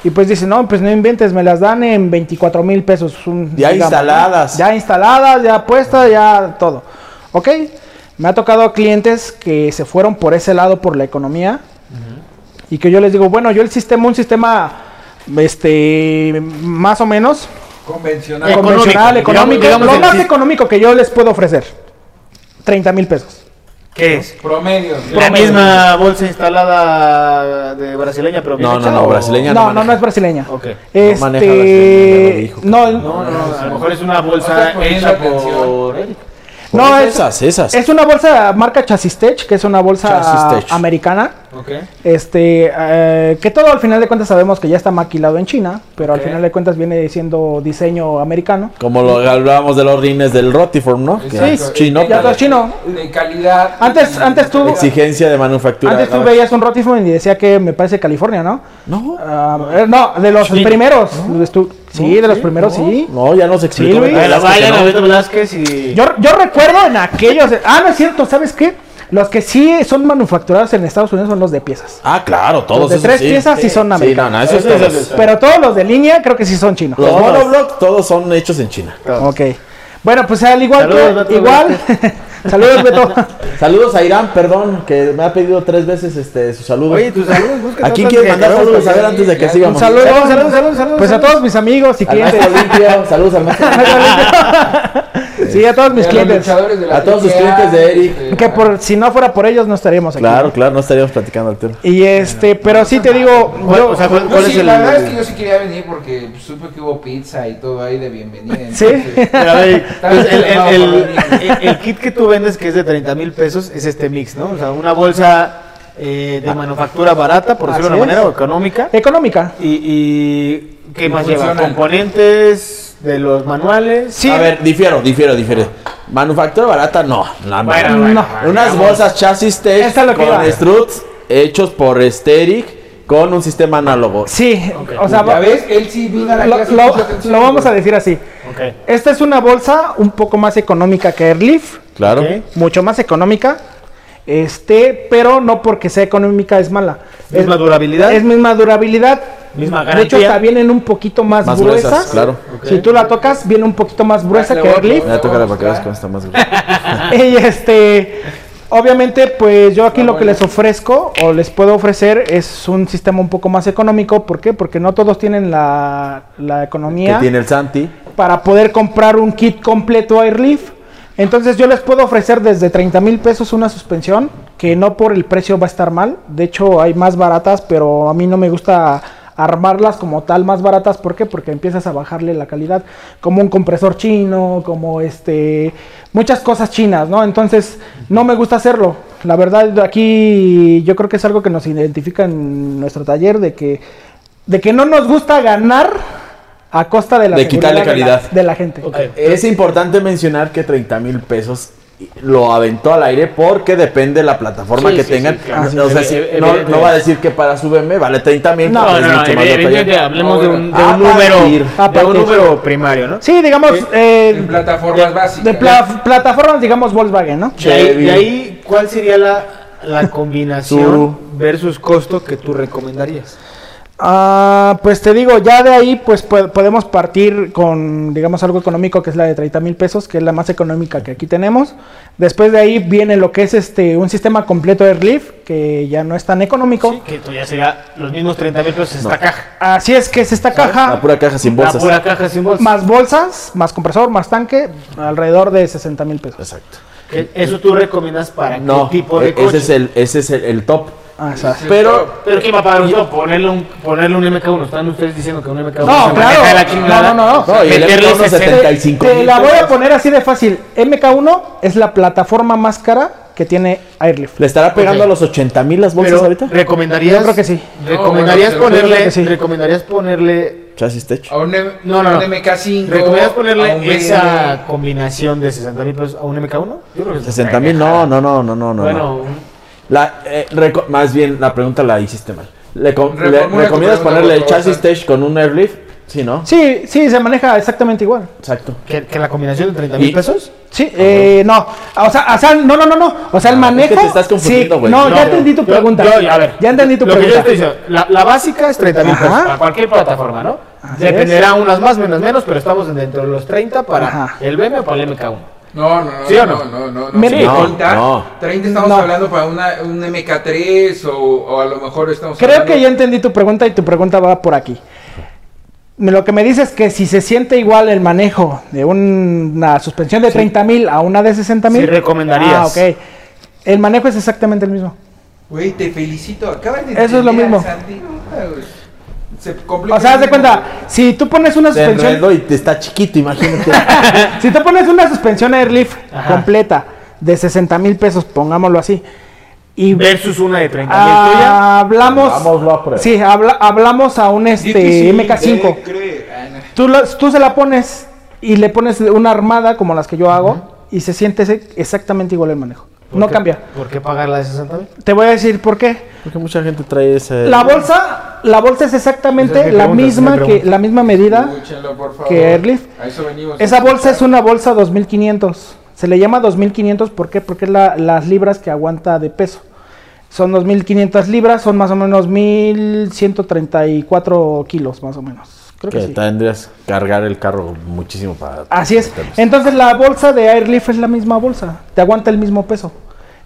D: Y pues dice, no, pues no inventes, me las dan en 24 mil pesos. un-
E: Ya
D: digamos, ¿no?
E: instaladas.
D: Ya instaladas, ya puestas, ya todo. ¿Ok? Me ha tocado clientes que se fueron por ese lado, por la economía. Y que yo les digo, bueno, yo el sistema, un sistema, este, más o menos,
B: Convencional.
D: convencional, económico,
G: Digamos- digamos
D: lo
G: el
D: más
G: sis-
D: económico que yo les puedo ofrecer, 30 mil pesos.
G: ¿Qué es?
B: Promedio.
G: La misma bolsa instalada de brasileña, pero bien
E: No,
G: hecha,
E: no, no,
G: ¿o?
E: brasileña no.
D: no, no,
E: maneja.
D: no es brasileña.
G: Ok.
D: Este,
E: No maneja brasileña, me lo dijo.
D: no, pues,
G: No, no, no, a lo mejor es una
B: No
G: bolsa
B: estás poniendo
G: hecha por
B: atención.
G: Eric.
D: no, es,
E: esas, esas.
D: es una bolsa marca Chasistech, que es una bolsa
E: Chasistech.
D: americana.
G: Ok.
D: Este, eh, que todo al final de cuentas sabemos que ya está maquilado en China, pero al final de cuentas viene siendo diseño americano.
E: Como lo hablábamos de los rines del Rotiform, ¿no? Que
B: Exacto.
E: es chino.
D: Ya todo
E: pero
D: es chino.
B: De calidad.
D: Antes, antes tú,
E: Exigencia de manufactura.
D: antes tú
E: Ah,
D: veías un Rotifon y decía que me parece California, ¿no?
E: No,
D: Ah, eh, no, de los primeros. de tu- sí, de los primeros, sí.
E: no, ya nos explicó.
D: Luis.
E: ¿verdad?
G: Bueno,
E: Que
G: vayan
E: no.
G: a Beto Velázquez y...
D: Yo, yo recuerdo en aquellos. Ah, no es cierto, ¿sabes qué? Los que sí son manufacturados en Estados Unidos son los de piezas.
E: Ah, claro, todos
D: Los de
E: esos
D: tres
E: sí.
D: piezas sí son
E: Sí, no,
D: americanos.
E: no, esos
G: Esos,
E: todos.
G: esos.
D: Pero todos los de línea creo que sí son chinos.
E: Los monoblocks todos son hechos en China.
D: Ok. Bueno, pues al igual
G: Saludos,
D: que.
G: Beto,
D: igual. Saludos, Beto.
E: Saludos a Irán, perdón, que me ha pedido tres veces este su saludo.
F: Oye, tus saludos, busca
E: ¿A quién quieres mandar saludos? A ver, antes de que sigamos.
D: Un saludo.
E: Saludos,
D: saludos, saludos, Pues a todos mis amigos y
E: Al
D: clientes.
E: maestro limpio, saludos al maestro
D: sí, a todos mis
B: de los
D: clientes.
B: luchadores de la
E: A todos sus
B: AAA,
E: clientes de Eric.
B: este,
D: Que por, si no fuera por ellos no estaríamos aquí.
E: Claro, claro, no estaríamos platicando al tema.
D: Y este, pero sí te digo, yo-
G: O sea, ¿cuál,
B: Yo
G: cuál
B: sí,
G: es el...?
B: La verdad es que yo sí quería venir porque supe que hubo pizza y todo ahí de bienvenida.
D: Sí.
B: entonces-
G: Pero, a ver, pues, el, el- el-
B: No,
G: el kit que tú vendes, que es de 30 mil pesos, es este mix, ¿no? O sea, una bolsa eh, de manufactura barata, por decirlo de
D: Así
G: una
D: es.
G: manera, o económica.
D: económica.
G: Y, y ¿qué más lleva?
B: Funcional.
G: Componentes de los manuales.
D: Sí.
E: A ver, difiero, difiero, difiero. Manufactura barata, no. no, no.
G: Bueno, bueno,
D: No.
G: bueno,
E: Unas
G: vamos.
E: bolsas chasis tech
D: Esa es lo que
E: con
D: iba.
E: struts hechos por Steric con un sistema análogo.
D: Sí, o sea,
B: ¿Ya ves? Él sí vino a la
D: lo,
B: clase y
D: lo-
B: puso atención,
D: lo vamos a
B: güey.
D: decir así.
G: Ok.
D: Esta es una bolsa un poco más económica que Airleaf,
E: Claro.
G: Ok.
D: mucho más económica. Este, pero no porque sea económica es mala.
G: Misma
D: es,
G: durabilidad.
D: es misma durabilidad.
G: Misma
D: De hecho,
G: garantía.
D: hasta vienen un poquito más,
E: Más
D: gruesa.
E: gruesas, claro.
D: Si tú la tocas, viene un poquito más gruesa
B: Le
D: que
B: voy a
D: Airleaf.
E: Me voy a tocar para que veas cómo está más gruesa.
D: y este, obviamente, pues yo aquí lo que les ofrezco o les puedo ofrecer es un sistema un poco más económico. ¿Por qué? Porque no todos tienen la, la
E: Que
D: economía
E: tiene el Santi.
D: para poder comprar un kit completo Airleaf. Entonces yo les puedo ofrecer desde 30 mil pesos una suspensión que no por el precio va a estar mal. De hecho hay más baratas, pero a mí no me gusta armarlas como tal más baratas. ¿Por qué? Porque empiezas a bajarle la calidad. Como un compresor chino, como este... Muchas cosas chinas, ¿no? Entonces no me gusta hacerlo. La verdad aquí yo creo que es algo que nos identifica en nuestro taller de que, de que no nos gusta ganar a costa de la
E: De quitarle
D: seguridad de la-
E: calidad.
D: de la gente.
E: Es importante mencionar que 30 mil pesos lo aventó al aire porque depende de la plataforma que tengan. O sea, si- no, no va a decir que para súbeme vale 30 mil.
D: No,
E: porque
G: No,
E: es
G: no, no,
E: mucho más
G: evidentemente
E: detallado.
G: hablemos de un, de
E: A
G: un número,
E: partir.
D: A
G: de un
D: partir.
G: número primario, ¿no?
D: Sí, digamos,
B: En
D: eh,
B: plataformas básicas.
D: de pla- plataformas, digamos, Volkswagen, ¿no?
G: De ahí,
E: Chevy.
G: de ahí, ¿cuál sería la, la combinación
E: Subaru.
G: versus costo que tú recomendarías?
D: Ah, pues te digo, ya de ahí, pues po- podemos partir con, digamos, algo económico que es la de 30 mil pesos, que es la más económica que aquí tenemos. Después de ahí viene lo que es este un sistema completo de Airleaf, que ya no es tan económico.
G: Sí, que esto ya sería los mismos 30 mil pesos esta caja.
D: Así es que es esta
E: La
D: caja,
E: pura caja sin bolsas.
G: ah, La pura caja sin bolsa.
D: más bolsas, más compresor, más tanque, alrededor de 60 mil pesos.
E: Exacto.
G: Que ¿Eso tú recomiendas para
E: No,
G: qué tipo de
E: e-
G: coche?
E: ese es el, ese es el, el top.
D: Ah, o sea,
E: Pero
G: Pero ¿quién va a pagar un top? Ponerle un, ponerle un MK1. Están ustedes diciendo que un MK1
D: No, claro.
G: se maneja de la
D: No,
G: chingada.
D: no, no, no.
E: No, y el
G: Meterle
E: MK1
G: 60.
E: 75
D: Te
E: mil
D: la voy a
E: pesos.
D: poner así de fácil. MK1 es la plataforma más cara que tiene Airlift.
E: ¿Le estará pegando a los 80 mil las bolsas
G: Pero,
E: ahorita?
G: ¿recomendarías?
D: Yo creo que sí.
G: ¿Recomendarías
B: No, bueno, pero-
G: ponerle?
D: que sí.
G: ¿Recomendarías ponerle?
E: Chasis tech.
B: A un, M-
G: No, no,
B: un
G: no.
B: MK5.
G: ¿Recomendarías ponerle
B: a un
G: esa
B: BM.
G: combinación de 60 mil pesos a un MK1? Yo creo que
E: 60 mil, no, no, no, no, no, no.
G: Bueno,
E: no.
G: un-
E: La, eh, reco- más bien la pregunta la hiciste mal. ¿Le, com-
B: Reformula
E: le
B: tu
E: recomiendas
B: pregunta,
E: ponerle
B: por favor,
E: chasis
B: Sam.
E: tech con un airlift? Sí, ¿no?
D: Sí, sí, se maneja exactamente igual.
E: Exacto.
H: ¿Que, que la combinación de 30 mil
E: Y-
H: pesos?
D: Sí, eh, no. O sea, o sea, no, no, no, no. O sea, el
E: Ah, es
D: manejo.
E: que te estás confundiendo,
D: sí,
E: güey.
D: No,
H: No,
D: ya entendí tu
H: yo-
D: pregunta.
H: yo- a ver,
D: ya entendí tu
H: Lo que yo
D: pregunta.
H: estoy diciendo, la, la básica es 30 mil
D: Ajá.
H: pesos para cualquier plataforma, ¿no?
D: es.
H: Dependerá unas más, menos, menos, pero estamos dentro de los 30 para
D: Ajá.
H: el BM o para el MK1.
B: No, no, no.
H: ¿Sí o
B: no?
H: no?
B: No, no, no.
D: Me-
B: Sí,
D: No,
B: ahorita,
E: no.
B: 30 estamos
D: No.
B: hablando para una, un MK3 o, o a lo mejor estamos
D: Creo
B: hablando-
D: que ya entendí tu pregunta y tu pregunta va por aquí. Me- Lo que me dices es que si se siente igual el manejo de un- una suspensión de 30 mil a una de 60 mil.
H: Sí, recomendarías.
D: Ah, ok. El manejo es exactamente el mismo.
B: Güey, te felicito. Acabas de
D: Eso es lo
B: entender
D: mismo.
B: al Santi, no, güey. Se complica.
D: O sea, haz de cuenta, si tú pones una
E: Te
D: suspensión.
E: enredó y te está chiquito, imagínate.
D: si te pones una suspensión airlift completa de 60 mil pesos, pongámoslo así, y
H: Versus una de 30 mil tuya.
D: ah, hablamos,
E: Vámonoslo a prueba.
D: sí, habla- hablamos a un este MK5, tú, la- tú se la pones y le pones una armada como las que yo hago y se siente ese- exactamente igual el manejo,
H: ¿Por
D: no
H: qué- Eh,
D: cambia.
H: ¿Por qué pagar la de 60 mil?
D: Te voy a decir por qué.
E: Porque mucha gente trae ese.
D: La bolsa, la bolsa es exactamente
H: Esa Pues es mi
D: la
H: pregunta,
D: misma
H: esa es mi
D: que la misma medida.
B: Escúchenlo, por favor.
D: que Airlift.
B: A eso venimos.
D: Esa bolsa es una bolsa 2500. Se le llama 2500 ¿por qué? porque es la- las libras que aguanta de peso. Son 2500 libras, son más o menos 1134 kilos, más o menos. Creo que
E: que
D: sí.
E: tendrías que cargar el carro muchísimo para.
D: Así es. Entonces la bolsa de Airlift es la misma bolsa, te aguanta el mismo peso.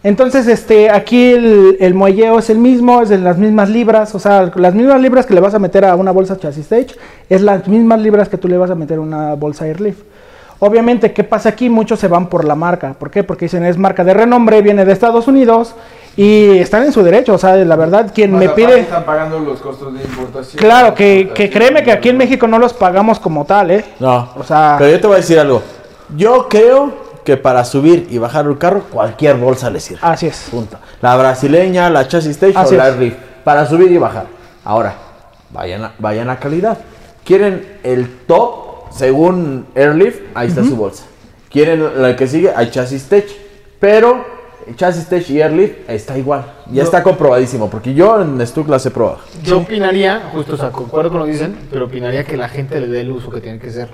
D: Entonces, este, aquí el, el muelleo es el mismo, es de las mismas libras, o sea, las mismas libras que le vas a meter a una bolsa chasis stage, es las mismas libras que tú le vas a meter a una bolsa Airlift. Obviamente, ¿qué pasa aquí? Muchos se van por la marca. ¿Por qué? Porque dicen, es marca de renombre, viene de Estados Unidos y están en su derecho. O sea, la verdad, quien
B: Más
D: me
B: aparte
D: pide...
B: Están pagando los costos de importación.
D: Claro, que, que créeme que aquí en México no los pagamos como tal, ¿eh?
E: No.
D: O sea-
E: Pero yo te voy a decir algo. Yo creo que para subir y bajar el carro, cualquier bolsa le sirve.
D: Así es.
E: Punto. La brasileña, la chasis station
D: Así
E: o la
D: es.
E: Riff. Para subir y bajar. Ahora, vayan a, vayan a calidad. Quieren el top según Airlift, ahí está su bolsa. Quieren la que sigue, hay chasis tech. Pero el chasis tech y Airlift está igual. Ya está comprobadísimo, porque yo en Stuck las he probado.
H: Yo opinaría, justo, o sea, concuerdo con lo que dicen, pero opinaría que la gente le dé el uso que tiene que ser.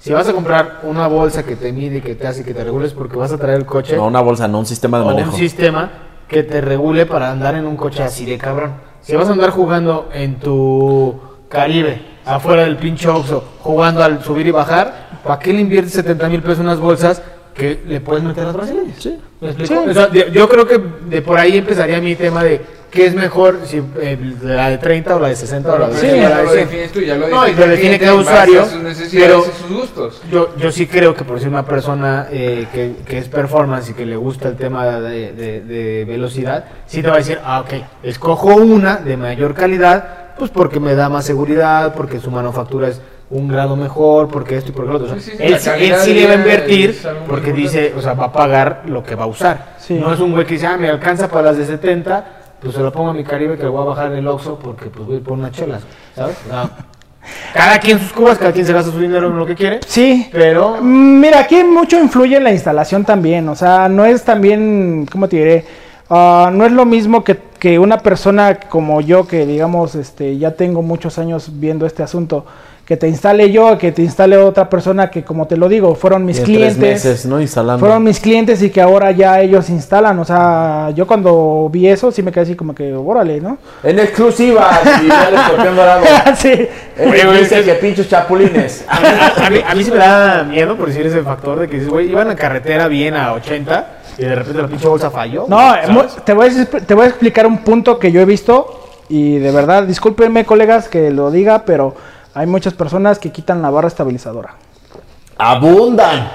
H: Si vas a comprar una bolsa que te mide, que te hace, que te regules, porque vas a traer el coche
E: No una bolsa, no un sistema
D: Oh,
E: de
H: o
E: manejo.
H: un sistema que te regule para andar en un coche así de cabrón. Si vas a andar jugando en tu Caribe, afuera del pinche Oxxo, jugando al subir y bajar, ¿para qué le inviertes 70 mil pesos en unas bolsas que le puedes meter a las brasileñas? ¿Me explico? O sea, de- yo creo que de por ahí empezaría mi tema de qué es mejor, si eh, la de 30 o la de 60 o la de
B: Sí,
H: 100 o la
B: ya
H: de
B: lo
H: 100.
B: defines tú, ya lo
H: No, y
B: define
H: lo define
B: gente
H: cada
B: en base a
H: usuario,
B: Sus necesidades
H: pero-
B: y sus gustos.
H: Yo, yo sí creo que por ser una persona eh, que, que es performance y que le gusta el tema de, de- de velocidad, sí te va a decir, ah, ok, escojo una de mayor calidad, pues porque me da más seguridad, porque su manufactura es un grado mejor, porque esto y porque lo otro. O sea,
B: Sí, sí, sí,
H: él,
B: la
H: sí- él
B: calidad
H: sí le va a
B: ya es
H: invertir
B: algo
H: porque
B: importante.
H: dice, o sea, va a pagar lo que va a usar.
D: Sí.
H: No es un güey que dice, ah, me alcanza para las de 70, pues se lo pongo a mi Caribe que lo voy a bajar en el Oxxo porque pues voy por unas chelas, ¿sabes? No. Cada quien sus cubas, cada quien se gasta su dinero en lo que quiere.
D: Sí.
H: Pero
D: Mm, Mira, aquí mucho influye en la instalación también. O sea, no es también, ¿cómo te diré? Ah, no es lo mismo que, que una persona como yo, que digamos, este, ya tengo muchos años viendo este asunto, que te instale yo, que te instale otra persona que, como te lo digo, fueron mis
E: En
D: clientes.
E: Tres meses, ¿no? Instalando.
D: Fueron mis clientes y que ahora ya ellos instalan. O sea, yo cuando vi eso sí me quedé así como que, órale, ¿no?
E: En exclusiva, si ve al escorpión dorado.
D: sí.
E: Oye,
H: güey,
E: dice
H: es
E: que pinchos chapulines.
H: a mí, a mí- a mí sí me da miedo por decir ese factor de que dices, güey, iban a carretera bien a 80 y de repente la pinche bolsa falló.
D: No,
H: güey, ¿sabes?
D: mu- te voy, a, exp- te voy a explicar un punto que yo he visto y de verdad, discúlpenme colegas que lo diga, pero hay muchas personas que quitan la barra estabilizadora.
E: Abundan.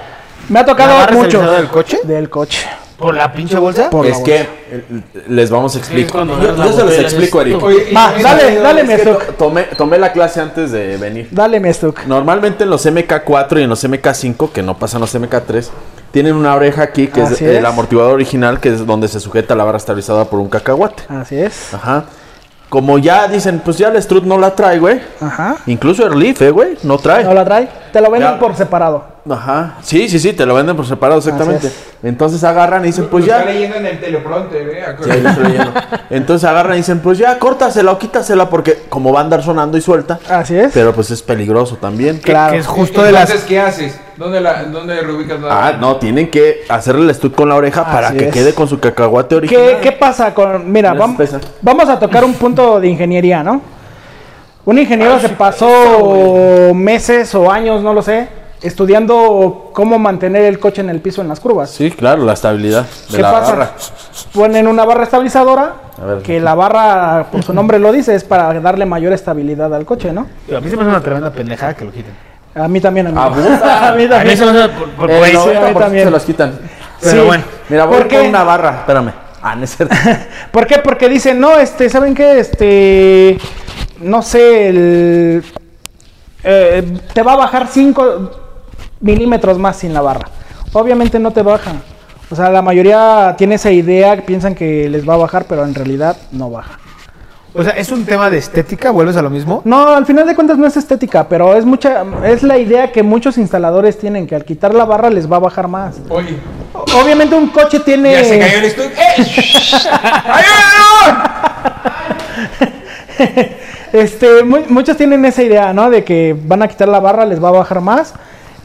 D: Me ha
H: ¿La
D: tocado
H: barra
D: mucho
H: estabilizadora del coche?
D: del coche.
H: ¿Por la pinche bolsa?
D: Por
E: es
D: la
E: que eh, les vamos a explicar.
H: cuando
E: Yo,
H: agarras
E: yo
H: la
E: se los
H: botella,
E: explico,
H: es
E: Eric.
B: Oye, y-
D: Va,
B: y-
D: dale, dale,
E: Es que
D: Mestuk.
E: to- tomé, tomé la clase antes de venir.
D: Dale, Mestuk.
E: Normalmente en los MK4 y en los MK5, que no pasan los MK3, tienen una oreja aquí que es
D: Así
E: el
D: es.
E: amortiguador original, que es donde se sujeta la barra estabilizada por un cacahuate.
D: Así es.
E: Ajá. Como ya dicen, pues ya la Strut no la trae, güey.
D: Ajá.
E: Incluso el Leaf, eh, güey, no trae.
D: ¿No la trae? Te lo venden
E: Ya.
D: por separado.
E: Ajá. Sí, sí, sí, te lo venden por separado, exactamente. Entonces agarran y dicen, pues
B: Lo Está
E: ya.
B: leyendo en el teleprompter, ¿eh?
E: Sí, ahí lo estoy leyendo. Entonces agarran y dicen, pues ya, córtasela o quítasela, porque como va a andar sonando y suelta.
D: Así es.
E: Pero pues es peligroso también.
D: claro.
H: Que es justo de las.
B: Entonces, ¿qué haces? ¿Dónde, la, dónde reubicas la.?
E: Ah, no, tienen que hacerle el estuc con la oreja para
D: Así
E: que
D: es.
E: quede con su cacahuate
D: ¿Qué,
E: original.
D: qué pasa con.? Mira,
E: Mira,
D: vam-
E: pesa.
D: vamos a tocar un punto de ingeniería, ¿no? Un ingeniero se pasó meses o años, no lo sé, estudiando cómo mantener el coche en el piso en las curvas.
E: Sí, claro, la estabilidad de
D: ¿Qué
E: la
D: pasa?
E: barra.
D: Ponen una barra estabilizadora,
E: A ver.
D: que la barra, por su nombre lo dice, es para darle mayor estabilidad al coche, ¿no?
H: A mí se me hace una tremenda pendejada que lo quiten.
D: A mí también,
E: Ah,
D: amigo.
E: Abusa.
D: a mí
H: A mí
D: también.
H: se me hace. por- por-
E: El
H: güey, sí,
E: 90%
D: también.
E: se los quitan.
H: Pero
D: Sí.
H: bueno.
E: Mira, voy
D: ¿Por
E: ¿Por
D: qué?
E: una barra. Espérame. Ah, no es cierto.
D: ¿Por qué? Porque dicen, no, este, ¿saben qué? Este, no sé, el, eh, te va a bajar 5 milímetros más sin la barra. Obviamente no te baja. O sea, la mayoría tiene esa idea, piensan que les va a bajar, pero en realidad no baja.
H: O sea, es un tema de estética, vuelves a lo mismo.
D: No, al final de cuentas no es estética, pero es mucha, es la idea que muchos instaladores tienen, que al quitar la barra les va a bajar más.
B: Oye,
D: Obviamente un coche tiene...
B: ya se cayó el ¡Eh! estudio. ¡Ayúdenlo!
D: Este, mu- muchos tienen esa idea, ¿no? De que van a quitar la barra, les va a bajar más.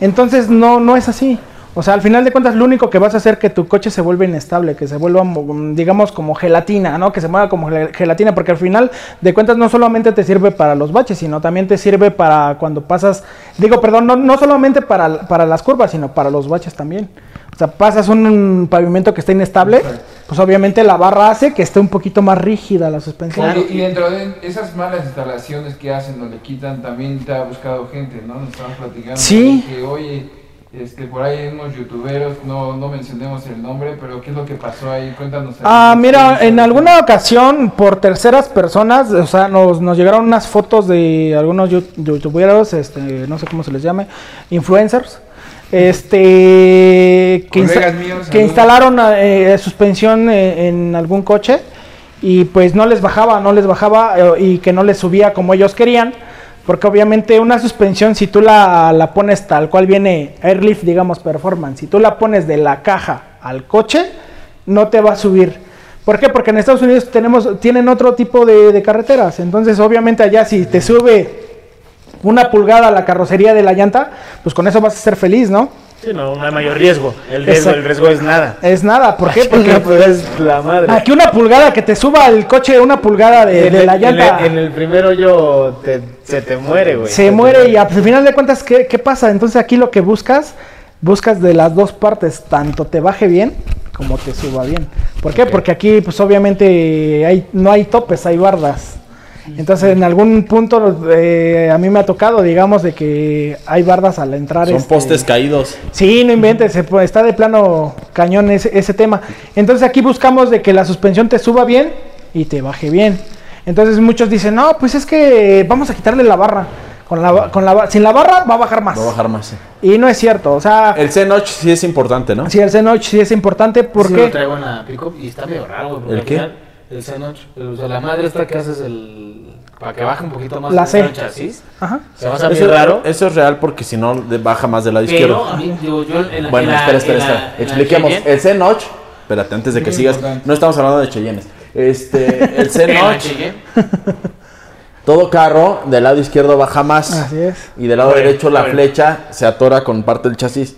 D: Entonces, no, no es así. O sea, al final de cuentas, lo único que vas a hacer es que tu coche se vuelva inestable, que se vuelva, mm, digamos, como gelatina, ¿no? Que se mueva como gel- gelatina, porque al final de cuentas no solamente te sirve para los baches, sino también te sirve para cuando pasas, digo, perdón, no, no solamente para, para las curvas, sino para los baches también. O sea, pasas un, un pavimento que está inestable, pues obviamente la barra hace que esté un poquito más rígida la suspensión.
B: Oye, y dentro de esas malas instalaciones que hacen, donde quitan, también te ha buscado gente, ¿no? Nos estaban platicando.
D: Sí.
B: Que, oye, este, por ahí hay unos youtuberos, no, no mencionemos el nombre, pero ¿qué es lo que pasó ahí? Cuéntanos. ahí.
D: Ah, mira, en alguna ocasión por terceras personas, o sea, nos, nos llegaron unas fotos de algunos yu- youtuberos, este, no sé cómo se les llame, influencers, este, que,
B: Colegas
D: insta-
B: míos,
D: que
B: saludos.
D: instalaron eh, suspensión eh, en algún coche y pues no les bajaba, no les bajaba eh, y que no les subía como ellos querían. Porque obviamente una suspensión, si tú la, la pones tal cual viene Airlift, digamos, performance, si tú la pones de la caja al coche, no te va a subir. ¿Por qué? Porque en Estados Unidos tenemos, tienen otro tipo de, de carreteras. Entonces, obviamente allá si te sube una pulgada la carrocería de la llanta, pues con eso vas a ser feliz, ¿no?
G: Sí, no, no hay mayor riesgo. El riesgo,
D: Exacto.
G: el riesgo es nada.
D: Es nada, ¿por qué? Porque
H: Pues es la madre.
D: aquí una pulgada que te suba el coche, una pulgada de, de la
H: En el-
D: llanta.
H: En el primer hoyo te- se te muere, güey.
D: se muere y al final de cuentas, ¿qué, qué pasa? Entonces aquí lo que buscas, buscas de las dos partes, tanto te baje bien como te suba bien. ¿Por qué? Porque aquí pues obviamente hay, no hay topes, hay bardas. Entonces en algún punto eh, a mí me ha tocado, digamos, de que hay bardas al entrar.
E: Son
D: este,
E: postes caídos.
D: Sí, no inventes, se puede- está de plano cañón ese, ese tema. Entonces aquí buscamos de que la suspensión te suba bien y te baje bien. Entonces muchos dicen, no, pues es que vamos a quitarle la barra. Con la, ba- con la, ba- sin la barra va a bajar más.
E: Va a bajar más. sí.
D: Y no es cierto, o sea,
E: El C-Notch sí es importante, ¿no?
D: si el Zenoch sí es importante
G: Sí, lo
D: porque...
G: traigo en la pick y está medio raro, güey. porque
E: ¿El
G: al
E: qué?
G: final, El Xenon, o sea, la madre esta que haces el... Para que baje un poquito más
D: La
G: el
D: C.
G: el chasis.
D: Ajá.
G: Se va a
E: Eso,
G: saber raro.
E: eso es real porque si no de- baja más del lado
G: Pero,
E: izquierdo.
G: a mí, digo, yo en la-
E: Bueno,
G: en la-
E: espera, espera,
G: en la-
E: espera.
G: en la
E: Expliquemos.
G: Cheyenne-
E: El C-Notch, espérate, antes de que sigas,
B: importante.
E: no estamos hablando de Cheyennes. Este, el
G: en la
E: C-Notch,
G: Cheyenne,
E: todo carro del lado izquierdo baja más.
D: Así es.
E: Y del lado
G: Bueno,
E: derecho la
G: bueno.
E: flecha se atora con parte del chasis.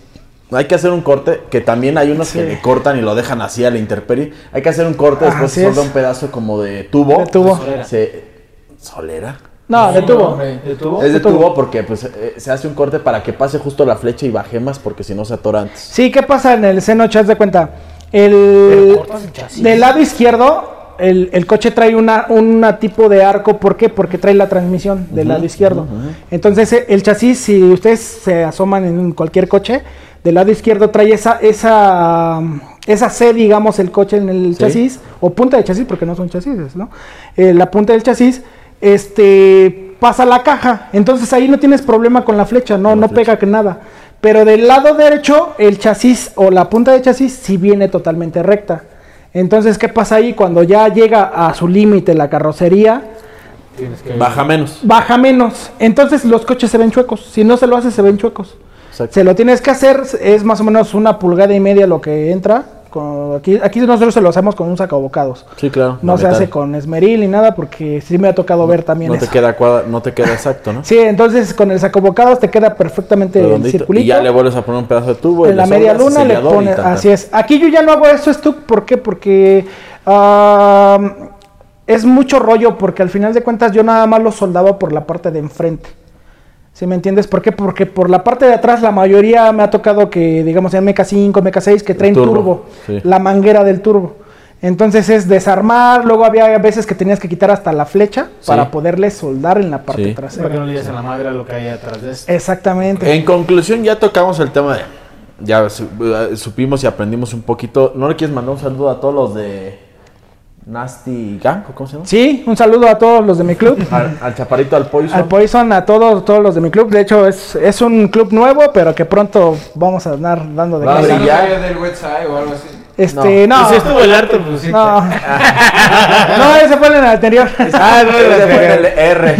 E: Hay que hacer un corte, que también hay unos que le cortan y lo dejan así a la intemperie. Hay que hacer un corte, después
D: Ah, Así
E: se solda
D: es.
E: un pedazo como de tubo.
D: De tubo.
G: Solera.
E: Se- ¿Solera?
D: No, de tubo.
B: hombre.
E: Es de
D: tubo.
E: tubo, porque pues, eh, se hace un corte para que pase justo la flecha y baje más, porque si no se atora antes.
D: Sí, ¿qué pasa en el seno? Haz de cuenta. El, del lado izquierdo, el, el coche trae una, una tipo de arco. ¿Por qué? Porque trae la transmisión del lado izquierdo. Entonces, e- el chasis, si ustedes se asoman en cualquier coche, del lado izquierdo trae esa, esa, esa C, digamos, el coche en el
E: Sí.
D: chasis, o punta de chasis, porque no son chasis, ¿no? Eh, la punta del chasis, este pasa la caja, entonces ahí no tienes problema con la flecha, no,
E: Con la
D: no
E: flecha.
D: pega que nada. Pero del lado derecho, el chasis o la punta de chasis sí viene totalmente recta. Entonces, ¿qué pasa ahí? Cuando ya llega a su límite la carrocería,
E: Baja menos.
D: baja menos. Entonces los coches se ven chuecos. Si no se lo hace, se ven chuecos.
E: Exacto.
D: Se lo tienes que hacer, es más o menos una pulgada y media lo que entra. con- aquí, aquí nosotros se lo hacemos con un sacabocados.
E: Sí, claro.
D: No
E: la
D: se hace
E: metal.
D: con esmeril ni nada porque sí me ha tocado ver también
E: No
D: eso.
E: te, queda cuadra- no te queda exacto, ¿no?
D: Sí, entonces con el sacabocados te queda perfectamente el
E: Redondito.
D: circulito.
E: Y ya le vuelves a poner un pedazo de tubo. y
D: en la
E: le
D: media
E: sobras,
D: luna le
E: sellador y
D: pones.
E: tan, tan.
D: Así es. Aquí yo ya no hago eso, Stuck. ¿Por qué? Porque am, es mucho rollo. Porque al final de cuentas yo nada más lo soldaba por la parte de enfrente. ¿Sí me entiendes? ¿Por qué? Porque por la parte de atrás la mayoría me ha tocado que, digamos, en MK5, MK6, que traen turbo,
E: turbo, sí.
D: la manguera del turbo. Entonces es desarmar, luego había veces que tenías que quitar hasta la flecha para poderle soldar en la parte
E: Sí.
D: trasera.
H: Para que no le digas a la madre a lo que hay atrás de esto.
D: Exactamente.
E: En conclusión, ya tocamos el tema de. Ya su- eh, supimos y aprendimos un poquito. ¿No le quieres mandar un saludo a todos los de Nasty Gang? ¿o ¿Cómo se llama?
D: Sí, un saludo a todos los de mi club.
E: Al, al chaparito, al pollo.
D: Al Poison, a todos, todos los de mi club. De hecho, es, es un club nuevo, pero que pronto vamos a andar dando de
E: Va a
D: qué hablar.
E: brillar. ya.
B: del website o algo así.
D: Este, no.
H: Si Pues estuvo el Arthur, pues sí.
D: No. No, ese fue en el anterior.
E: Ah, no, ese fue el R.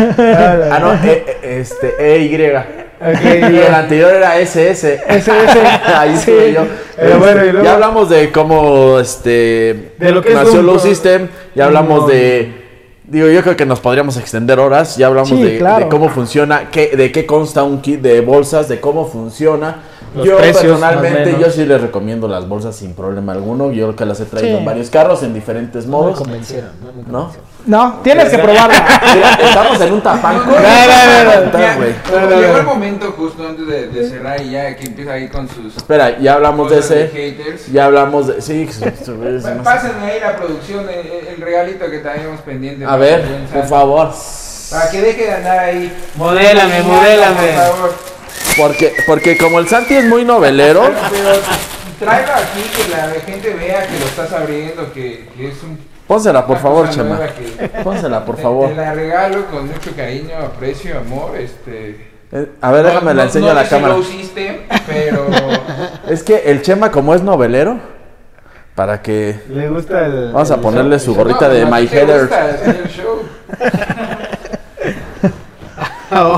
E: Ah, no, e- e- este, EY. Y el anterior era SS.
D: SS.
E: Ahí estuve yo. Este,
H: bueno, y luego-
E: Ya hablamos de cómo este,
H: De lo que es
E: nació
H: un-
E: Low System. Ya hablamos de. Digo, yo creo que nos podríamos extender horas. Ya hablamos
D: Sí,
E: de,
D: claro.
E: de cómo funciona, qué, de qué consta un kit de bolsas, de cómo funciona.
H: Los
E: yo
H: precios, más o
E: personalmente,
H: menos.
E: yo sí les recomiendo las bolsas sin problema alguno. Yo creo que las he traído
D: Sí.
E: en varios carros, en diferentes modos.
F: convencieron. ¿no? Me
E: ¿No?
D: No, tienes que probarla.
E: Mira, estamos en un tapanco.
B: No, no,
E: no,
B: Ya,
E: güey.
B: Llegó el momento justo antes de, de cerrar y ya que empieza ahí con sus
E: Espera, ya hablamos de
B: cosas de
E: ese.
B: haters.
E: Ya hablamos de. Sí, su- su- es-
B: Pa-
E: no sé.
B: Pásenme ahí la producción, el, el regalito que teníamos pendiente.
E: A
B: para
E: ver,
B: el buen
E: por
B: Sanz.
E: favor.
B: Para que deje de andar ahí.
H: Modélame, modélame.
B: Por favor.
E: Porque, porque como el Santi es muy novelero.
B: Pero tráelo aquí, que la gente vea que lo estás abriendo, que, que es un...
E: Pónsela, por
B: una
E: favor,
B: cosa
E: Chema.
B: nueva que-
E: Pónsela, por
B: te-
E: favor.
B: Te la regalo con mucho cariño, aprecio, amor, este...
E: Eh, A ver, déjame la enseño a la cámara.
B: No sé si lo usiste, pero...
E: Es que el Chema, como es novelero, para que.
H: Le gusta el.
E: Vamos a ponerle su gorrita
B: No,
E: de
B: nomás
E: My
B: te
E: Header.
B: gusta hacer el show.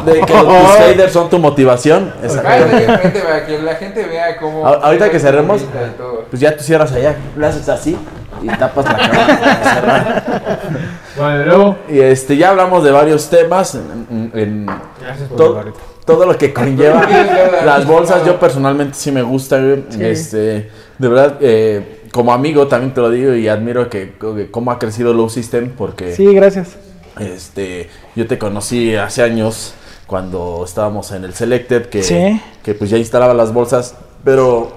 E: De que tus haters son tu motivación.
B: Vale,
E: Exactamente.
B: de repente, para que la gente vea cómo...
E: A- ahorita que cerremos,
B: y todo.
E: Pues ya tú cierras allá. Lo haces así y tapas la cámara para cerrar.
H: Bueno, luego.
E: Y este, ya hablamos de varios temas. En, en- en to- todo lo que conlleva las bolsas. Yo personalmente sí me gusta. güey. Este, de verdad, eh, como amigo también te lo digo y admiro que, que cómo ha crecido Low System porque
D: Sí, gracias.
E: este, yo te conocí hace años cuando estábamos en el Selected que,
D: Sí.
E: que pues ya instalaba las bolsas, pero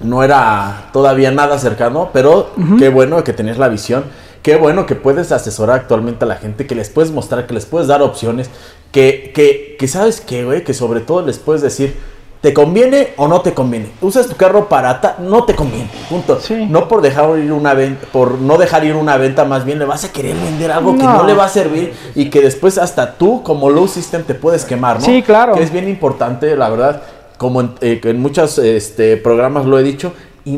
E: no era todavía nada cercano, pero qué bueno que tenías la visión, qué bueno que puedes asesorar actualmente a la gente, que les puedes mostrar, que les puedes dar opciones, que, que, que sabes qué, güey, que sobre todo les puedes decir, ¿te conviene o no te conviene? Usas tu carro para ta- no te conviene, punto.
D: Sí.
E: No por dejar ir una venta, por no dejar ir una venta, más bien le vas a querer vender algo que
D: No.
E: no le va a servir y que después hasta tú como low system te puedes quemar, ¿no?
D: Sí, claro.
E: Que es bien importante, la verdad, como en, eh, que en muchos este, programas lo he dicho,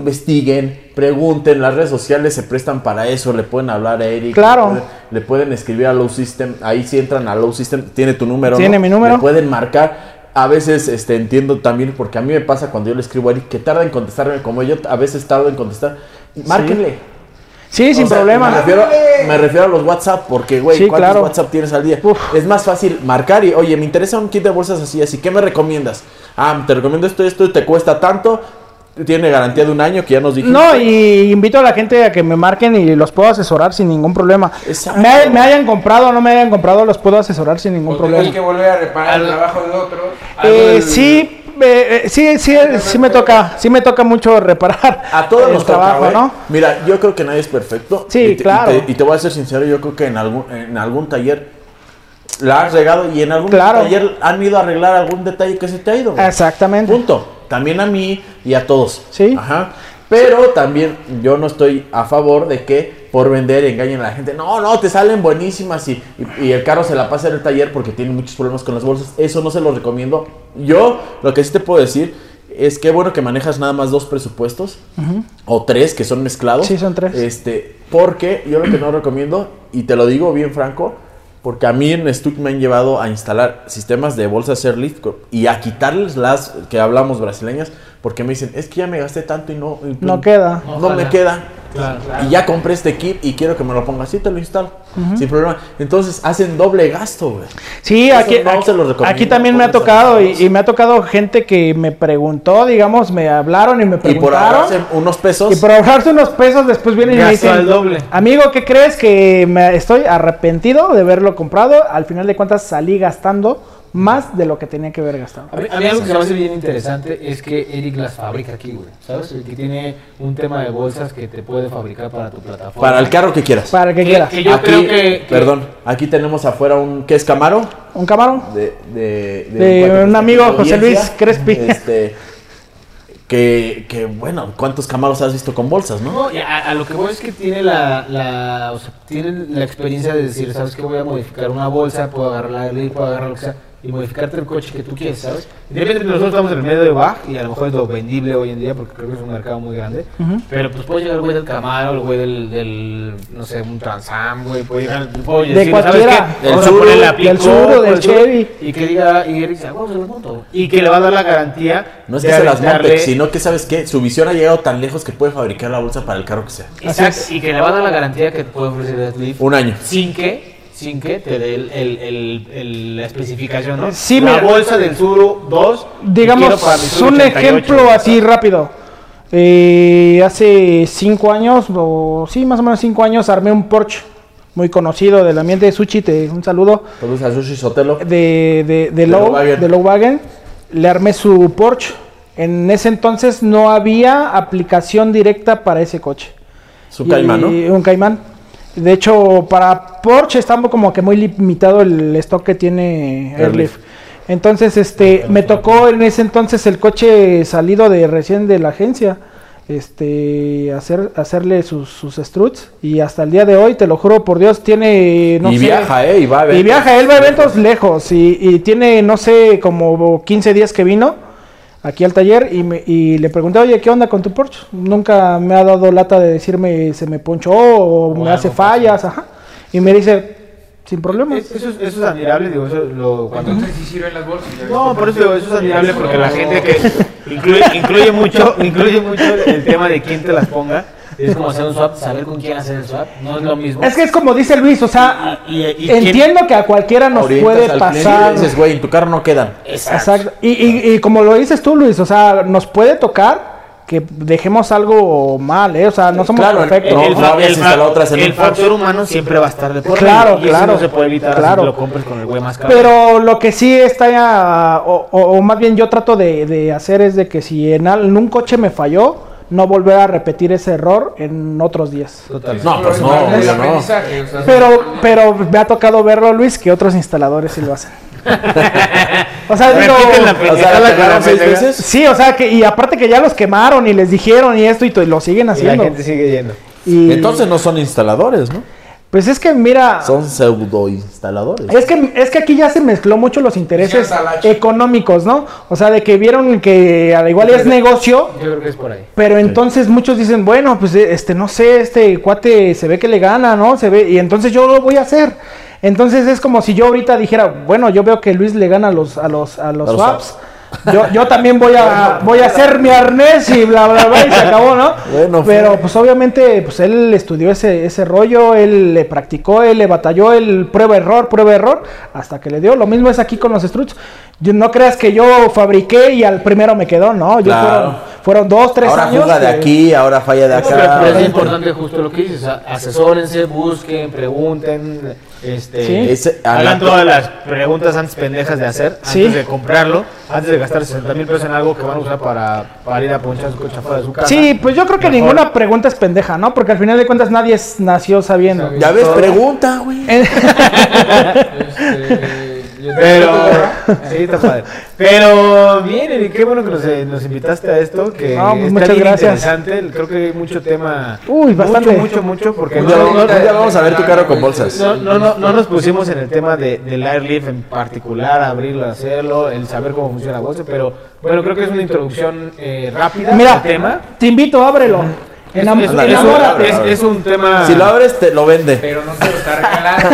E: investiguen, pregunten, las redes sociales se prestan para eso, le pueden hablar a Eric.
D: Claro.
E: Le pueden, le pueden escribir a Low System, ahí si entran a Low System, tiene tu número.
D: Tiene mi número.
E: Le pueden marcar. A veces este, entiendo también, porque a mí me pasa cuando yo le escribo a Eric que tarda en contestarme, como yo a veces tardo en contestar. Márquenle.
D: Sí, sin
E: O sea,
D: problema.
E: Me refiero, me refiero a los WhatsApp, porque, güey,
D: Sí,
E: ¿cuántos
D: claro.
E: WhatsApp tienes al día?
D: Uf.
E: Es más fácil marcar y, oye, me interesa un kit de bolsas así, así, ¿qué me recomiendas? Ah, te recomiendo esto, esto, te cuesta tanto, tiene garantía de un año, que ya nos dijiste.
D: No, y invito a la gente a que me marquen y los puedo asesorar sin ningún problema.
E: Exacto.
D: Me, me hayan comprado o no me hayan comprado, los puedo asesorar sin ningún
B: O tienes
D: problema.
B: que volver a reparar el trabajo de otro.
D: Eh, sí, eh, eh, sí, sí, sí me toca, sí me toca mucho reparar.
E: A todos
D: el
E: nos trabajo, ¿no? Mira, yo creo que nadie es perfecto.
D: Sí,
E: y te, y
D: claro.
E: te- Y te, voy a ser sincero, yo creo que en algún, en algún taller la has regado y en algún
D: Claro.
E: taller han ido a arreglar algún detalle que se te ha ido. güey.
D: Exactamente.
E: Punto. También a mí y a todos.
D: Sí.
E: Ajá. Pero también yo no estoy a favor de que por vender engañen a la gente. No, no, te salen buenísimas y, y- y el carro se la pasa en el taller porque tiene muchos problemas con las bolsas. Eso no se lo recomiendo. Yo lo que sí te puedo decir es que bueno que manejas nada más dos presupuestos o tres que son mezclados.
D: Sí, son tres.
E: Este, porque yo lo que no recomiendo, y te lo digo bien franco, Porque a mí en Stuck me han llevado a instalar sistemas de bolsas Airlift y a quitarles las que hablamos brasileñas, porque me dicen, es que ya me gasté tanto y no. y pues,
D: No queda.
E: No me queda. Y ya compré este kit y quiero que me lo pongas. Sí, te lo instalo. Sin problema. Entonces hacen doble gasto, güey.
D: Sí,
E: Eso
D: aquí,
E: no
D: aquí,
E: se lo recomiendo,
D: aquí también me ha
E: pónganse
D: tocado y,
E: los
D: y me ha tocado gente que me preguntó, digamos, me hablaron y me
E: Y por
D: preguntaron.
E: ahorrarse unos pesos.
D: Y por ahorrarse unos pesos después vienen y me
G: Gastó
D: dicen,
G: al doble.
D: amigo, ¿qué crees que me estoy arrepentido de haberlo comprado? Al final de cuentas salí gastando más de lo que tenía que haber gastado.
H: A mí, a mí algo que se me hace bien interesante es que Eric las fabrica aquí, güey. ¿Sabes? El que tiene un tema de bolsas que te puede fabricar para tu plataforma.
E: para el carro que quieras.
D: Para el que quiera.
H: que yo
E: Aquí-
H: creo que, que-
E: Perdón, aquí tenemos afuera un. ¿Qué es Camaro?
D: ¿Un camarón?
E: de, de,
D: De
E: cuate
D: un
E: que
D: amigo,
E: tiene
D: José Luis
E: audiencia,
D: Crespi.
E: Este, que, que, bueno, ¿cuántos camaros has visto con bolsas, no?
H: No, y a, a lo que voy es que tiene la, la, o sea, tienen la experiencia de decir, ¿sabes qué? Voy a modificar una bolsa, puedo agarrar la puedo agarrar lo que sea, y modificarte el coche que tú quieres, ¿sabes?
G: Independientemente, nosotros estamos en el medio de Bach y a lo mejor es lo vendible hoy en día porque creo que es un mercado muy grande.
H: Pero pues puede llegar el güey del Camaro, el güey del, del no sé, un Transam, güey, puede llegar
D: De
H: de
D: cualquiera.
H: ¿sabes qué?
E: Del
H: Vamos a
E: Subaru,
H: ponerle la
D: del
H: Pico,
D: Subaru,
H: o
D: del
H: el Subaru",
D: Chevy.
H: Y que diga, y Eric "Ah, diga, vamos a monto.
G: Y que le va a dar la garantía.
E: No es
G: de
E: que se las
G: arreglarle-
E: monte, sino que, ¿sabes qué? Su visión ha llegado tan lejos que puede fabricar la bolsa para el carro que sea.
H: Exacto, y que le va a dar la garantía que te puede ofrecer el Leaf
E: Un año.
H: sin que sin que te dé el, el- el- el- la especificación, ¿no?
D: Sí,
G: la
D: mira.
G: bolsa del Suru 2. quiero para mi
D: digamos,
G: Subaru
D: un
G: 88,
D: ejemplo así rápido. Eh, hace cinco años, o sí, más o menos cinco años, armé un Porsche muy conocido del ambiente de Sushi, te, un saludo,
E: Produce a Sushi Sotelo.
D: de, de, de, Low,
E: Lowwagen.
D: de Lowwagen. Le armé su Porsche. En ese entonces no había aplicación directa para ese coche.
E: Su
D: Y-
E: caimán, ¿no?
D: Un caimán. De hecho, para Porsche está como que muy limitado el stock que tiene
E: Airlift.
D: Airlift. Entonces, este, me tocó en ese entonces el coche salido de recién de la agencia, este, hacer, hacerle sus, sus struts y hasta el día de hoy, te lo juro por Dios, tiene, no
E: y
D: sé,
E: viaja, ¿eh? Y va a ver.
D: y viaja, él va a eventos lejos y, y tiene, no sé, como 15 días que vino aquí al taller y, me- y le pregunté, oye, ¿qué onda con tu Porsche? Nunca me ha dado lata de decirme se me ponchó o me hace
H: pues,
D: fallas, ajá. Y me dice, sin problema.
G: Es- Eso, es- eso es admirable, digo, eso lo, cuando
B: Entonces sí sirven las bolsas. ya ves.
G: No, por eso digo, eso es admirable porque la gente que incluye, incluye mucho, incluye mucho el tema de quién te las ponga.
H: Es como hacer un swap, saber con quién hacer el swap, no es lo mismo.
D: Es que es como dice Luis, o sea,
H: Y- y- y
D: entiendo que a cualquiera nos
E: Orientas
D: puede
E: al cliente y
D: pasar.
E: dices, güey, en tu carro no quedan.
D: Exacto. Y, y- y como lo dices tú, Luis, o sea, nos puede tocar que dejemos algo mal, ¿eh? O sea, no somos
E: Claro,
D: perfectos.
E: No,
G: el,
E: no habías instalado otras en
G: el
E: un Porsche.
G: factor humano siempre va a estar de por
D: Claro,
G: medio, y
D: claro,
G: Eso no se puede evitar así
D: claro.
G: que lo compres con el güey más caro.
D: Pero lo que sí está, ya, o, o- o más bien yo trato de, de hacer es de que si en, al- en un coche me falló, no volver a repetir ese error en otros días.
E: No, pues no,
B: Es
E: obvio, no.
B: aprendizaje, o sea,
D: Pero, pero me ha tocado verlo, Luis, que otros instaladores sí lo hacen. o sea, digo,
G: Repiten la
E: O sea, la cagaron seis
G: pendeja.
E: veces.
D: sí, o sea, que, y aparte que ya los quemaron y les dijeron y esto y, to- y lo siguen
G: y la
D: haciendo.
G: gente sigue yendo.
D: Y,
E: Entonces no son instaladores, ¿no?
D: pues es que mira,
E: Son pseudo instaladores.
D: Es que, es que aquí ya se mezcló mucho los intereses
B: Hicieron talache.
D: económicos, ¿no? O sea, de que vieron que al igual es negocio.
H: Yo creo que es por ahí.
D: Pero entonces muchos dicen, bueno, pues eh, este, no sé, este cuate se ve que le gana, ¿no? Se ve, y entonces yo lo voy a hacer. Entonces es como si yo ahorita dijera, bueno, yo veo que Luis le gana a los, a los, a los
E: A los
D: swaps. Yo, yo también voy a, voy a hacer mi arnés y bla, bla, bla, y se acabó, ¿no?
E: Bueno, fue.
D: Pero pues obviamente, pues él estudió ese, ese rollo, él le practicó, él le batalló, él prueba error, prueba error, hasta que le dio. Lo mismo es aquí con los struts. Yo- No creas que yo fabriqué y al primero me quedó, no, yo
E: Claro.
D: fueron, fueron dos, tres
E: ahora
D: años.
E: juega de
D: que-
E: aquí, ahora falla de acá.
H: Pero es importante justo lo que dices, a- asesórense, busquen, pregunten, este...
D: Sí.
E: Ese-
G: Hagan todas las preguntas antes pendejas de hacer,
D: Sí.
G: antes de comprarlo, antes de gastar 60 mil pesos en algo que van a usar para, para ir a ponchar su coche afuera de su casa.
D: Sí, pues yo creo que
G: Mejor.
D: ninguna pregunta es pendeja, ¿no? Porque al final de cuentas nadie es- nació sabiendo.
E: Ya ves, pregunta, güey.
B: este, yo-
G: Pero, sí, está padre. Pero bien, Eric, qué bueno que nos, eh, nos invitaste a esto, que
D: No, pues,
G: está
D: muchas
G: bien
D: gracias.
G: interesante, creo que hay mucho tema,
D: Uy, bastante.
G: mucho, mucho, mucho, porque
E: Un
G: no,
E: día,
G: no,
E: un día vamos a ver tu carro con bolsas.
G: no- no- no- no nos pusimos en el tema de, del airlift en particular, abrirlo, hacerlo, el saber cómo funciona la bolsa, pero bueno, creo que es una introducción eh, rápida
D: Mira,
G: al tema.
D: te invito, ábrelo. Enam-
G: Es,
E: ándale,
G: es- es un-
E: ábrelo,
D: enamórate.
E: ábrelo.
G: es- es un tema...
E: Si lo abres, te lo vende.
B: Pero no te lo está regalando.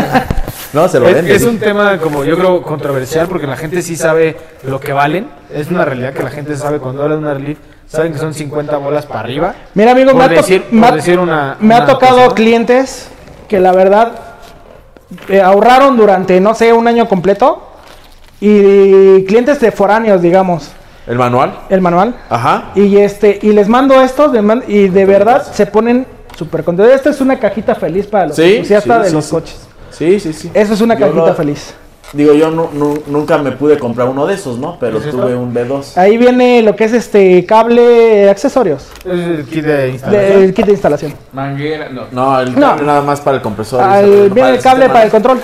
E: No, se lo
H: Es,
E: venden.
H: es un tema como yo creo controversial porque la gente sí sabe lo que valen. Es una realidad que la gente sabe cuando hablan de una relief, saben que son 50 bolas para arriba.
D: Mira, amigo,
H: Por
D: me ha to-
H: decir-
D: me
H: por
D: ha-
H: decir una-
D: me ha
H: una
D: tocado
H: cosa, ¿no?
D: clientes que la verdad eh, ahorraron durante, no sé, un año completo. Y clientes de foráneos, digamos,
E: ¿El manual?
D: el manual.
E: Ajá.
D: Y este, y les mando estos, les man- y de verdad se ponen súper contentos. Esta es una cajita feliz para los
E: Sí,
D: entusiastas
E: sí,
D: de
E: sí,
D: los
E: sí.
D: coches.
E: Sí, sí, sí.
D: Eso es una
E: Yo
D: cajita
E: lo-
D: feliz.
E: Digo, yo nu- nu- nunca me pude comprar uno de esos, ¿no? Pero tuve un B2.
D: Ahí viene lo que es este cable eh, accesorios.
H: Es el kit de instalación.
D: del kit de instalación.
B: Manguera, no.
E: No, el
D: No.
E: cable nada más para el compresor.
D: Al-
E: Para
D: viene el cable
E: sistema.
D: para el control.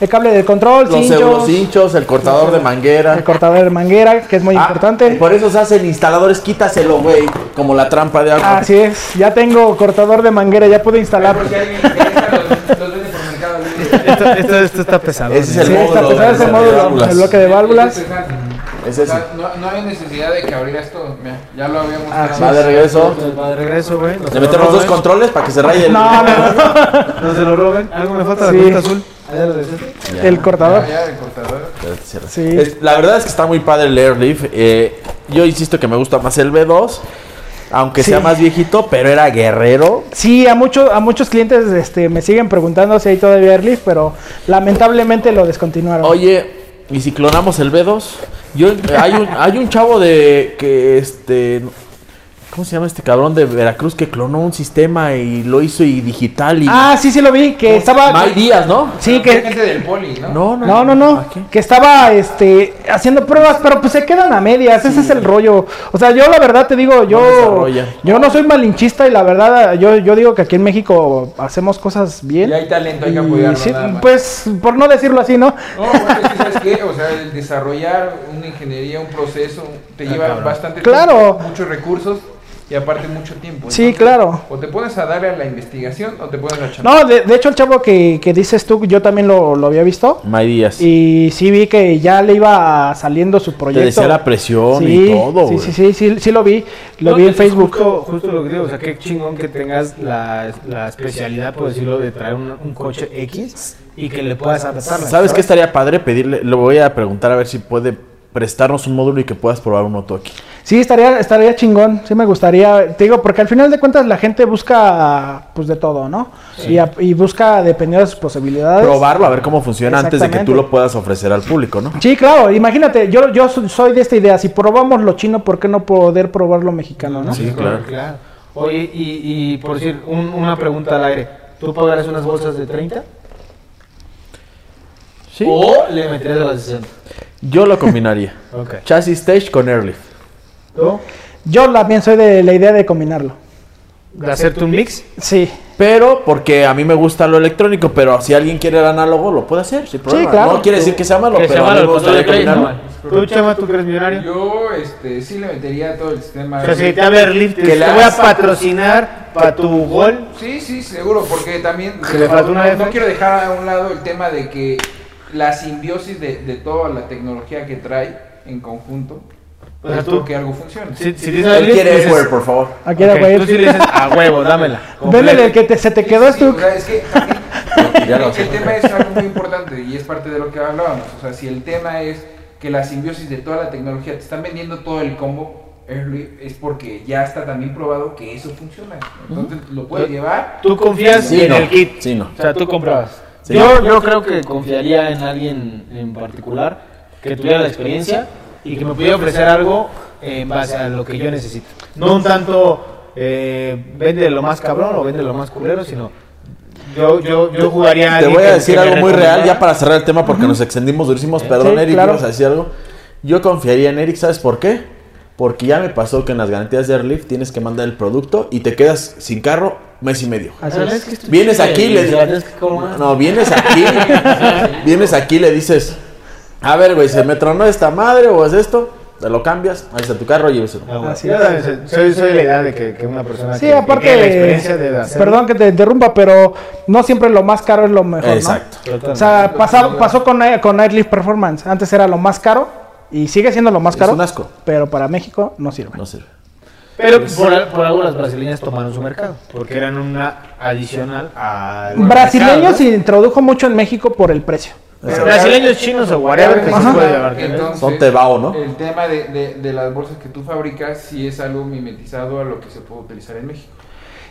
D: El cable del control,
E: este Los
D: cinchos,
E: euros hinchos, el cortador de manguera.
D: el cortador de manguera, que es muy
E: Ah,
D: importante.
E: Por eso se hacen instaladores, quítaselo, güey. Como la trampa de agua.
D: Así es, ya tengo cortador de manguera, ya pude instalar.
B: Ah, Porque alguien que los, los vende por mercado libre.
H: Esto, esto- esto está pesado.
E: Ese es el
D: Sí, está pesado
E: módulo. del
D: ese
E: servidor
D: módulo,
E: Atlas.
D: el bloque de válvulas.
E: Es
B: O
E: ese.
D: Ah,
B: sea, no, no hay necesidad de que abriera esto. Mira, ya lo habíamos
E: Va de regreso.
H: De regreso, güey. no se
E: Le
H: lo
E: metemos dos
H: roben,
E: controles para que se raye el.
D: No, no, no,
H: No se lo roben. Algo me falta la
D: Sí.
H: cuenta azul.
D: el cortador.
B: Ya, el cortador.
D: Sí.
E: Es- la verdad es que está muy padre el Airleaf. eh, yo insisto que me gusta más el B2. Aunque
D: Sí.
E: sea más viejito, pero era guerrero.
D: Sí, a muchos a muchos clientes este, me siguen preguntando si hay todavía Airlift, pero lamentablemente lo descontinuaron.
E: Oye, ¿y si clonamos el B2? Yo, eh, hay, un, hay un chavo de que este. ¿Cómo se llama este cabrón de Veracruz que clonó un sistema y lo hizo y digital y.
D: ah, sí, sí lo vi, que estaba
E: Mike Díaz, ¿no?
D: Sí,
B: Pero
D: que
B: gente del poli, ¿no?
E: No, no,
D: No, no, no.
B: Ah,
E: ¿A qué?
D: Que estaba este haciendo pruebas, pero pues se quedan a medias, ese es el rollo. O sea, yo la verdad te digo, yo
E: desarrolla.
D: yo no soy malinchista y la verdad yo yo digo que aquí en México hacemos cosas bien.
B: Y hay talento, hay que
D: Y
B: apoyarlo.
D: sí,
B: nada más.
D: pues por no decirlo así, ¿no?
B: No, porque sí, ¿sabes qué? O sea, el desarrollar una ingeniería, un proceso,
F: Ah,
B: te lleva bastante
D: Claro.
B: tiempo, muchos recursos y aparte mucho tiempo.
D: Sí, claro.
B: O te pones a darle a la investigación o te pones a chambear.
D: No, de, de hecho el chavo que, que dices tú, yo también lo, lo había visto.
E: Mike Díaz.
D: Y sí vi que ya le iba saliendo su
E: Te
D: proyecto.
E: decía la presión
D: sí,
E: y todo,
D: sí,
E: güey.
D: sí, sí, sí, sí lo vi. Lo
H: No,
D: vi en
B: pues,
H: es
D: Facebook.
H: Justo, justo lo que digo, o sea, qué chingón que tengas la, la especialidad, por decirlo, de traer un, un coche X y que le puedas adaptar.
E: ¿Sabes qué estaría padre? Pedirle, lo voy a preguntar a ver si puede prestarnos un módulo y que puedas probar uno tú aquí.
D: Sí, estaría, estaría chingón, sí me gustaría, te digo, porque al final de cuentas la gente busca pues de todo, ¿no? Y, a- y busca dependiendo de sus posibilidades.
E: Probarlo, a ver cómo funciona antes de que tú
D: Exactamente.
E: lo puedas ofrecer al público, ¿no?
D: Sí, claro, imagínate, yo, yo so- soy de esta idea, si probamos lo chino, ¿por qué no poder probar lo mexicano, no?
E: Sí, claro.
H: Claro. Oye, y, y por decir, un- una pregunta al aire. ¿Tú pagarás unas bolsas de 30?
E: Sí.
H: ¿O le meterías a las 60?
E: Yo lo combinaría.
H: Ok.
E: Chassis Stage con Airlift.
H: ¿Tú?
D: Yo también soy de la idea de combinarlo.
H: ¿De hacerte un mix?
D: Sí,
E: Pero, porque a mí me gusta lo electrónico, pero si alguien quiere el análogo, lo puede hacer, sin problema.
D: claro.
E: No quiere decir que sea malo,
G: Que sea
E: pero a mí
G: malo,
E: me
G: el
E: gustaría
G: control de
E: combinarlo.
G: Play,
H: ¿Tú, Chema, tú crees millonario?
B: Yo este, sí le metería todo el sistema.
F: O sea, si te habla Airlift,
B: Que
F: te
B: le
F: voy a
B: hagas-
F: patrocinar para tu gol.
B: Sí, sí, seguro, porque también
F: Que le falta una
B: no,
F: F.
B: no quiero dejar a un lado el tema de que la simbiosis de, de toda la tecnología que trae en conjunto
F: O sea,
B: es
F: tú-
B: porque algo funcione.
F: Si, si dices
E: Él
F: Airlift,
E: quiere
F: dices,
E: Airware, por favor.
D: aquí era
H: Ok,
D: güey.
H: Tú sí le dices, a huevo, dámela.
D: Vele el que te- se te quedó
B: Sí, sí,
D: esto.
B: o sea, es que
E: Ya lo
B: el,
E: sé.
B: tema es algo muy importante y es parte de lo que hablábamos. O sea, si el tema es que la simbiosis de toda la tecnología te están vendiendo todo el combo, Airly- es porque ya está también probado que eso funciona. Entonces lo puedes llevar.
F: tú confías
E: Sí,
F: en
E: no.
F: el kit.
E: Sí, no.
F: O sea, tú comprabas.
E: Sí.
G: Yo, yo creo que confiaría en alguien en particular que tuviera la experiencia y que me pudiera ofrecer algo en base a lo que yo necesito.
H: No un tanto eh, vende lo más cabrón o vende lo más culero, sino yo, yo, yo jugaría a
E: Te
H: alguien
E: voy
H: que-
E: a
H: que
E: decir
H: me
E: algo muy
H: recomendara.
E: real, ya para cerrar el tema, porque nos extendimos durísimos. Perdón,
D: Sí,
E: Eric,
D: claro.
E: ibas a decir algo. Yo confiaría en Eric, ¿sabes por qué? Porque ya me pasó que en las garantías de Airlift tienes que mandar el producto y te quedas sin carro mes y medio.
D: Así es.
E: Vienes aquí, le
G: dices.
E: No, vienes aquí. vienes aquí, le dices. A ver, güey, se me tronó esta madre o es esto. Te lo cambias, ahí está tu carro y lléveselo.
H: Ah, bueno.
D: Así
H: Ya
D: es.
H: sabes, soy, soy la idea de que, que una persona
D: Sí,
H: que, que
D: aparte,
H: tiene la experiencia de hacerlo.
D: perdón que te interrumpa, pero no siempre lo más caro es lo mejor, ¿no?
E: Exacto.
D: O sea, pasó, pasó con, Air- con Airlift Performance. Antes era lo más caro y sigue siendo lo más
E: Es
D: caro.
E: un asco.
D: Pero para México no sirve.
E: No sirve.
H: Pero por, por algo las brasileñas tomaron su mercado, porque eran una adicional al
D: Brasileño
H: mercado,
D: se introdujo mucho en México por el precio.
H: ¿no? brasileños, chinos o whatever que se puede llamar.
B: Entonces,
E: Son tebao, ¿no?
B: El tema de, de- de las bolsas que tú fabricas sí es algo mimetizado a lo que se puede utilizar en México.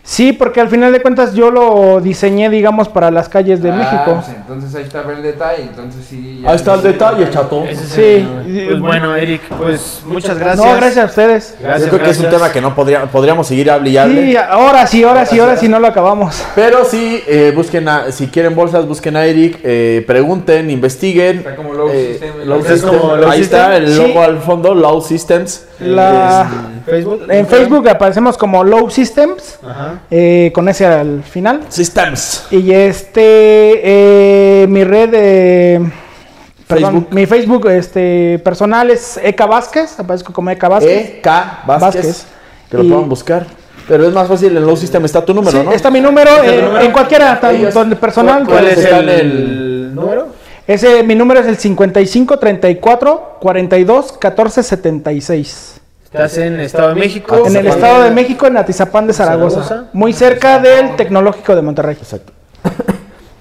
D: Sí, porque al final de cuentas yo lo diseñé, digamos, para las calles de
B: Ah,
D: México.
B: pues entonces ahí estaba el detalle, entonces sí. ya-
E: Ahí está el detalle, chato.
H: Ese es
D: Sí.
H: el- Pues bueno, Eric, pues muchas gracias.
D: No, gracias a ustedes.
H: Gracias,
E: Yo creo que es un
H: gracias.
E: tema que no podría- podríamos seguir hable y hable.
D: Sí, ahora sí, ahora sí, ahora sí no lo acabamos.
E: Pero sí, eh, busquen a- si quieren bolsas, busquen a Eric, eh, pregunten, investiguen.
B: Está como Low
E: Eh,
B: System.
E: Low
B: Es
E: System.
H: como Low
E: Ahí
H: System.
E: está el
D: Sí.
E: logo al fondo, Low Systems.
D: La-
H: Facebook.
D: en Facebook aparecemos como Low Systems,
H: Ajá.
D: eh, con ese al final.
E: Systems.
D: Y este, eh, mi red, eh, perdón,
E: Facebook.
D: mi Facebook este, personal es Eka Vázquez, aparezco como Eka Vázquez.
E: Eh, E.K.
D: Vázquez.
E: E Vázquez. Que lo
D: Y-
E: puedan buscar. Pero es más fácil, en Low System está tu número,
D: Sí,
E: ¿no?
D: está mi número, eh, en cualquiera, tanto
E: Ellos-
D: en personal. pues,
E: ¿Cuál es el,
H: número?
D: Ese, mi número es el 55 34 42 14 76.
H: Estás en Estado de México.
D: En el
E: Atizapán.
D: Estado de México, en Atizapán de Zaragoza.
H: Zaragoza.
D: Muy cerca del Tecnológico de Monterrey.
E: Exacto.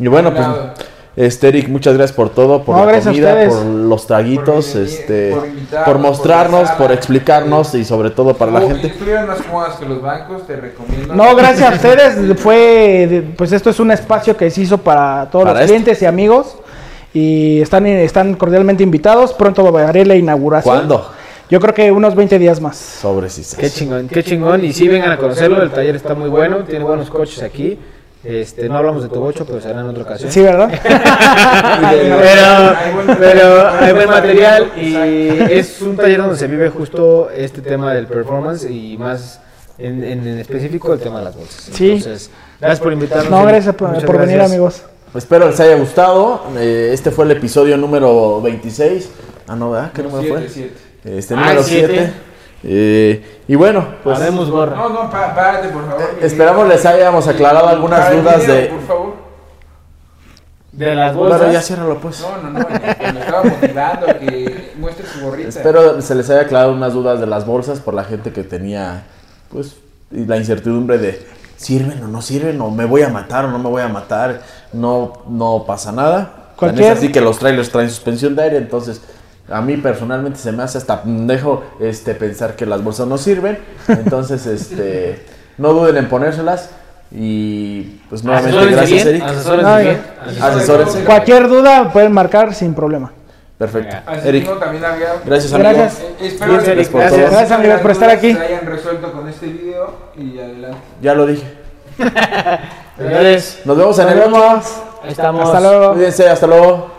E: y bueno, pues,
B: Nada.
E: este, Eric, muchas gracias por todo, por
D: No,
E: la
D: gracias a
E: comida,
D: ustedes.
E: por los traguitos,
B: Por venir,
E: este,
B: por
E: por,
B: invitarnos, por
E: mostrarnos,
B: la
E: por
B: sala.
E: explicarnos y sobre todo para la
B: Oh,
E: gente.
B: y estuvieron más cómodas que los bancos, te recomiendo.
D: No, gracias a ustedes. Fue, de- pues esto es un espacio que se hizo para todos
E: Para
D: los
E: esto.
D: clientes y amigos. Y están, están cordialmente invitados. Pronto haré la inauguración.
E: ¿Cuándo?
D: Yo creo que unos 20 días más.
E: Sobre si se-
H: Qué chingón, qué chingón. Y sí, vengan a conocerlo. El taller está muy bueno. Tiene buenos coches aquí. Este, no hablamos de tu bocho, pero será en otra ocasión.
D: Sí, ¿verdad?
H: pero,
B: Hay buen-
H: pero
B: buen
H: hay buen
B: material,
H: material y es un taller donde se vive justo este tema del performance y más en, en- en específico el tema de las bolsas.
D: Sí.
H: Entonces, gracias por invitarnos.
D: No,
H: Eric.
D: gracias por,
H: Muchas
D: por venir,
H: gracias.
D: amigos.
E: Espero les haya gustado. eh, este fue el episodio número 26. Ah, no, ¿verdad? ¿Qué número fue?
B: Siete, siete.
E: Este,
H: Ah,
E: número
H: siete.
E: 7. y bueno, pues
H: Haremos gorra.
B: No, no, pa- párate, por favor. mi
E: esperamos
B: video.
E: les hayamos aclarado algunas
B: Para el
E: dudas
B: video,
E: de...
B: Por favor.
H: De las bolsas.
E: Bueno, ya ciérralo pues.
B: No, no, no. Me estaba motivando a que muestre su gorrita.
E: Espero se les haya aclarado unas dudas de las bolsas por la gente que tenía, pues, y la incertidumbre de sirven o no sirven, o me voy a matar o no me voy a matar. No, no pasa nada. También
D: Cualquier-
E: es así que los trailers traen suspensión de aire, entonces a mí personalmente se me hace hasta pendejo este, pensar que las bolsas no sirven. Entonces, este, no duden en ponérselas. Y pues nuevamente
H: Asesórense
E: gracias,
H: bien,
E: Eric.
H: asesórense
D: Ay.
H: bien.
E: Asesórense.
D: Cualquier duda pueden marcar sin problema.
E: Perfecto.
B: Así
E: Eric,
B: no, también había.
E: gracias, amigo.
D: Gracias.
B: Eh, Espero
E: Gracias, Eric,
B: que
E: por todo.
D: Gracias, amigos, por estar aquí.
B: Se hayan resuelto con este video y adelante.
E: Ya lo dije.
H: Señores,
E: Nos vemos en el otro.
H: estamos.
D: Hasta luego.
E: Cuídense, hasta luego.